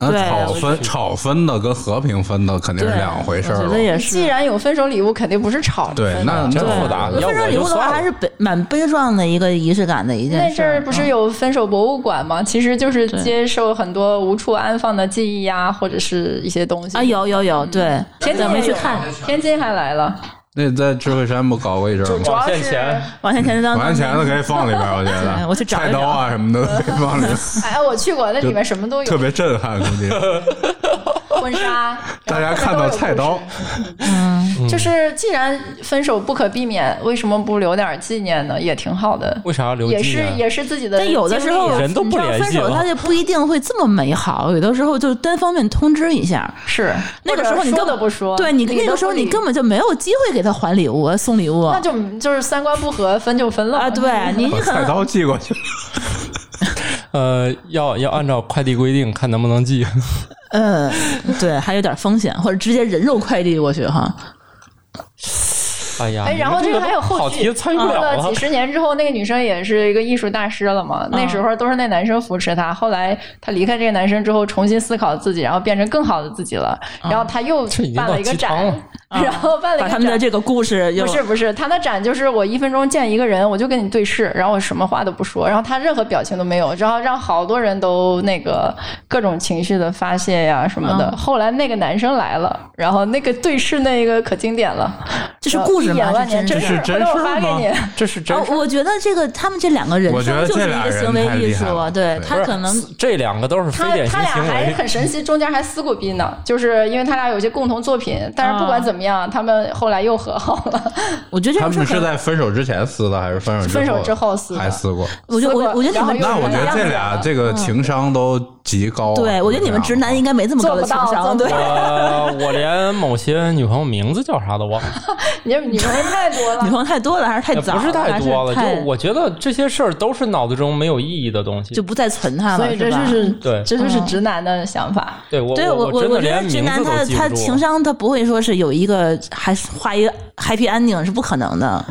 S4: 那
S5: 对
S4: 吵
S5: 我
S4: 分吵分的跟和平分的肯定是
S5: 对
S4: 两回事
S5: 我
S4: 儿
S5: 觉
S4: 了
S5: 得。也
S2: 既
S5: 是。
S2: 然有分手礼物，肯定不是吵着
S4: 对，
S2: 分的
S4: 那
S1: 真
S4: 那
S1: 复杂
S4: 我
S1: 要
S5: 分手
S1: 我
S5: 礼
S1: 就
S5: 物的
S1: 算
S5: 话，
S1: 了
S5: 还是悲蛮悲壮的一个仪式感的一件
S2: 那
S5: 事。
S2: 阵儿不
S5: 嗯
S2: 是有分手博物馆吗？其实就是接受很多无处安放的记忆呀、或者是一些东西
S5: 啊？有有有，对，
S2: 天津
S5: 咱们
S2: 也
S5: 去
S2: 有
S5: 看。
S2: 天津还来了，
S4: 那在智慧山不搞过一阵儿
S2: 主
S4: 吗？
S2: 要
S1: 现
S2: 是
S1: 前
S5: 王线前的当
S4: 完钱的可以放里边儿，我觉
S5: 对
S4: 得。
S5: 嗯 [LAUGHS] 我去找一
S4: 菜刀啊什么的都可以放里
S5: [LAUGHS]
S4: 边儿，
S2: 哎，我去过，那里面什么都
S4: 特
S2: 有，
S4: 别震撼，估计
S2: 婚纱。
S4: 大家看到菜刀，
S1: 嗯
S2: 就是既然分手不可避免，为什么不留点纪念呢？也挺好的，
S1: 为啥要留
S2: 也
S1: 纪
S2: 是
S1: 念？
S2: 也是自己的
S5: 但
S2: 经历啊。
S5: 有的时候
S1: 人都不
S5: 你知道
S1: 联
S5: 分
S1: 系
S5: 手
S1: 了
S5: 他就不一定会这么美好，有的时候就单方面通知一下。
S2: 是
S5: 那个时候你
S2: 根本
S5: 根本
S2: 不说，
S5: 对你那
S2: 理都
S5: 个时候
S2: 不
S5: 你
S2: 理
S5: 根本就没有机会给他还礼物、啊送礼物
S2: 那就就是三观不合，分就分了
S5: 啊！对
S2: [LAUGHS]
S5: 你
S4: 把
S5: 可
S4: 菜
S5: 能
S4: 刀寄过去。
S1: 呃，要要按照快递规定看能不能寄。
S5: 呃，对，还有点风险，或者直接人肉快递过去哈。
S1: 哎呀，
S2: 哎，然后
S1: 你
S2: 这
S1: 个
S2: 个还有
S1: 好
S2: 后续，呃
S1: 题参与不了啊
S2: 了
S1: 了
S5: 啊
S2: 几。十年之后，那个女生也是一个艺术大师了嘛。那时候都是那男生扶持她，后来她离开这个男生之后，重新思考自己，然后变成更好的自己了。然后她又
S1: 啊这已经
S2: 办
S1: 到
S2: 了一个
S1: 鸡
S2: 展
S1: 汤了，
S2: 然后办了一
S5: 把
S2: 个
S5: 他们的
S2: 展。
S5: 这个故事又
S2: 不是不是，她的展就是我一分钟见一个人，我就跟你对视，然后我什么话都不说，然后她任何表情都没有，然后让好多人都那个各种情绪的发嗯泄呀什么的。后来那个男生来了，然后那个对视那个可经典了，
S5: 这是故事
S2: 一眼
S5: 吗？
S2: 万年
S5: 真
S2: 真
S5: 事
S2: 事儿，回头我发给你。
S1: 这是真
S5: 啊，
S1: 事儿。
S5: 我觉得这个他们这两个人
S4: 我觉得
S5: 生就是
S4: 这
S5: 一
S4: 俩
S5: 个
S4: 人
S5: 行为
S4: 太厉
S5: 艺
S4: 害了
S5: 术，啊对
S4: 对
S5: 他
S1: 不是
S5: 可能
S1: 这两个都是非
S2: 他
S1: 典哎型
S2: 他俩
S1: 行
S2: 还
S1: 为，
S2: [LAUGHS] 很神奇，中间还撕过逼呢，就是因为他俩有些共同作品，但是不管怎么
S5: 嗯
S2: 样，他们后来又和好了。 [LAUGHS]
S5: 我觉得这
S4: 他
S5: 种事
S4: 们
S5: 可
S4: 是
S5: 能，
S4: 在分手之前撕的，还是分手
S2: 分手之后撕的
S4: 还撕过？
S5: 我觉得我
S2: 撕过
S5: 我觉得你们
S2: 然后
S4: 那
S2: 又
S4: 我觉得这俩这个情商都极高啊、
S5: 嗯对我觉得你们直男应该没这么高的情
S2: 做不到
S5: 商，
S2: 做不
S5: 对
S2: 到。
S1: 呃，我连某些女朋友名字叫啥都忘了，
S2: 你这女人太多
S5: 女
S2: 了
S5: 朋。友太多了还是太
S1: 也
S5: 早，
S1: 不是太多了。
S5: 还是太
S1: 就我觉得这些事儿都是脑子中没有意义的东西
S5: 就。不再存他了，
S2: 所以这
S5: 是
S2: 就
S5: 吧
S2: 是
S1: 对
S2: 这就是直男的想法。
S1: 对我，
S5: 对
S1: 我
S5: 我
S1: 真
S5: 我
S1: 的
S5: 觉
S1: 连
S5: 得直
S1: 名字
S5: 男
S1: 都
S5: 他
S1: 记
S5: 他
S1: 不住。
S5: 情商他不会说是有一个还是画一个 happy ending 是不可能的。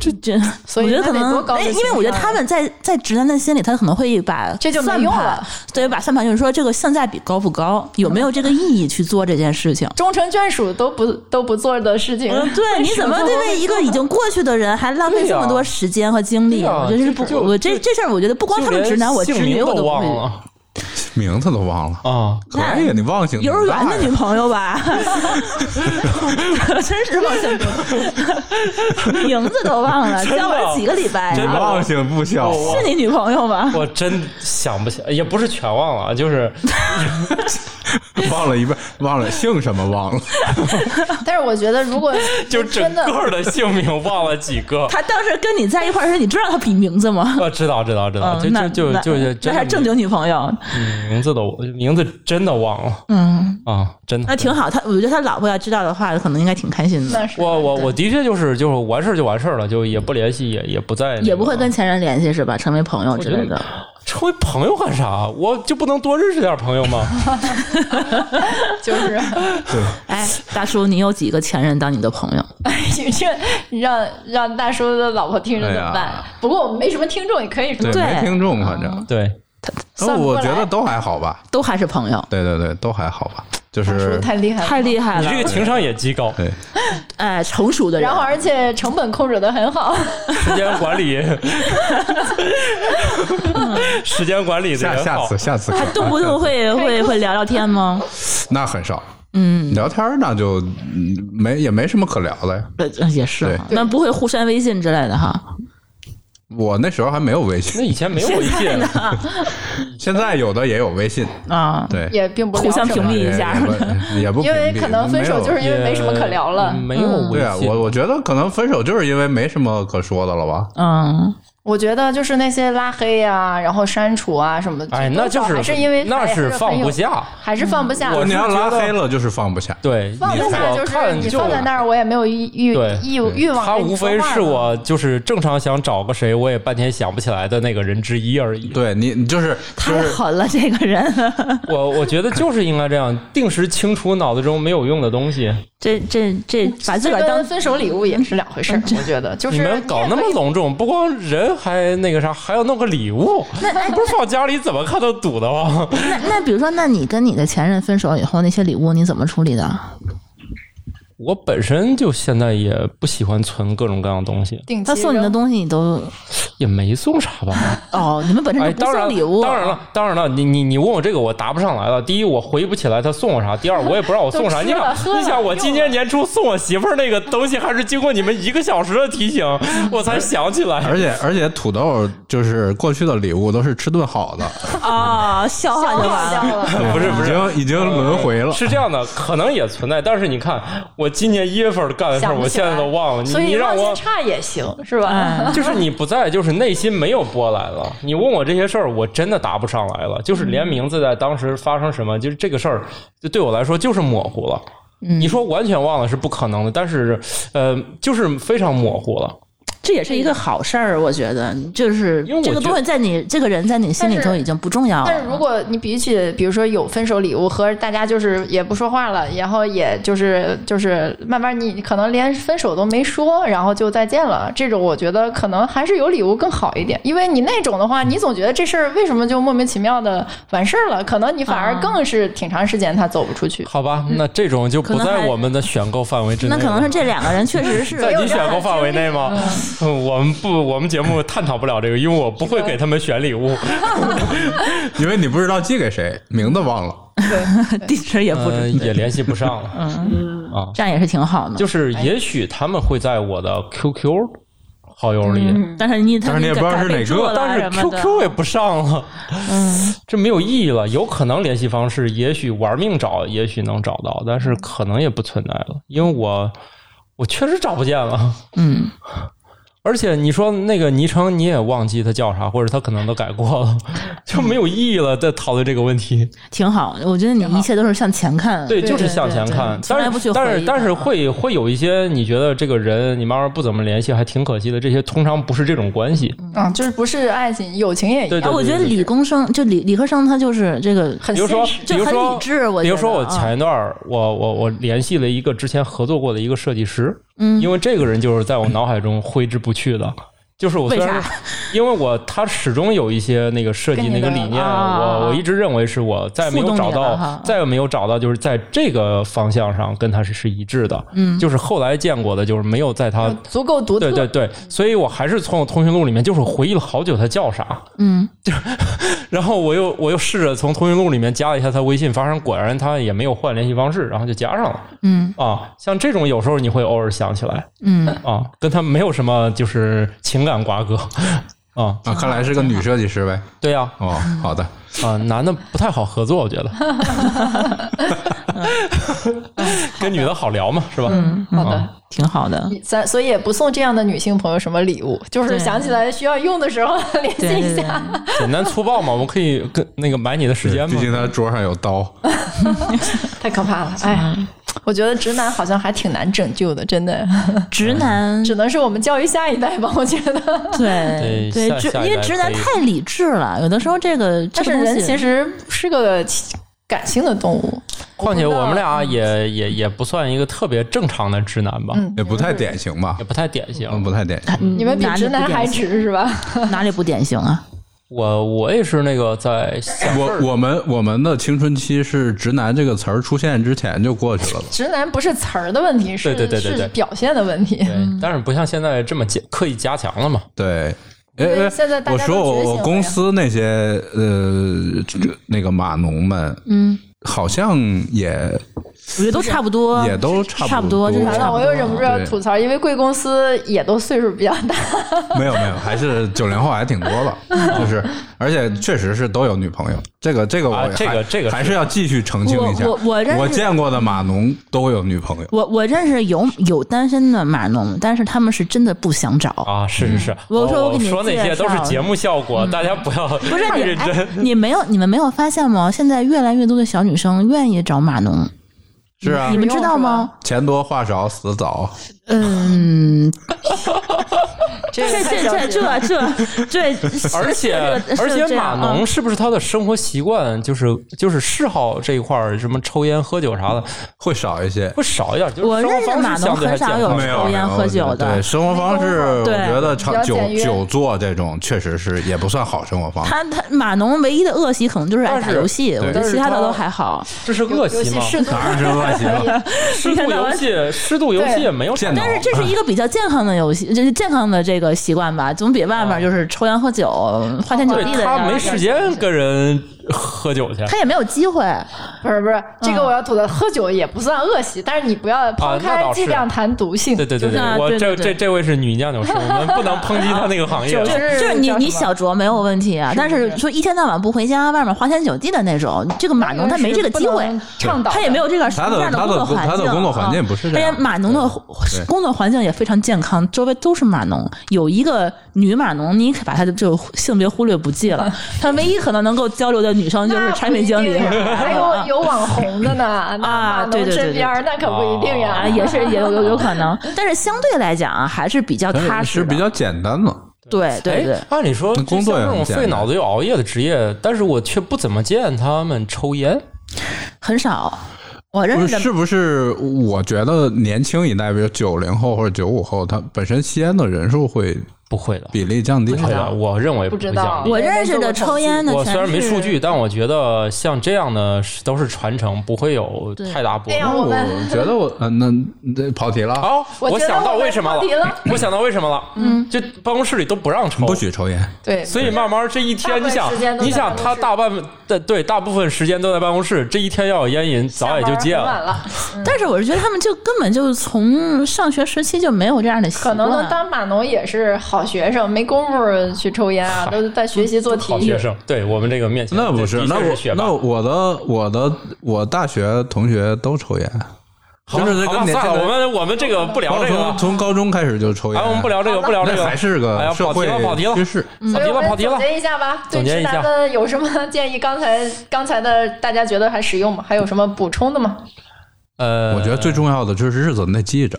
S5: 这这，
S2: 所以
S5: 我觉得
S2: 他
S5: 可
S2: 得
S5: 能
S2: 多高，的
S5: 哎因
S2: 情
S5: 为我觉得
S2: 商
S5: 他们在在直男的心里，他可能会把
S2: 这就没
S5: 算
S2: 用
S5: 盘
S2: 了，
S5: 对，把算盘就是说这个性价比高不高，有没有这个意义去做这件事情。
S2: 终成眷属都不都不做的事情，
S5: 嗯， [LAUGHS] 对，你怎么对为一个已经过去的人还浪费这么多时间和精力？
S1: 对呀
S5: 我觉得是不
S1: 这，就
S5: 我这这事儿，我觉得不光
S1: 就
S5: 他们直男，
S1: 连
S5: 我直
S1: 姓
S5: 女
S1: 名
S5: 我
S1: 都
S5: 不
S1: 忘
S5: 会。
S1: 了
S4: 名字都忘
S5: [LAUGHS]
S4: 了，
S1: 啊！
S4: 可以，你忘性挺
S5: 幼儿园
S4: 大呀
S5: 的女朋
S1: [LAUGHS]
S5: 友吧，真是忘性不大，名字都忘了，
S1: 真的
S5: 交往几个礼拜
S1: 真的
S5: 啊？
S4: 忘性不小啊。
S5: 是你女朋友吗？
S1: 我真想不起，也不是全忘了，
S2: [LAUGHS]
S1: 就是
S4: [LAUGHS] 忘了一半，忘了姓什么忘了，
S2: [LAUGHS] 但是我觉得，
S5: [LAUGHS]
S2: 如果
S1: 就整
S2: 真的，
S1: 个的姓名忘了几个。
S5: 她当时跟你在一块儿时，你知道她比名字吗？
S1: 呃，知道知道知道，
S5: 嗯，
S1: 就
S5: 那
S1: 就就
S5: 那
S1: 就就
S5: 那还是正经女朋友，
S1: 名字都名字真的忘了
S5: 嗯，
S1: 啊，真的
S5: 那。挺好。他我觉得他老婆要知道的话，可能应该挺开心的，
S2: 那是
S1: 我我我的确就是就是完事儿就完事儿了，就也不联系，也也不在那个，
S5: 也不会跟前任联系是吧？成为朋友之类的。
S1: 成为朋友干啥？我就不能多认识点朋友
S2: [LAUGHS]
S1: 吗？
S2: [LAUGHS] 就是，
S5: 哎，大叔，你有几个前任当你的朋友？
S2: 哎，你这让让大叔的老婆听着怎么
S4: 哎
S2: 办
S4: 呀？
S2: 不过我们没什么听众，也可以
S4: 对，
S5: 对嗯
S4: 没听众，反正
S1: 对，
S4: 都
S2: 算不过
S4: 我
S2: 来
S4: 觉得都还好吧，
S5: 都还是朋友，
S4: 对对对，都还好吧，就
S2: 大叔
S4: 是
S2: 太厉害了，
S5: 太厉害
S1: 你
S5: 了
S1: 这！个情商也极高，
S4: 对，
S5: 哎，成熟的人
S2: 然后，而且成本控制的很
S5: [LAUGHS]
S2: 好，
S1: 时间管理，时间管理的
S4: 下
S1: 也
S4: 下
S1: 好
S4: 次下次可以
S2: [LAUGHS]
S5: 动不动会会会聊聊天吗？
S4: 那很少，嗯，聊天儿那就嗯没也没什么可聊的呀。
S5: 呃，也是哈，
S2: 对
S5: 那不会互删微信之类的哈。
S4: 我那时候还没有微
S1: 那
S4: 信，
S1: 以前没有微信，
S4: 现在有的也有微信，
S5: 啊，
S4: 对，
S2: 也并不
S5: 互相
S2: 聊什么
S5: 屏蔽一下
S4: 也不也
S2: [LAUGHS]
S4: 不
S2: 因为
S4: 屏蔽
S2: 可能分手
S4: 没有
S2: 就是因为没什么可聊了
S1: 嗯也。
S2: 嗯
S1: 没有微
S4: 对啊，
S1: 信。
S4: 我我觉得可能分手就是因为没什么可说的了吧？
S5: 嗯，
S2: 我觉得就是那些拉黑啊，然后删除啊什么的，
S1: 哎，
S2: 多
S1: 那就
S2: 少还是因为
S1: 那
S2: 还
S1: 是放
S2: 很有
S1: 不，下，嗯
S2: 还是放不下。
S1: 我
S4: 哦你要
S1: 是
S4: 拉
S1: 觉得
S4: 黑了就是放不下，
S1: 对，
S2: 放
S1: 你
S2: 不下
S1: 我
S2: 就是
S1: 看
S2: 你
S1: 就
S2: 放在那儿，我也没有欲欲
S1: 对
S2: 欲欲望。
S1: 他无非是，我就是正常想找个谁，我也半天想不起来的那个人之一而已。
S4: 对你你就是
S2: [LAUGHS]
S4: 就
S5: 太
S4: 是
S5: 狠了，这个人，
S1: 我我觉得就是应该这样，定时清除脑子中没有用的东西。
S5: [LAUGHS] 这这这把自
S2: 这
S5: 个儿当嗯
S2: 跟分手礼物也是两回事儿。我觉得就是
S1: 你们搞那么隆重，不光人还那个啥，还要弄个礼物， [LAUGHS] 不是放家里怎么看都堵得慌。 [LAUGHS]
S5: 那那比如说，那你跟你的前任分手以后，那些礼物你怎么处理的？
S1: 我本身就现在也不喜欢存各种各样的东西，
S2: 定期
S5: 他送你的东西你都
S1: 也没送啥吧。
S5: 哦，你们本身
S1: 哎，
S5: 就不
S1: 当然
S5: 送礼物，啊
S2: 啊
S1: 当然了，当然了，你你你问我这个，我答不上来了。第一，我回忆不起来他送我啥；第二，我也不知道我送啥。
S2: [LAUGHS] 都
S1: 你
S2: 吃了
S1: 想
S2: 喝，了
S1: 你想，我今年年初送我媳妇儿那个东西，还是经过你们一个小时的提醒，我才想起来。
S4: 而且而且土豆就是过去的礼物都是吃顿好 [LAUGHS] 的，
S5: 啊，消
S2: 扔 [LAUGHS]
S5: 化就完
S2: 掉
S5: 了。
S2: 了。
S1: 不是不是
S4: 已经已经轮回了。
S1: 是这样的，可能也存在，但是你看，我今年一月份干的事儿，
S2: 想不
S1: 我
S2: 起
S1: 现
S2: 来
S1: 在都忘了。你
S2: 所
S1: 你
S2: 以
S1: 让
S2: 忘
S1: 我
S2: 记差也行，是吧？
S5: [LAUGHS] 哎，
S1: 就是你不在，就是内心没有波澜了。你问我这些事儿，我真的答不上来了。就是连名字在当时发生什么，就是这个事儿，就对我来说就是模糊了。
S5: 嗯
S1: 你说完全忘了是不可能的，但是呃，就是非常模糊了。
S5: 这也是一个好事儿，我觉得，就是
S1: 因为我
S5: 这个
S1: 觉得
S5: 东西在你这个人在你心里头已经不重要
S2: 但是
S5: 了。
S2: 如果你比起，比如说有分手礼物和大家就是也不说话了，然后也就是就是慢慢你可能连分手都没说，然后就再见了，这种我觉得可能还是有礼物更好一点，因为你那种的话，你总觉得这事儿为什么就莫名其妙的完事儿了，可能你反而更是挺长时间他走不出去。
S1: 好吧，那这种就不
S5: 可能还
S1: 在我们的选购范围之内
S5: 那
S1: 了。
S5: 嗯可能是这两个人确实是
S1: [LAUGHS] 在你选购范围内吗？ [LAUGHS] 嗯我们不，我们节目探讨不了这个，因为我不会给他们选礼物。
S4: 因为你不知道寄给谁，名字忘了。
S5: [LAUGHS] 地址也不
S1: 呃，
S5: 知嗯
S1: 也联系不上了。啊，
S5: 这样也是挺好的。
S1: 就是也许他们会在我的 QQ 好友里，
S5: 但是你，
S4: 但是你也不知道是哪个
S1: 但是 QQ 也不上了，
S5: 嗯
S1: [LAUGHS] 这没有意义了。有可能联系方式，也许玩命找，也许能找到，但是可能也不存在了，因为我我确实找不见了。
S5: 嗯，
S1: 而且你说那个昵称你也忘记他叫啥，或者他可能都改过了， [LAUGHS] 就没有意义了。再讨论这个问题，
S5: 挺好。我觉得你一切都是向前看。
S1: 对，
S2: 对
S1: 就是向前看
S5: 嗯对对。从来
S1: 但
S5: 不去
S1: 是
S5: 回
S1: 但
S5: 忆
S1: 是但是
S5: 它
S1: 会会有一些你觉得这个人你慢慢不怎么联系，还挺可惜的。这些通常不是这种关系。
S2: 嗯，就是不是爱情，友情也一
S1: 对
S2: 样，
S5: 哎，我觉得理工生就理理科生，他就是这个
S2: 很
S1: 比如
S2: 现
S1: 说
S2: 实，。
S1: 比如
S5: 就很理
S1: 说
S5: 智我觉得
S1: 比如说我
S5: 啊
S1: 前一段儿我我我联系了一个之前合作过的一个设计师，嗯，因为这个人就是在我脑海中挥之不去的。就是我虽
S5: 为
S1: 然
S5: 啥，
S1: [LAUGHS] 因为我他始终有一些那个设计
S2: 跟
S1: 那
S2: 你
S1: 个
S2: 的
S1: 理念，
S5: 啊
S1: 我我一直认为是我再没
S5: 触动
S1: 有
S5: 你
S1: 找
S5: 了哈
S1: 到，再也没有找到，就是在这个方向上跟他是是一致的。嗯，就是后来见过的，就是没有在他
S2: 足够独特，
S1: 对对对，所以我还是从我通讯录里面，就是回忆了好久他叫啥，嗯，就 [LAUGHS] 然后我又我又试着从通讯录里面加了一下他微信，发现果然他也没有换联系方式，然后就加上了，
S5: 嗯
S1: 啊，像这种有时候你会偶尔想起来
S5: 嗯，
S1: 啊，跟他没有什么就是情感瓜葛 [LAUGHS] 啊，
S4: 啊，看来是个女设计师呗。
S1: 对呀、
S4: 哦，好的，
S1: 啊，男的不太好合作，我觉得， [LAUGHS] 跟女的好聊嘛，是吧？
S2: 好的。
S1: 啊
S5: 挺好 [LAUGHS] 的。
S2: 咱所以也不送这样的女性朋友什么礼物，就是
S5: 对
S2: 想起来需要用的时候联系
S5: 对
S2: 一
S5: 对对
S2: 下。，
S1: 简单粗暴嘛，我们可以跟那个买你的时间嘛，
S4: 毕竟他桌上有刀。
S2: 哦太可怕了，哎呀，
S5: 嗯
S2: 我觉得直男好像还挺难拯救的，真
S5: [LAUGHS]
S2: 的，
S5: 直 [LAUGHS] 男
S2: 只能是我们教育下一代吧，我觉得。
S5: 对
S1: 对
S5: 对，
S1: 下
S5: 直
S1: 下一
S5: 因为
S1: 代
S5: 直男
S1: 可以
S5: 太理智了，有的时候这个
S2: 但
S5: 这个
S2: 是
S5: 东
S2: 人
S5: 西
S2: 其实是个感性的动物，
S1: 况且我们俩
S5: 嗯
S1: 也也也不算一个特别正常的直男吧，
S5: 嗯
S4: 也不太典型吧
S1: 也？不太典型。
S4: 嗯，不太典型。
S2: 你们比
S5: 哪里
S2: 直
S5: 不
S2: 男
S5: 典
S2: 还
S5: 型
S2: 直是吧？
S5: 哪里不典型啊？
S1: 我我也是那个在想
S4: 我我们我们的青春期是“直男”这个词儿出现之前就过去了吧？
S2: 直男不是词儿的问题，是
S1: 对对对对对
S2: 是表现的问题。
S1: 对，
S5: 嗯
S1: 但是不像现在这么加刻意加强了嘛。
S4: 对。
S2: 因为
S4: 哎哎，
S2: 现在大
S4: 我
S2: 家都
S4: 说
S2: 觉醒
S4: 我
S2: 了
S4: 我公
S2: 呀
S4: 司那些呃这个那个码农们，嗯，好像也
S5: 我觉得都差不多，
S4: 也都差
S5: 差不
S4: 不
S5: 多就是
S2: 完了，我又忍不住要
S4: 对
S2: 吐槽，因为贵公司也都岁数比较大，
S4: [LAUGHS] 没有没有，还是九零后还挺多的，
S2: 嗯
S4: [LAUGHS] 就是而且确实是都有女朋友，这个这个我
S1: 啊
S4: 还
S1: 这个这个是
S4: 还是要继续澄清一下，
S5: 我我我认识
S4: 见过的码农都有女朋友，
S5: 我我认识有有单身的码农，但是他们是真的不想找。
S1: 啊，是是是，
S5: 嗯我说我
S1: 我
S5: 给你
S1: 说那
S5: 介
S1: 些
S5: 绍嗯
S1: 都是节目效果，大家不要
S5: 不是
S1: 太
S5: 你
S1: 认
S5: 哎
S1: 真。，
S5: 你没有你们没有发现吗？现在越来越多的小女生愿意找码农，
S4: 是啊
S5: 你，们知道吗？
S4: 钱多话少死早，
S5: 嗯，
S2: 这个太着急了
S5: 这这这这，
S1: [LAUGHS]
S5: 嗯
S1: 而且而且码农是不是他的生活习惯就是就是嗜好这一块儿，什么抽烟喝酒啥的
S4: 会少一些。
S1: 会少一点？就是
S5: 我
S1: 生
S5: 认
S1: 活
S5: 识
S1: 方
S5: 码
S1: 式
S5: 农
S1: 相对
S5: 很
S1: 还
S5: 少
S1: 健
S5: 有
S1: 康。
S4: 没有
S5: 抽烟
S4: 没有
S5: 喝酒的
S4: 对生活方式，我
S5: 对
S4: 觉得
S2: 比
S4: 长
S2: 较
S4: 久
S2: 简约
S4: 久坐这种确实是也不算好生活方式。
S5: 他他码农唯一的恶习可能就是爱打游戏，我觉
S1: 但
S5: 得
S1: 是
S5: 其他的
S1: 他
S5: 都还好。
S1: 这是恶
S2: 尤
S1: 习
S2: 其
S1: 吗？
S2: 是
S4: 当然是恶习
S5: [LAUGHS]
S4: 了，
S1: 适度游戏，适度游戏也没有
S4: 见
S1: 啥
S4: 到
S5: 但是这是一个比较健康的游戏，就是健康的这个习惯吧，总比外面就是抽烟喝酒、花天酒
S1: 对
S5: 地的
S1: 他
S5: 呀
S1: 没时间跟人喝酒去。
S5: 他也没有机会。
S2: [LAUGHS] 不是不是，这个我要吐槽，喝酒也不算恶习，但是你不要抛
S1: 啊那
S2: 开
S1: 倒是
S2: 剂量谈毒性。
S1: 对对对
S5: 就是啊
S1: 我
S5: 对对
S1: 这
S5: 对
S1: 这这位是女酿酒师，我们不能抨击她那个行业。啊
S2: 就
S5: [LAUGHS] 就是是你
S2: 叫
S5: 你
S2: 什么
S5: 小酌没有问题啊，但是说一天到晚不回家，外面花天酒地的那种，这个码农他没这个机会，
S2: 倡导的
S5: 他也没有这个这
S4: 他的
S5: 样
S4: 他
S5: 工
S4: 的
S5: 作环境。
S4: 他的工作环境不是这样
S5: 而且码农的工作环境也非常健康，周围都是码农，有一个女码农，你可把她的这个性别忽略不计 [LAUGHS] 了。她唯一可能能够交流的女生就是产品经理，
S2: 那不一定呀还有有网红
S5: [LAUGHS]
S2: 的呢，
S5: 啊
S2: 啊
S5: 对对对
S2: 身边儿那可不一定呀，
S5: 啊，也是也有有有可 [LAUGHS] 能，但是相对来讲啊，还是比较踏
S4: 是
S5: 实
S4: 是
S5: 的，
S4: 比较简单的。
S5: 对对
S1: 哎
S5: 对。
S1: 按理说
S4: 那工作也
S1: 就像这种
S4: 很简单
S1: 费脑子又熬夜的职业，但是我却不怎么见他们抽烟。
S5: 很少。我认
S4: 不
S5: 识
S4: 是
S5: 的
S4: 是不是？我觉得年轻一代，比如九零后或者九五后，他本身吸烟的人数会
S1: 不会的，
S4: 比例降低
S1: 不。会的，我认为
S2: 不知
S1: 会
S2: 道
S1: 降低
S5: 我认识的抽烟的，
S1: 我虽然没数据，
S5: 的，
S1: 但我觉得像这样的是都是传承，不会有
S5: 对
S1: 太大波
S2: 哎呀
S1: 动。
S2: 我们
S4: 我觉得我呃那那跑题了啊，
S1: 好，
S2: 我觉得
S1: 想到为什么
S2: 我们跑题了
S1: 我想到为什么了。嗯，这办公室里都不让抽，
S4: 不许抽烟。
S2: 对，
S1: 所以慢慢这一天，你
S2: 大部分
S1: 想
S2: 时间，都在
S1: 你想他大半的对大部分时间都在办公室，这一天要有烟瘾，早也就戒
S2: 下班很晚
S1: 了。
S2: 了，
S5: 但是我是觉得他们就根本就是从上学时期就没有这样的习
S2: 可
S5: 惯，
S2: 能
S5: [LAUGHS]
S2: 能当码农也是好学生，没工夫去抽烟啊，都是在学习做题。
S1: 好学生，对我们这个面前
S4: 那不
S1: 的
S4: 是，
S1: 确
S4: 那我
S1: 学霸
S4: 那我的我的我大学同学都抽烟，
S1: 好吧
S4: 就是
S1: 好吧
S4: 跟年
S1: 算
S4: 轻
S1: 了，我
S4: 人，
S1: 们我们这个不聊这个
S4: 从 [LAUGHS]
S1: 了，
S4: 从高中开始就抽烟。
S1: 哎，我们不聊这个，不聊这
S4: 那
S1: 个，
S4: 还是
S1: 哎
S4: 个
S1: 呀
S4: 社
S1: 跑题
S4: 会
S1: 了，跑题了，
S4: 趋势。
S1: 跑
S2: 所
S1: 题
S2: 以我
S1: 了，
S2: 们
S1: 跑题了
S2: 总。结一下吧，对
S1: 总结
S2: 直
S1: 一下
S2: 男的有什么建议？刚才刚才的大家觉得还实用吗？还有什么补充的吗？
S1: 呃，
S4: 我觉得最重要的就是日子你得
S1: [LAUGHS]
S4: 记着，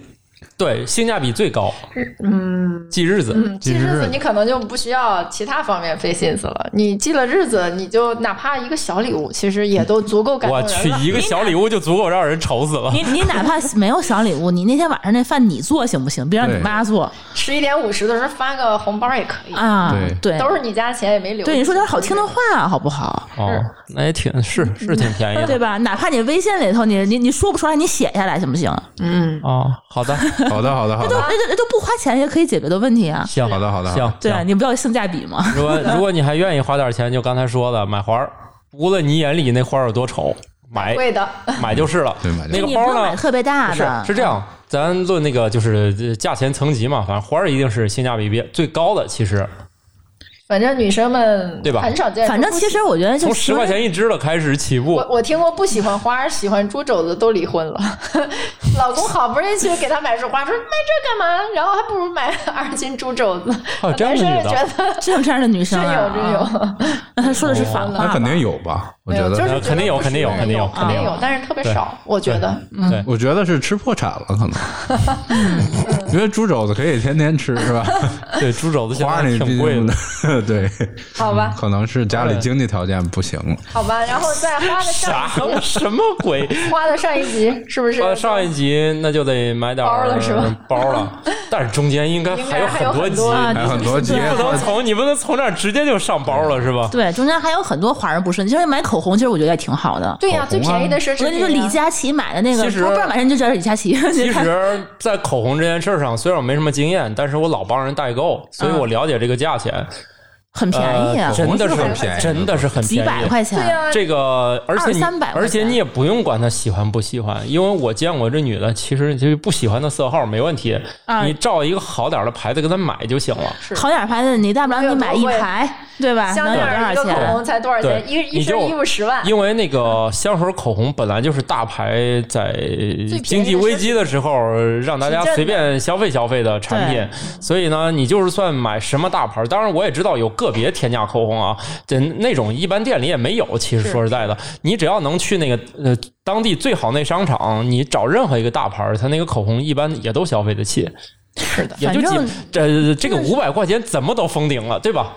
S1: 对性价比最高，嗯，记日子，
S2: 嗯，记日子你可能就不需要其他方面费心思了。你记了日子，你就哪怕一个小礼物，其实也都足够感动
S1: 我去
S2: 人了。
S1: 一个小礼物就足够让人愁死了。
S5: 你你哪怕没有小礼物，你那天晚上那饭你做行不行？别让你
S4: 对
S5: 妈做
S2: 十一点五十的时候发个红包也可以，
S5: 啊！
S4: 对
S5: 对，
S2: 都是你家钱也没留。
S5: 对你说点好听的话好不好？
S1: 哦，那也挺是是挺便宜
S2: 嗯
S1: 的，
S5: 对吧？哪怕你微信里头你你你说不出来，你写下来行不行？
S2: 嗯，
S1: 哦，好的，
S4: 好的，好的，好
S5: 都
S4: 的，
S5: 那都都不花钱也可以解决的问题啊！
S1: 行，
S4: 好的好的好的
S1: 行，
S5: 对啊，
S1: 行
S5: 你不要性价比嘛。
S1: 如
S2: [LAUGHS]
S1: 果如果你还愿意花点钱，就刚才说的买花儿，无论你眼里那花儿有多丑，买
S2: 哎会的。
S1: 买就是了。
S4: 对买就
S1: 那
S5: 你
S1: 个
S5: 不
S1: 包
S5: 用买
S1: 呢？
S5: 特别大
S1: 不是
S5: 的，
S1: 是这样，咱论那个就是呃价钱层级嘛，反正花儿一定是性价比比最高的。其实
S2: 反正女生们
S1: 对吧
S2: 很少见。
S5: 反正其实我觉得就
S1: 从十块钱一支的开始起步
S2: 我，我听过不喜欢花儿、喜欢猪肘子都离婚了， [LAUGHS] 老公好不容易去给她买束花，说买这干嘛？然后还不如买二斤猪肘子。
S1: 哦这样的
S2: 男
S1: 女
S2: 生是
S1: 的
S2: 觉得
S5: 真有这样的女生
S2: 真有
S5: 啊
S2: 真有，
S5: 那 [LAUGHS] 他说的是反
S1: 哦
S5: 话吧，
S4: 那肯定有吧？我
S1: 哎
S2: 没
S4: 觉
S2: 有就是
S4: 得，
S2: 觉得
S1: 肯定有
S2: 不是
S1: 肯定有
S2: 没
S1: 肯定有
S2: 有
S1: 肯定有
S2: 有，但是特别
S1: 对
S2: 少，我觉得。
S1: 对，
S4: 我觉得是吃破产了，可
S1: [LAUGHS]
S4: 能，因为猪肘子可以天天吃，是吧？
S1: 对，猪肘子现
S4: 花
S1: 在
S4: 儿你
S1: 挺贵
S2: [LAUGHS]
S1: 的。
S4: 的， [LAUGHS] 对，
S2: 好吧，
S4: 可能是家里经济条件不行了。
S2: 好吧，然后再花的上
S1: 啥什么鬼？
S2: 花的上一集是 [LAUGHS] 不是？
S1: 呃，上一集那就得买点儿
S2: 包了是吧
S1: 包了，但是中间应该
S2: 应
S1: 还
S2: 该
S1: 有
S2: 还有
S1: 很多
S2: 很
S1: 集，
S2: 多啊
S4: 还有很多节
S5: 对
S1: 不能从你不能从这儿直接就上包了是吧？
S5: 对，中间还有很多华人不是，你就是买口红，其实我觉得也挺好的。
S2: 对呀，
S4: 口
S2: 最
S4: 红啊
S2: 便宜的奢侈
S5: 我跟你
S2: 品啊
S5: 说，李佳琦买的那个，
S1: 其
S5: 我
S1: 实
S5: 不知道买人就叫李佳琦。
S1: 其实，在口红这件事儿上，虽然我没什么经验，但是我老帮人代购，所以我了解这个价钱。
S5: 很嗯便宜啊
S1: 呃，真的是
S4: 口红是很便宜的
S1: 真的是很
S5: 几
S1: 便宜，
S5: 百块钱。
S2: 对呀，
S1: 这个，而且你
S5: 二三百块钱
S1: 而且你也不用管她喜欢不喜欢，因为我见过这女的，其实就是不喜欢的色号没问题，
S5: 啊
S1: 你照一个好点儿的牌子给她买就行了。
S2: 是
S5: 好点儿牌子，你大不了你买一排，对
S1: 啊
S5: 吧？
S2: 香
S5: 能有
S2: 奈儿一个
S5: 多少
S2: 口
S5: 钱？
S2: 红才多少钱？
S1: 对
S2: 一一
S1: 你就
S2: 身衣服十万，
S1: 因为那个香水、口红本来就是大牌在经济危机的时候让大家随便消费消费的产品，所以呢，你就是算买什么大牌，当然我也知道有个别天价口红啊，这那种一般店里也没有。其实说实在的，你只要能去那个呃当地最好那商场，你找任何一个大牌，它那个口红一般也都消费得起，
S2: 是的，
S1: 也就
S5: 反
S1: 几
S5: 正
S1: 这这个五百块钱怎么都封顶了，对吧？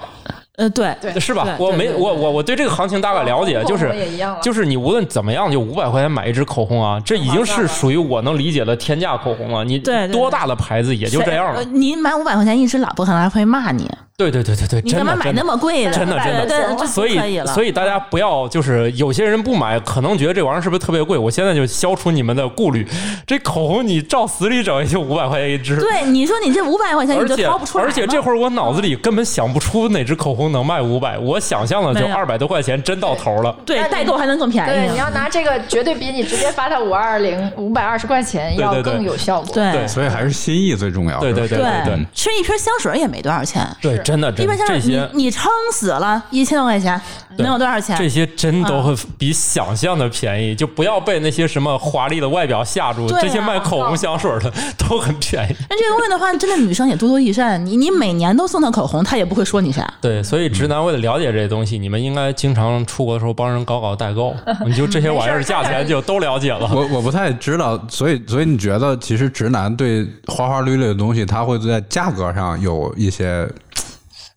S5: 呃，对，
S2: 对
S1: 是吧？
S5: 对
S1: 我
S5: 对
S1: 没
S5: 对哦
S1: 我我我对这个行情大概了解，
S2: 口红
S1: 就是
S2: 也一样了
S1: 就是你无论怎么样，就五百块钱买一支口红啊，这已经是属于我能理解的天价口红了。你
S5: 对对对
S1: 多大的牌子也就这样
S5: 呃
S1: 了。
S5: 你买五百块钱一支，老婆可能还会骂你，
S1: 对对对对对，
S5: 你
S1: 真
S5: 干嘛
S1: 的
S5: 买
S1: 真
S5: 那
S1: 的。
S5: 么贵
S1: 真的真的
S5: 对对，就
S1: 所
S5: 不可以
S1: 以，
S5: 了。
S1: 所以大家不要就是有些人不买，可能觉得这玩意儿是不是特别贵？我现在就消除你们的顾虑，这口红你照死里整也就五百块钱一支，
S5: 对，你说你这五百块钱
S1: 而
S5: 你就
S1: 且
S5: 掏不出来
S1: 而
S5: 吗，
S1: 且这会儿我脑子里根本想不出哪支口红能卖五百，我想象了就
S5: 没有
S1: 二百多块钱，真到头了。
S5: 对
S2: 那你
S5: 代购还能更
S2: 对，
S1: 啊
S5: 便
S2: 你
S5: 宜。
S2: 要拿这个，绝对比你直接发他五二零五百二十块钱
S1: 对
S2: 要
S1: 对对
S2: 更有效果。
S1: 对
S5: 对
S4: 所以还是心意最重要。
S1: 对
S4: 是不
S1: 对
S4: 是
S1: 对对对，
S5: 吃一瓶香水也没多少钱，
S1: 对，真的，
S5: 一
S1: 真的
S5: 瓶香
S1: 这
S5: 水
S1: 些
S5: 你你撑死了一千多块钱，
S1: 对
S5: 能有多少钱？
S1: 这些真
S5: 嗯
S1: 都会比想象的便宜，就不要被那些什么华丽的外表吓住。
S5: 对啊
S1: 这些卖口红香水的都很便宜。
S5: 那这个问的话，真的女生也多多益善。你你每年都送她口红，她也不会说你啥。
S1: 对，所以直男为了了解这些东西，你们应该经常出国的时候帮人搞搞代购，你就这
S5: 嗯
S1: 些玩意儿价钱就都了解了。
S4: [LAUGHS] 我我不太知道，所以所以你觉得，其实直男对花花绿绿的东西，他会在价格上有一些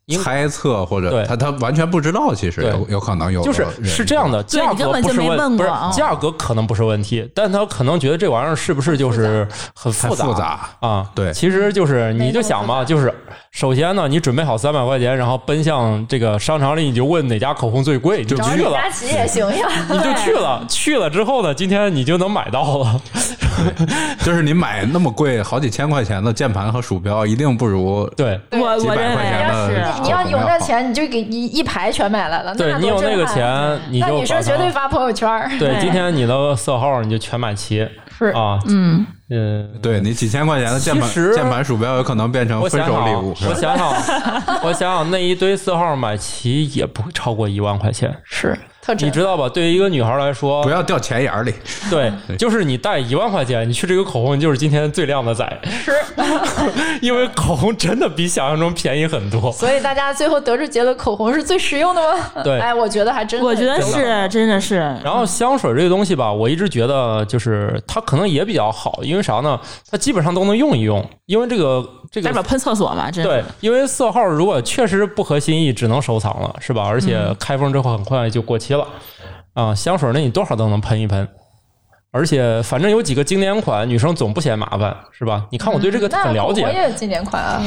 S1: 应
S4: 猜测或者
S1: 对
S4: 他他完全不知道，其实
S1: 对
S4: 有有可能有
S1: 就是是这样的，
S5: 对
S1: 价
S5: 你根
S1: 格
S5: 本
S1: 不
S5: 就是没
S1: 问，
S5: 问
S1: 不是
S5: 过啊
S1: 价格可能不是问题，但他可能觉得这玩意儿是不是就是很
S4: 很
S1: 复杂
S4: 复杂
S1: 啊？
S4: 对
S1: 其实就是你就想
S2: 没那么复
S1: 嘛，
S2: 杂
S1: 就是首先呢，你准备好三百块钱，然后奔向这个商场里，你就问哪家口红最贵，你就
S2: 找
S1: 去
S2: 李
S1: 了
S2: 佳。琦也行呀，
S1: [LAUGHS] 你就
S2: [LAUGHS]
S1: 去了，去了之后呢，今天你就能买到了。
S4: 就是你买那么贵好几千块钱的键盘和鼠标，一定不如
S1: 对，
S5: 我
S4: 几
S5: 我
S4: 百
S5: 认
S4: 块钱
S5: 为
S4: 的
S1: 啊
S5: 是
S4: 口
S2: 你要
S4: 红
S2: 有那
S4: 好
S2: 钱，你就给一一排全买来了，
S1: 对
S2: 那
S1: 你有
S2: 多震
S1: 那个
S2: 撼
S1: 钱，你
S2: 那
S1: 就
S2: 女生
S1: 把
S2: 绝
S1: 它
S2: 对发朋友圈儿，
S1: 对
S5: 对
S1: 今天你的色号你就全买齐。
S2: 是
S1: 啊，
S5: 嗯，
S1: 嗯，
S4: 对你几千块钱的键盘
S1: 其实
S4: 键盘鼠标有可能变成
S1: 我
S4: 分
S1: 想想
S4: 手
S1: 啊，
S4: 礼物，
S1: 我想想， [LAUGHS] 我想想，那一堆色号买齐也不会超过一万块钱，
S2: 是特
S1: 你
S2: 震撼。
S1: 知道吧？对于一个女孩来说
S4: 不，要掉钱眼
S1: [LAUGHS]
S4: 儿里。
S1: 对，就是你带一万块钱，你去这个口红就是今天最靓的仔，是，因为口红真的比想象中便宜很多。
S2: [LAUGHS] 所以大家最后得出结论，口红是最实用的吗？
S1: 对
S2: 哎，我觉得还真的，
S5: 我觉得是，真的是，
S1: 然后香水这个东西吧，我一直觉得就是它可能也比较好，因为啥呢？它基本上都能用一用，因为这个这
S5: 代
S1: 个
S5: 表喷厕所嘛，真的
S1: 对，因为色号如果确实不合心意，只能收藏了，是吧？而且开封之后很快就过期了。啊，香水那你多少都能喷一喷，而且反正有几个经典款，女生总不嫌麻烦，是吧？你看我对这个
S2: 嗯那
S1: 很了解
S2: 口，红也有经典款啊，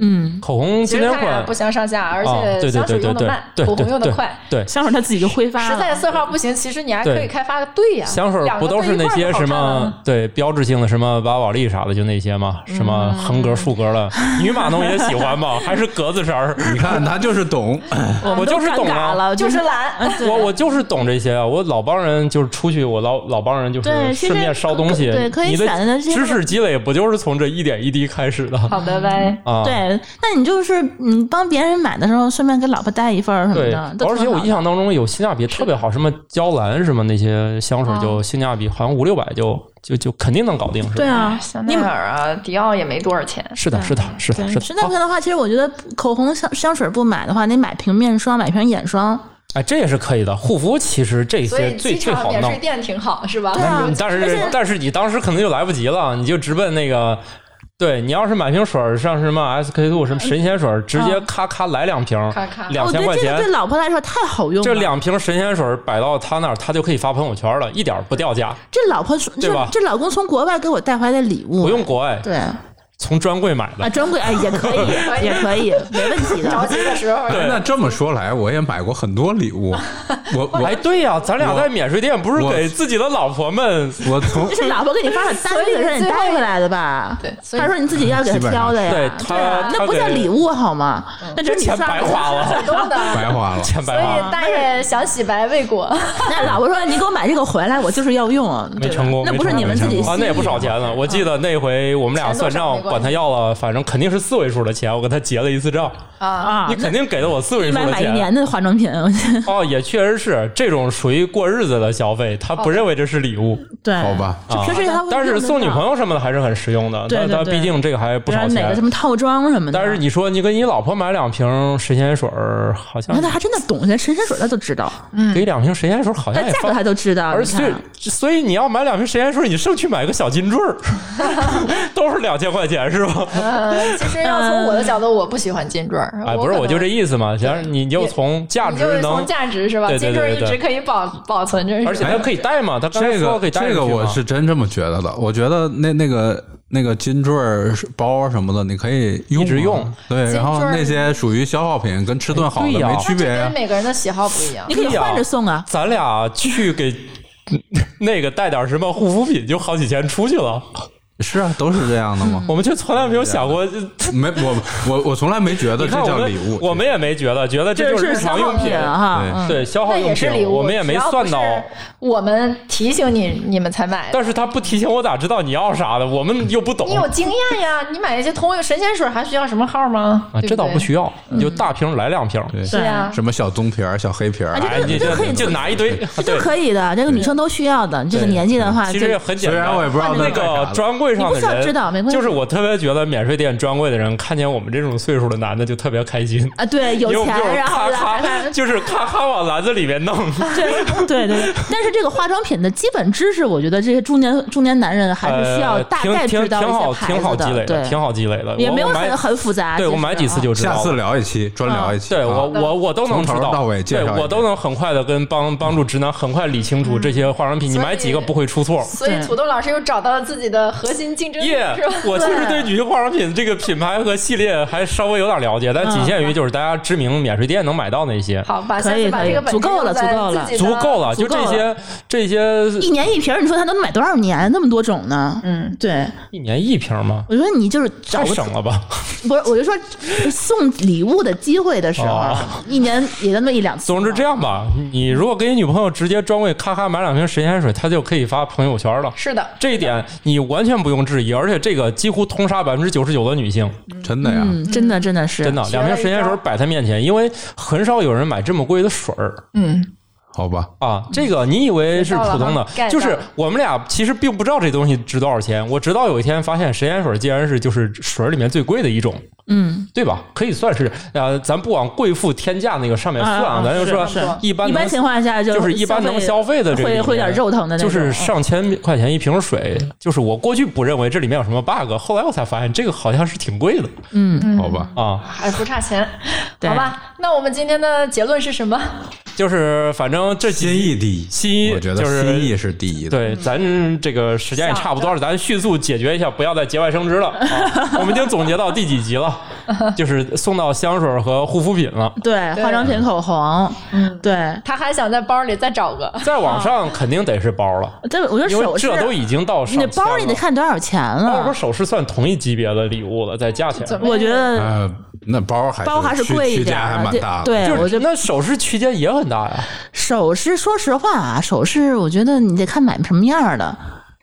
S5: 嗯，
S1: 口红
S2: 其
S1: 经
S2: 实
S1: 典
S2: 它俩
S1: 款
S2: 不相上下，而
S1: 啊，
S2: 且
S1: 对对
S2: 香
S1: 对
S2: 水
S1: 对
S2: 用的
S1: 对
S2: 慢，，
S1: 对
S2: 口红
S1: 对
S2: 用的
S1: 对
S2: 快。
S1: 对，
S5: 香水它自己就挥发
S2: 实
S5: 了
S2: 在。色号不行，其实你还
S1: 啊对
S2: 可以开发个对呀、
S1: 香水
S2: 两个
S1: 不都是那些什
S2: 对一块儿就好看啊
S1: 么
S2: 了
S1: 对标志性的什么娃宝莉啥的，就那些嘛，什么横格、竖格的，[LAUGHS]
S2: 嗯
S1: 女码农也喜欢嘛，还是格子色儿，
S4: 你看他就
S1: [LAUGHS]
S4: 是懂，
S5: 我
S1: 我
S5: 们都
S1: 就是懂
S5: 尴尬
S1: 啊
S5: 了，嗯呃
S2: 就是
S5: 是
S2: 懒，
S1: [LAUGHS] 我我就是懂这些啊，我老帮人就是出去，我老老帮人就是
S5: 对其实
S1: 顺便烧东西。
S5: 可对可以
S1: 你的
S5: 选择这些
S1: 知识积累不就是从这一点一滴开始的
S2: 好的呗。
S1: 啊？
S5: 对，那你就是你帮别人买的时候，顺便给老婆带一份儿什么
S1: 对，
S5: 嗯的，都
S1: 而且
S5: 挺
S1: 我
S5: 好
S1: 印象当中有性价比特别好，什么娇兰什么那些香
S5: 嗯
S1: 水就性价比好像五六百就就就肯定能搞定，是吧？
S5: 对啊，
S2: 香奈儿啊，迪奥也没多少钱，
S1: 是的，是的，是的，
S5: 对
S1: 是，的。哦
S5: 实在
S1: 好
S5: 不行的话，其实我觉得口红、香香水不买的话，你买瓶面霜，买瓶眼霜，
S1: 哎，这也是可以的。护肤其实这
S2: 所
S1: 些
S2: 以
S1: 最
S2: 机
S1: 最
S2: 场
S1: 好
S2: 免
S1: 弄啊
S2: 税，店挺好，是吧？
S5: 啊
S2: 嗯
S1: 但是但是你当时可能就来不及了，你就直奔那个。对你要是买瓶水儿，像什么 SK two 什么神仙水儿，直接咔咔来两瓶儿
S2: 咔咔，
S1: 两
S5: 我觉
S1: 千
S5: 得
S1: 块
S5: 这个
S1: 钱。
S5: 哎嗯哦对老婆来说太好用了。
S1: 这两瓶神仙水儿摆到他那儿，他就可以发朋友圈了，一点儿不掉价，
S5: 这老婆从
S1: 对吧
S5: 这这老公从国外给我带回来的礼物，
S1: 不用国外，
S5: 对
S1: 从专柜买
S5: 啊，
S1: 的。
S5: 专柜哎也
S1: [LAUGHS]
S5: 可以
S2: 以
S5: 也可以，没问题
S2: 着
S5: 的。
S2: 急的时候，
S4: 那这么说来，我也买过很多礼
S1: [LAUGHS]
S4: 物。我
S5: 啊
S1: 哎，
S4: 我
S1: 对呀、咱俩
S4: 我
S1: 在免税店不是
S4: 我
S1: 给自己的老婆们，
S4: 我从
S5: 这是老婆给你发的单子，让你带回来的吧？
S2: 对所以
S5: 他说你自己要给他挑的呀。
S1: 对
S5: 对啊
S1: 他，
S5: 那不
S1: 他
S5: 叫
S1: 给
S5: 礼物好吗？
S2: 嗯
S5: 那
S1: 这
S5: 这是你
S1: 钱
S5: 刷
S1: 白花了，
S2: 动的。
S1: [LAUGHS]
S4: 白花了，
S1: 钱
S2: 所
S1: 白花了，
S2: 以大爷想洗白未果，
S5: [LAUGHS] 那老婆说你给我买这个回来，我就是要用啊，
S1: 没成功。
S5: 对吧那不
S1: 没
S5: 是
S1: 成功
S5: 你们自己
S1: 啊，那也不少钱了。我记得
S5: 嗯
S1: 那回我们俩算
S2: 钱多少
S1: 账，
S2: 没关系
S1: 管他要了，反正肯定是四位数的钱，我跟他结了一次账。
S5: 啊
S1: 你。肯定给了我四位
S5: 一
S1: 数
S5: 买
S1: 的
S5: 买一
S1: 钱。
S5: 年的化妆品，我觉得
S1: 哦，也确实是这种属于过日子的消费，他不认为这是礼物。
S5: 对，
S4: 好吧。
S1: 啊
S5: 平时哦他会
S1: 但是
S5: 用得
S1: 送女
S5: 到
S1: 朋友什么的还是很实用的，
S5: 对
S1: 但
S5: 对
S1: 但
S5: 对
S1: 毕竟这个还不
S5: 比如
S1: 少
S5: 说哪个什
S1: 钱。
S5: 么套装什么的。
S1: 但是你说你给你老婆买两瓶神仙水儿，好
S5: 你
S1: 像
S5: 看他还真的懂，人神仙水他都知道，
S1: 给两瓶神仙水儿好
S5: 他
S1: 像也
S5: 价格
S1: 放
S5: 他，都知道。
S1: 哎而
S5: 你看啊
S1: 且所以你要买两瓶神仙水儿，你是不是去买个小金坠儿， [LAUGHS] 都是两千块钱是吧？
S2: [LAUGHS] 嗯，其实要从我的角度，我不喜欢金坠儿。
S1: 哎，不是，
S2: 可能
S1: 我就这意思嘛，行，你就从价
S2: 你就
S1: 值
S2: 是
S1: 能
S2: 从，价值是吧？
S1: 对对
S2: 金坠儿
S1: 对
S2: 一
S1: 对
S2: 直可以保保存着，
S1: 而且
S2: 是
S1: 它
S2: 吧
S1: 可以带嘛，他刚才
S4: 哎这
S1: 说可
S4: 个
S1: 以带
S4: 这个
S1: 进去嘛
S4: 我是真这么觉得的。我觉得那那个那个金坠儿包什么的，你可以用啊
S1: 一直用。
S4: 对，
S2: 金坠儿
S4: 然后那些属于消耗品，跟吃顿好的
S1: 哎对呀
S4: 没区别啊
S2: 这
S4: 呀
S2: 跟。每个人的喜好不一样
S5: 你。可以换着送啊。
S1: 咱俩去给那个带点什么护肤品，就好几千出去了。
S2: 嗯
S4: 是啊，都是这样的嘛。
S1: 我们却从来没有想过，你
S5: 嗯
S4: [LAUGHS] 没，我我我从来没觉得这
S1: 看我
S4: 嗯叫
S1: 们
S4: 礼物。
S1: 我们也没觉得，觉得这就是日
S5: 消
S1: 常用
S5: 耗
S1: 品。
S5: 哈
S4: 对，
S5: 嗯
S1: 对消耗
S2: 啊那
S1: 用
S2: 也
S1: 品
S2: 是礼，物，
S1: 我们也没算到
S2: 只。要不是我们提醒你，你们才买的。
S1: 但是他不提醒我，咋知道你要啥的？我们又不懂
S2: 你。有经验呀， [LAUGHS] 你买那些通用神仙水还需要什么号吗？
S1: 啊，这倒不需
S2: 要。
S1: 要，你就大瓶来两瓶。
S4: 对
S2: 对呀，
S4: 什么小棕瓶儿、小黑瓶儿
S5: 啊，这
S1: 哎，
S5: 个
S1: 你
S5: 这
S1: 就
S5: 个可以
S1: 就拿一
S2: [LAUGHS]
S1: 堆。
S5: 这
S1: 对，
S5: 可以的，这个女生都需要的。你这个年纪的话，
S1: 其
S5: 啊就
S1: 实很
S4: 虽
S1: 简单。
S4: 然我也不知道
S1: 那
S4: 干啥
S1: 个
S4: 的
S1: 专柜柜上的
S5: 你不想
S1: 人，
S5: 知道没关系
S1: 就是我特别觉得免税店专柜的人看见我们这种岁数的男的就特别开心，
S5: 啊，对，
S1: 因为
S5: [LAUGHS] 有
S1: 我们
S5: 钱
S1: 就是
S5: 然后
S1: 咔
S5: 来
S1: 咔，。 [LAUGHS] 就是咔咔往篮子里面
S5: [LAUGHS]
S1: 弄。
S5: 对
S1: [LAUGHS]
S5: 对对对，但是这个化妆品的基本知识，我觉得这些中年中年男人还是需要
S1: 呃
S5: 大
S1: 挺
S5: 概
S1: 挺
S5: 知道
S1: 挺
S5: 一
S1: 好，
S5: 些牌
S1: 挺好
S5: 子
S1: 积累的，
S5: 对，
S1: 挺好积累的。
S5: 也
S1: 我
S5: 没有
S1: 我买
S5: 很很复杂。
S1: 对
S5: 其
S1: 我
S5: 实
S1: 买几次
S5: 啊
S1: 就知道
S4: 下
S1: 了。
S4: 次聊一期，专聊一期。
S1: 对我
S4: 啊
S1: 我我都能
S4: 从
S1: 知
S4: 头
S1: 道
S4: 到尾介绍一
S1: 对
S4: 遍
S1: 我都能很快的跟帮帮助直男很快理清楚
S5: 嗯
S1: 这些化妆品，你
S2: 所以
S1: 买几个不会出错。
S2: 所以土豆老师又找到了自己的核心竞争
S1: [LAUGHS]
S2: 力，[LAUGHS]
S1: 耶
S2: 是吧？
S1: 我其实对女性化妆品这个品牌和系列还稍微有点了解，但仅限于就是大家知名免税店能买到那些，
S2: 嗯好，把
S5: 可
S2: 下
S5: 以
S2: 次把
S5: 可以
S2: 这个本
S5: 足够了
S2: 事用在
S5: 足够了
S2: 自己的
S1: 足够了。就这些这些
S5: 一年一瓶儿，你说他能买多少年？那么多种呢？嗯，对，
S1: 一年一瓶吗？
S5: 我觉得你就是找
S2: 哎
S1: 太
S5: 个
S1: 省了吧！
S5: 不是，我就说送礼物的机会的时候
S1: 哦，
S5: 一年也就那么一两次。
S1: 总之这样吧，你如果给你女朋友直接专柜咔咔买两瓶神仙水，她就可以发朋友圈了。
S2: 是的，
S1: 这一点你完全不用质疑，而且这个几乎通杀百分之九十九的女性。
S4: 真的呀，
S5: 嗯，真的真的是
S1: 真的，
S2: 学
S1: 两瓶
S2: 了
S1: 神
S2: 一
S1: 仙水
S2: 招
S1: 摆他面前，因为很少有人买这么贵的水儿
S2: 嗯，
S4: 好吧，
S1: 啊。
S5: 嗯
S1: 这个你以为是普通的
S2: 学到了哈，
S1: 就是
S2: 盖到了
S1: 我们俩其实并不知道这东西值多少钱。我直到有一天发现神仙水竟然是就是水儿里面最贵的一种，
S5: 嗯，
S1: 对吧？可以算是呃，咱不往贵妇天价那个上面算，
S5: 啊
S1: 咱就说
S5: 是是
S1: 一般
S5: 一般
S1: 能
S5: 情况下就
S1: 就是一般能消费的这个里
S5: 会
S1: 面
S5: 会有点肉疼的那
S1: 就
S5: 种，
S1: 是
S5: 嗯
S1: 上千块钱一瓶水，就是我过去不认为这里面有什么 bug，后来我才发现这个好像是挺贵的
S5: 嗯，
S4: 好吧，
S1: 啊。
S2: 还不差钱，
S5: 对
S2: 好吧？那我们今天的结论是什么？
S1: 就是反正
S5: 嗯
S1: 这
S4: 心
S1: 几
S4: 意第一，
S1: 心意
S4: 我觉得
S1: 就是
S4: 心意是第一的。
S1: 对，咱这个时间也差不多了，咱迅速解决一下，不要再节外生
S5: [LAUGHS]
S1: 枝了。啊、我们已经总结到第几集了，就是送到香水和护肤品了。
S5: 对，
S2: 对
S5: 化妆品、口红，对，
S2: 他还想在包里再找个，
S1: 再往上肯定得是包了，
S5: 这我觉得
S1: 因
S5: 哦首
S1: 为
S5: 饰
S1: 这都已经到
S5: 你
S1: 上
S5: 得
S1: 千
S5: 包里得
S1: 了。
S5: 看多啊少钱
S1: 包和
S5: 了。
S1: 首饰算同一级别的礼物了，在价钱。
S2: 怎么
S5: 我觉
S1: 哎
S5: 得
S4: 呃，那包还
S5: 包还是
S4: 区
S5: 贵一
S4: 区
S5: 点
S4: 间还
S5: 儿
S4: 蛮
S5: 的，
S4: 大的。
S5: 对，对
S1: 就
S5: 哎我
S1: 是
S5: 觉得
S1: 那首饰区间也很大呀，
S5: 首饰，说实话啊，首饰我觉得你得看买什么样儿的，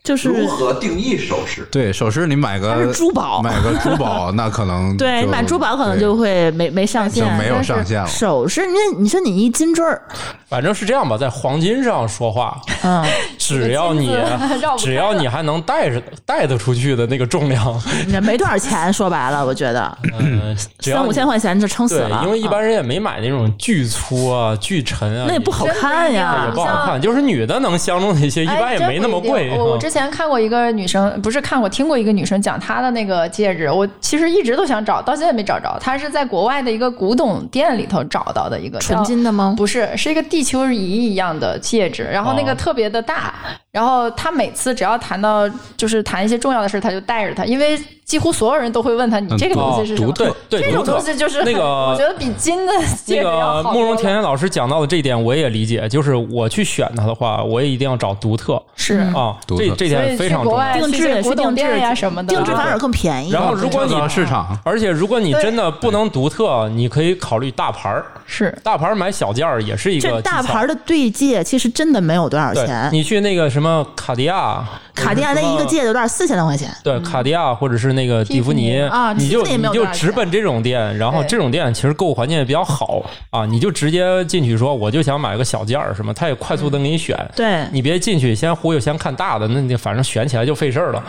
S5: 就是
S7: 如何定义首饰？
S4: 对，首饰你买
S5: 它
S4: 个
S5: 是珠宝
S4: 买个珠宝那可
S5: [LAUGHS]
S4: 能
S5: 对
S4: 就
S5: 你买珠宝可能就会没没上
S4: 对就
S5: 限，
S4: 没有上限了。
S5: 首饰，那你说你一金坠儿，
S1: 反正是这样吧，在黄金上说
S5: [LAUGHS]
S1: 话，
S5: 嗯，
S1: 只要你
S5: [LAUGHS]
S2: 绕不开
S1: 只要你还能带着带得出去的那个重量，
S5: 也没多少钱，说白了，我觉得
S1: 嗯，只要
S5: 三五
S1: 你
S5: 千块钱就撑死
S1: 对
S5: 了，，
S1: 因为一
S5: 嗯
S1: 般人也没买那种巨粗啊、巨沉啊，
S5: 那也不好看
S1: 也
S5: 呀
S1: 也不
S2: 真不一样
S1: 好看。就是女的能相中那些，一
S2: 哎
S1: 般也
S2: 真
S1: 没
S2: 不
S1: 那么
S2: 一定
S1: 贵。
S2: 我我
S1: 嗯
S2: 之前看过一个女生，不是看过，听过一个女生讲她的那个戒指，我其实一直都想找，到现在没找着。她是在国外的一个古董店里头找到的一个
S5: 纯金的吗
S2: 叫不是，是一个地球仪一样的戒指，然后那
S1: 哦
S2: 个特别的大，然后她每次只要谈到就是谈一些重要的事，她就带着它，因为几乎所有人都会问她，你
S4: 嗯
S2: 这个东西是什么？
S4: 独特
S1: 对
S2: 这
S1: 对，
S2: 种
S1: 哦独特
S2: 东西就是
S1: 那个
S2: 我觉得比金的戒
S1: 那
S2: 指要
S1: 个
S2: 好
S1: 慕
S2: 多
S1: 容
S2: 了。
S1: 甜甜老师讲到的这一点，我也理解。就是我去选它的话，我也一定要找独特
S2: 是，
S1: 啊，
S4: 独
S1: 这
S4: 特
S1: 这
S2: 所
S1: 点
S2: 以
S1: 非
S2: 去
S1: 常
S2: 国
S1: 重
S2: 外
S1: 要。
S5: 定
S2: 去一
S5: 制
S2: 些哎古
S5: 是定
S2: 董
S5: 制
S2: 店呀什么的，啊
S5: 定制反而更便宜。
S1: 然后如果你
S4: 跳蚤市场
S1: 而且如果你
S2: 对
S1: 真的不能独特，你可以考虑大牌儿。
S2: 是
S1: 大牌儿买小件儿也是一个
S5: 这大
S1: 技巧
S5: 牌儿的对戒其实真的没有多少
S1: 对，
S5: 钱，
S1: 你去那个什么卡地亚，
S5: 卡地亚那一个戒指有点四千多块钱，
S1: 对卡地亚或者是那个蒂芙尼
S5: 嗯啊
S1: 你就
S5: 蒂芙尼也
S1: 你
S5: 没有
S1: 就
S5: 多少钱
S1: 直奔这种店，然后
S2: 对
S1: 这种店其实购物环境也比较好啊，你就直接进去说我就想买个小件儿什么，他也快速的给你选。
S5: 对
S1: 你别进去先忽悠，先看大的，那你反正选起来就费事儿了啊！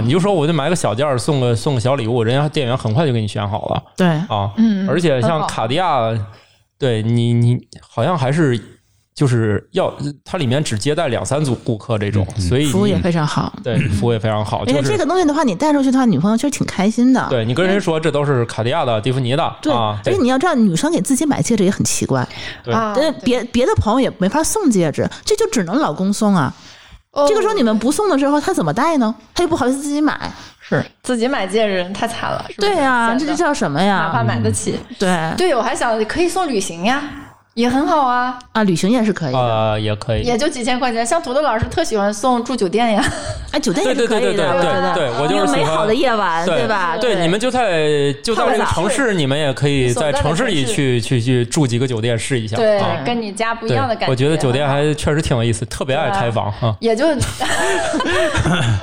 S5: 嗯
S1: 你就说我就买个小件儿，送个送个小礼物，人家店员很快就给你选好了
S5: 对，
S1: 啊。
S2: 嗯
S1: 而且像卡地亚，对你你好像还是就是要它里面只接待两三组顾客这种，所以
S5: 嗯服务也
S1: 你
S5: 非常好。
S1: 对服务也非常好，
S5: 而
S1: 就
S5: 且
S1: 是
S5: 这个东西的话，你带出去的话，女朋友其实挺开心
S2: 啊
S5: 的。
S1: 对你跟人说这都是卡地亚的、蒂芙尼的
S5: 对，
S1: 啊
S2: 哎
S5: 而，且你要知道，女生给自己买戒指也很奇怪，
S1: 对
S2: 啊，
S5: 呃，别别的朋友也没法送戒指，这就只能老公送啊。
S2: 哦
S5: 这个时候你们不送的时候，他怎么戴呢？他又不好意思自己买。
S2: 是自己买戒指太惨了，是不是
S5: 对啊，这嗯
S2: 显
S5: 就
S2: 得
S5: 叫什么
S2: 哪怕
S5: 呀？
S2: 买得起。
S5: 对
S2: 对，我还想可以送旅行呀，也很好啊，
S5: 啊，旅行也是可以的，
S1: 呃也可以，
S2: 也就几千块钱。像土豆老师特喜欢送住酒店呀，
S5: 哎，酒店也是可以
S1: 对对对
S5: 的，我觉
S1: 对对
S5: 得。
S1: 对我就是
S5: 一个美
S1: 喜欢
S5: 好的夜晚，
S1: 对
S5: 吧？
S1: 对，你们就在就在这个城市，你们也可以在城市里去去去住几个酒店试一下。
S2: 对
S1: 啊，
S2: 跟你家不一
S1: 对
S2: 样的感，啊
S1: 我觉得酒店
S2: 很好
S1: 还确实挺有意思，特别爱开房啊。
S2: 也就有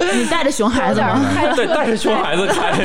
S5: 你带着熊孩子
S2: 点儿
S5: [LAUGHS] 吗？
S2: 开
S1: 对，带着熊孩子
S2: [LAUGHS]
S1: 开，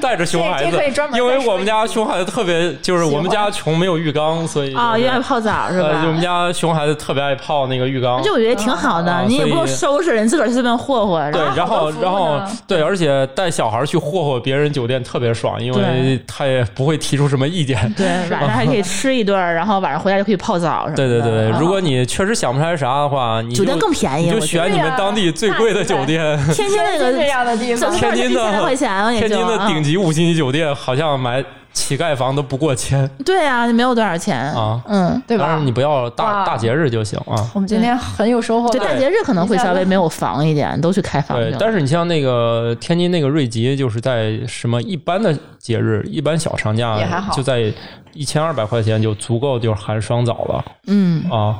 S1: 带着熊孩
S2: 这
S1: 子
S2: 这可以专，门
S1: 因为
S2: 再说
S1: 我们家
S2: 一期
S1: 熊孩子特别，就是我们家穷没有浴缸，所以
S2: 哦
S5: 啊，
S1: 就是
S5: 又爱泡澡是
S1: 呃，
S5: 吧
S1: 就我？们家熊孩子特别爱泡那个浴缸，
S5: 这我觉得也挺好的，
S1: 啊
S5: 你也
S1: 所以
S5: 不用收拾，你自个儿随便们霍霍，然
S1: 对
S5: 后，
S1: 然后
S2: 好多服务呢
S1: 然后对，而且带小孩去霍霍别人酒店特别爽，因为
S5: 对
S1: 他也不会提出什么意见。
S5: 对晚上还可以吃一顿儿，然后晚上回家就可以泡澡什么的。
S1: 对 [LAUGHS] 对对，如果你确实想不出来啥的话，你就
S5: 酒店更便宜
S1: 你就
S5: 我觉得
S1: 选你们
S2: 对啊
S1: 当地最贵的酒店， [LAUGHS]
S5: 天津那个
S2: 这样的地方
S5: 怎么，
S1: 天津
S5: 一千来
S1: 的
S5: 块钱了也就啊嗯
S1: 天津的顶级五星级酒店好像买乞丐房都不过千
S5: 对啊，没有多少钱
S1: 啊，
S5: 嗯，
S2: 对
S1: 当
S2: 吧
S1: 然你？不要大
S2: 哇
S1: 大节日就行啊。
S2: 我们今天很有收获
S5: 对，
S2: 吧，
S5: 大节日可能会稍微没有房一点，都去开房去
S1: 对
S5: 了。，
S1: 但是你像那个天津那个瑞吉，就是在什么一般的节日、一般小长
S2: 也还
S1: 假，
S2: 好
S1: 就在一千二百块钱就足够，就是含双早了。
S5: 嗯，
S1: 啊，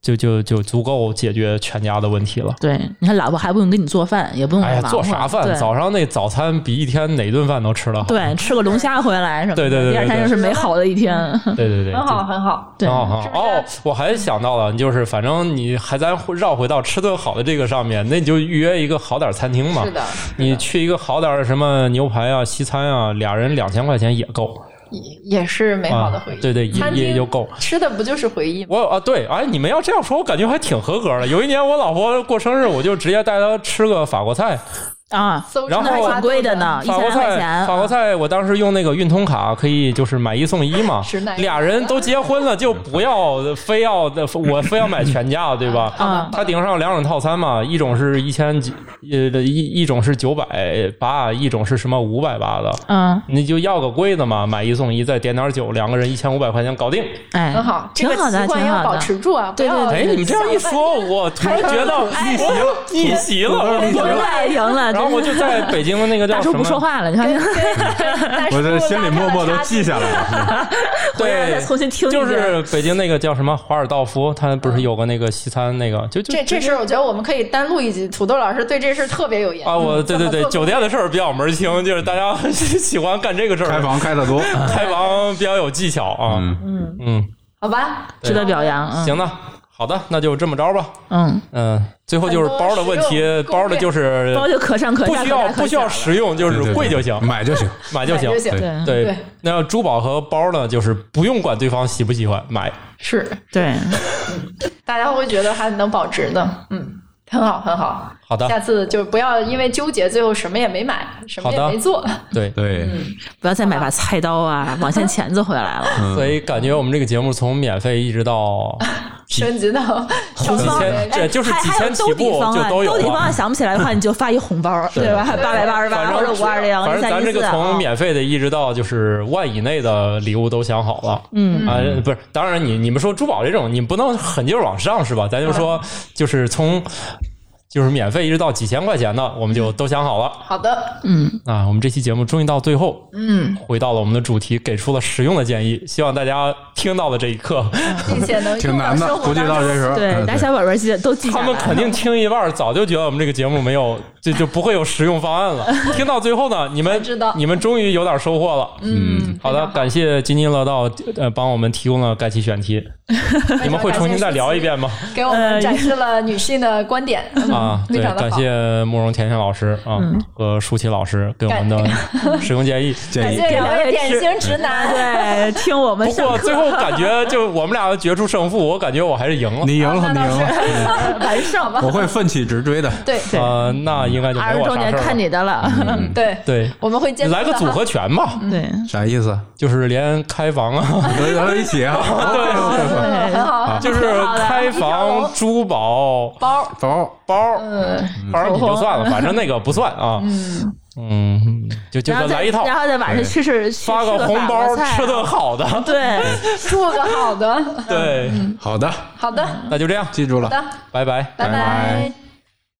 S1: 就就就足够解决全家的问题了。
S5: 对，你看老婆还不用给你做饭，也不用
S2: 嗯
S1: 哎呀，
S5: 忙
S1: 做
S5: 活
S1: 啥
S5: 对
S1: 饭？早上那早餐比一天哪顿饭都吃的好。
S5: 对，吃个龙虾回来什么的，
S1: 对对对对
S5: 第二天就是美好的一天。
S1: 对对对，
S2: 很好
S1: 就。
S2: 很好。
S5: 对
S1: 很好，很
S2: 是
S1: 好。
S2: 不是
S1: 哦，我还想到了，就是反正你还咱绕回到吃顿好的这个上面，那你就预约一个好点儿餐厅嘛。
S2: 是的，
S1: 你去一个好点儿的什么牛排啊、西餐啊，俩人两千块钱也够。
S2: 也也是美好的回忆。
S1: 啊对对也
S2: 餐厅
S1: 也就够
S2: 吃的不就是回忆吗？
S1: 我啊，对，哎，你们要这样说，我感觉还挺合格的。有一年我老婆过生日，我就直接带她吃个法国菜，
S5: 啊，
S2: 搜
S1: 然
S2: 出来
S1: 后
S5: 挺贵的啊呢，一
S1: 法国
S5: 千来块
S1: 菜，
S5: 钱。
S1: 法国菜，我当时用那个运通卡可以就是买一送一嘛
S2: 是那。样
S1: 俩人都结婚了，就不要非要我非要买全价，对吧？
S2: 嗯
S5: 啊
S1: 它顶上有两种套餐嘛，一种是一千几，呃，一一种是九百八，一种是什么五百八的，
S5: 嗯，
S1: 你就要个贵的嘛，买一送一，再点点酒，两个人一千五百块钱搞定。
S5: 哎，
S2: 很好，
S5: 挺好
S2: 这个习
S5: 的，挺
S2: 惯要
S5: 好
S2: 保
S5: 的。
S2: 持住啊！不
S5: 对对
S2: 要
S5: 对
S1: 哎，你们这样一说，我突然觉得逆袭了，逆袭了，
S5: 赢了， [LAUGHS] 赢了！
S1: 然后我
S5: 真
S1: 就是在北京的那个叫
S5: 大
S1: 什
S5: 叔
S1: 么
S5: 不说话了，你看，
S2: 但是
S4: 我这心里默默都记下来 [LAUGHS] 了。
S5: 回来
S1: 对，
S5: [LAUGHS] 再重新听一
S1: 就
S5: 遍
S1: 是北京那个叫什么华尔道夫，他不是有个那个西餐那个，就就
S2: 这这事儿，我觉得我们可以单录一集。土豆老师对这事儿特别有研究
S1: 啊，我对对对，酒店的事儿比较门儿清，就是大家喜欢干这个事儿，
S4: 开房开的多，
S1: 开房比较有技巧啊。
S4: 嗯，
S1: 嗯，
S2: 好吧？
S5: 值得表扬。嗯
S1: 行，那好的，那就这么着吧。
S5: 嗯，
S1: 嗯，最后就是包的问题
S2: 很多实用，攻
S1: 包
S2: 略
S1: 的就是
S5: 包就可上可
S1: 不
S5: 下，
S1: 需
S5: 可
S1: 要
S5: 下可
S1: 不需要
S5: 下
S1: 实用，就
S4: 对对
S1: 是
S4: 对
S1: 贵就行，
S4: 嗯买就行。
S1: 买就行
S2: 就。行，
S4: 对
S5: 嗯对
S1: 对
S2: 对，
S1: 那珠宝和包呢，就是不用管对方喜不喜欢，买。
S2: 是
S5: 对，
S2: 大家会觉得还能保值的，嗯，很好很好。
S1: 好的
S2: 下次就不要因为纠结，最后什么也没买，什么也
S1: 好的
S2: 没做。 [LAUGHS]
S1: 对，
S4: 对，
S5: 不要再买把菜刀
S1: [LAUGHS]
S5: 啊，网线钳子回来了。
S4: 嗯
S1: 所以感觉我们这个节目从免费一直到
S2: 升
S1: [LAUGHS]
S2: 级到
S1: 几
S2: 超
S1: 千，这就是
S5: 还
S1: 几
S5: 还有
S1: 千起
S5: 兜底
S1: 步
S5: 方
S1: 就
S5: 案，
S1: 都有啊
S5: 兜底方
S1: 了
S5: 案。想不起来的话，你就发一红
S1: [LAUGHS]
S5: 包，对吧？八百八十八
S1: 反
S5: 或者
S1: 正啊
S5: 五二零，
S1: 反正咱
S5: 三
S1: 这
S5: 一
S1: 个
S5: 四。啊
S1: 从免费的一直到就是万以内的礼物都想好了。
S5: 嗯
S1: 啊，不是，当然你你们说珠宝这种，你不能狠劲儿往上是吧？咱就说
S5: 嗯
S1: 就是从。就是免费一直到几千块钱的，我们就都想好了
S2: 好
S1: [LAUGHS]
S2: 的，
S5: 嗯，
S1: 啊！我们这期节目终于到最后，
S2: 嗯，
S1: 回到了我们的主题，给出了实用的建议，希望大家听到了这一刻，
S2: 并且能
S4: 挺
S2: 用到
S4: 难的，
S2: 生
S4: 估
S2: 活
S4: 计
S2: 当
S4: 到
S2: 中。
S4: 这时候，
S5: 对，
S4: 嗯
S5: 大家小本本记得都记下
S1: [LAUGHS] 他
S5: 来。
S1: 们肯定听一半儿，早就觉得我们这个节目没有，就就不会有实用方案了。听到最后呢，你们
S2: 知道
S1: 你们终于有点收获了。
S4: 嗯，
S1: 好的，感谢津津乐道，呃，帮我们提供了该期选题。你们会重新再聊一遍吗？
S2: 给我
S1: 呃
S2: 们展示了女性的观点
S1: [LAUGHS] 啊，
S2: 非
S1: 对，
S2: 常的
S1: 感
S2: 好。
S1: 谢慕容甜甜老师啊和舒淇老师给我们 [LAUGHS] 的使用建议。
S4: 建
S2: 感
S4: 议
S2: 谢两位典型
S1: [LAUGHS]
S2: 直男，
S5: [LAUGHS] 对听我们
S1: 不
S5: 上
S1: 过
S5: 课
S1: 最后感觉就我们俩决出胜负，我感觉我还是赢了。
S4: 你赢了，
S2: 那
S4: 你
S2: 倒
S4: 赢了，
S2: 是 [LAUGHS] 完胜吧
S4: 我。会奋起直追的。
S2: 对
S5: 对
S1: 啊，那应该就
S5: 二
S1: 没
S5: 十
S1: 我
S5: 周
S1: 啥
S5: 年
S1: 事儿
S5: 看
S1: 了。嗯
S5: 你的了。
S2: 对，
S1: 对，
S2: 我们会监督的
S1: 来个组合拳吧，
S5: [LAUGHS] 对
S4: 啥意
S5: [LAUGHS]
S4: 思？
S1: 就是连开房啊。
S4: 都都一起啊？
S2: 哈，
S4: 对，
S2: 嗯很
S5: 啊
S2: 好。
S1: 就是开房、珠宝、
S2: 包，
S4: 走，
S1: 包，
S2: 嗯，
S1: 反正你就算了，反正那个不算啊。嗯，就就
S5: 然后
S1: 来
S5: 再
S1: 一套，哎
S5: 然后再晚上去吃去
S1: 发
S5: 吃
S1: 个红
S5: 法
S1: 包
S5: 国，菜啊嗯
S1: 吃顿好的。
S5: 对，
S2: 住个好的，
S1: 对，
S4: 好的，
S2: 好的，
S1: 那就这样，
S4: 记住了
S2: 好。的，
S1: 拜拜。
S2: 拜
S4: 拜拜
S2: 拜。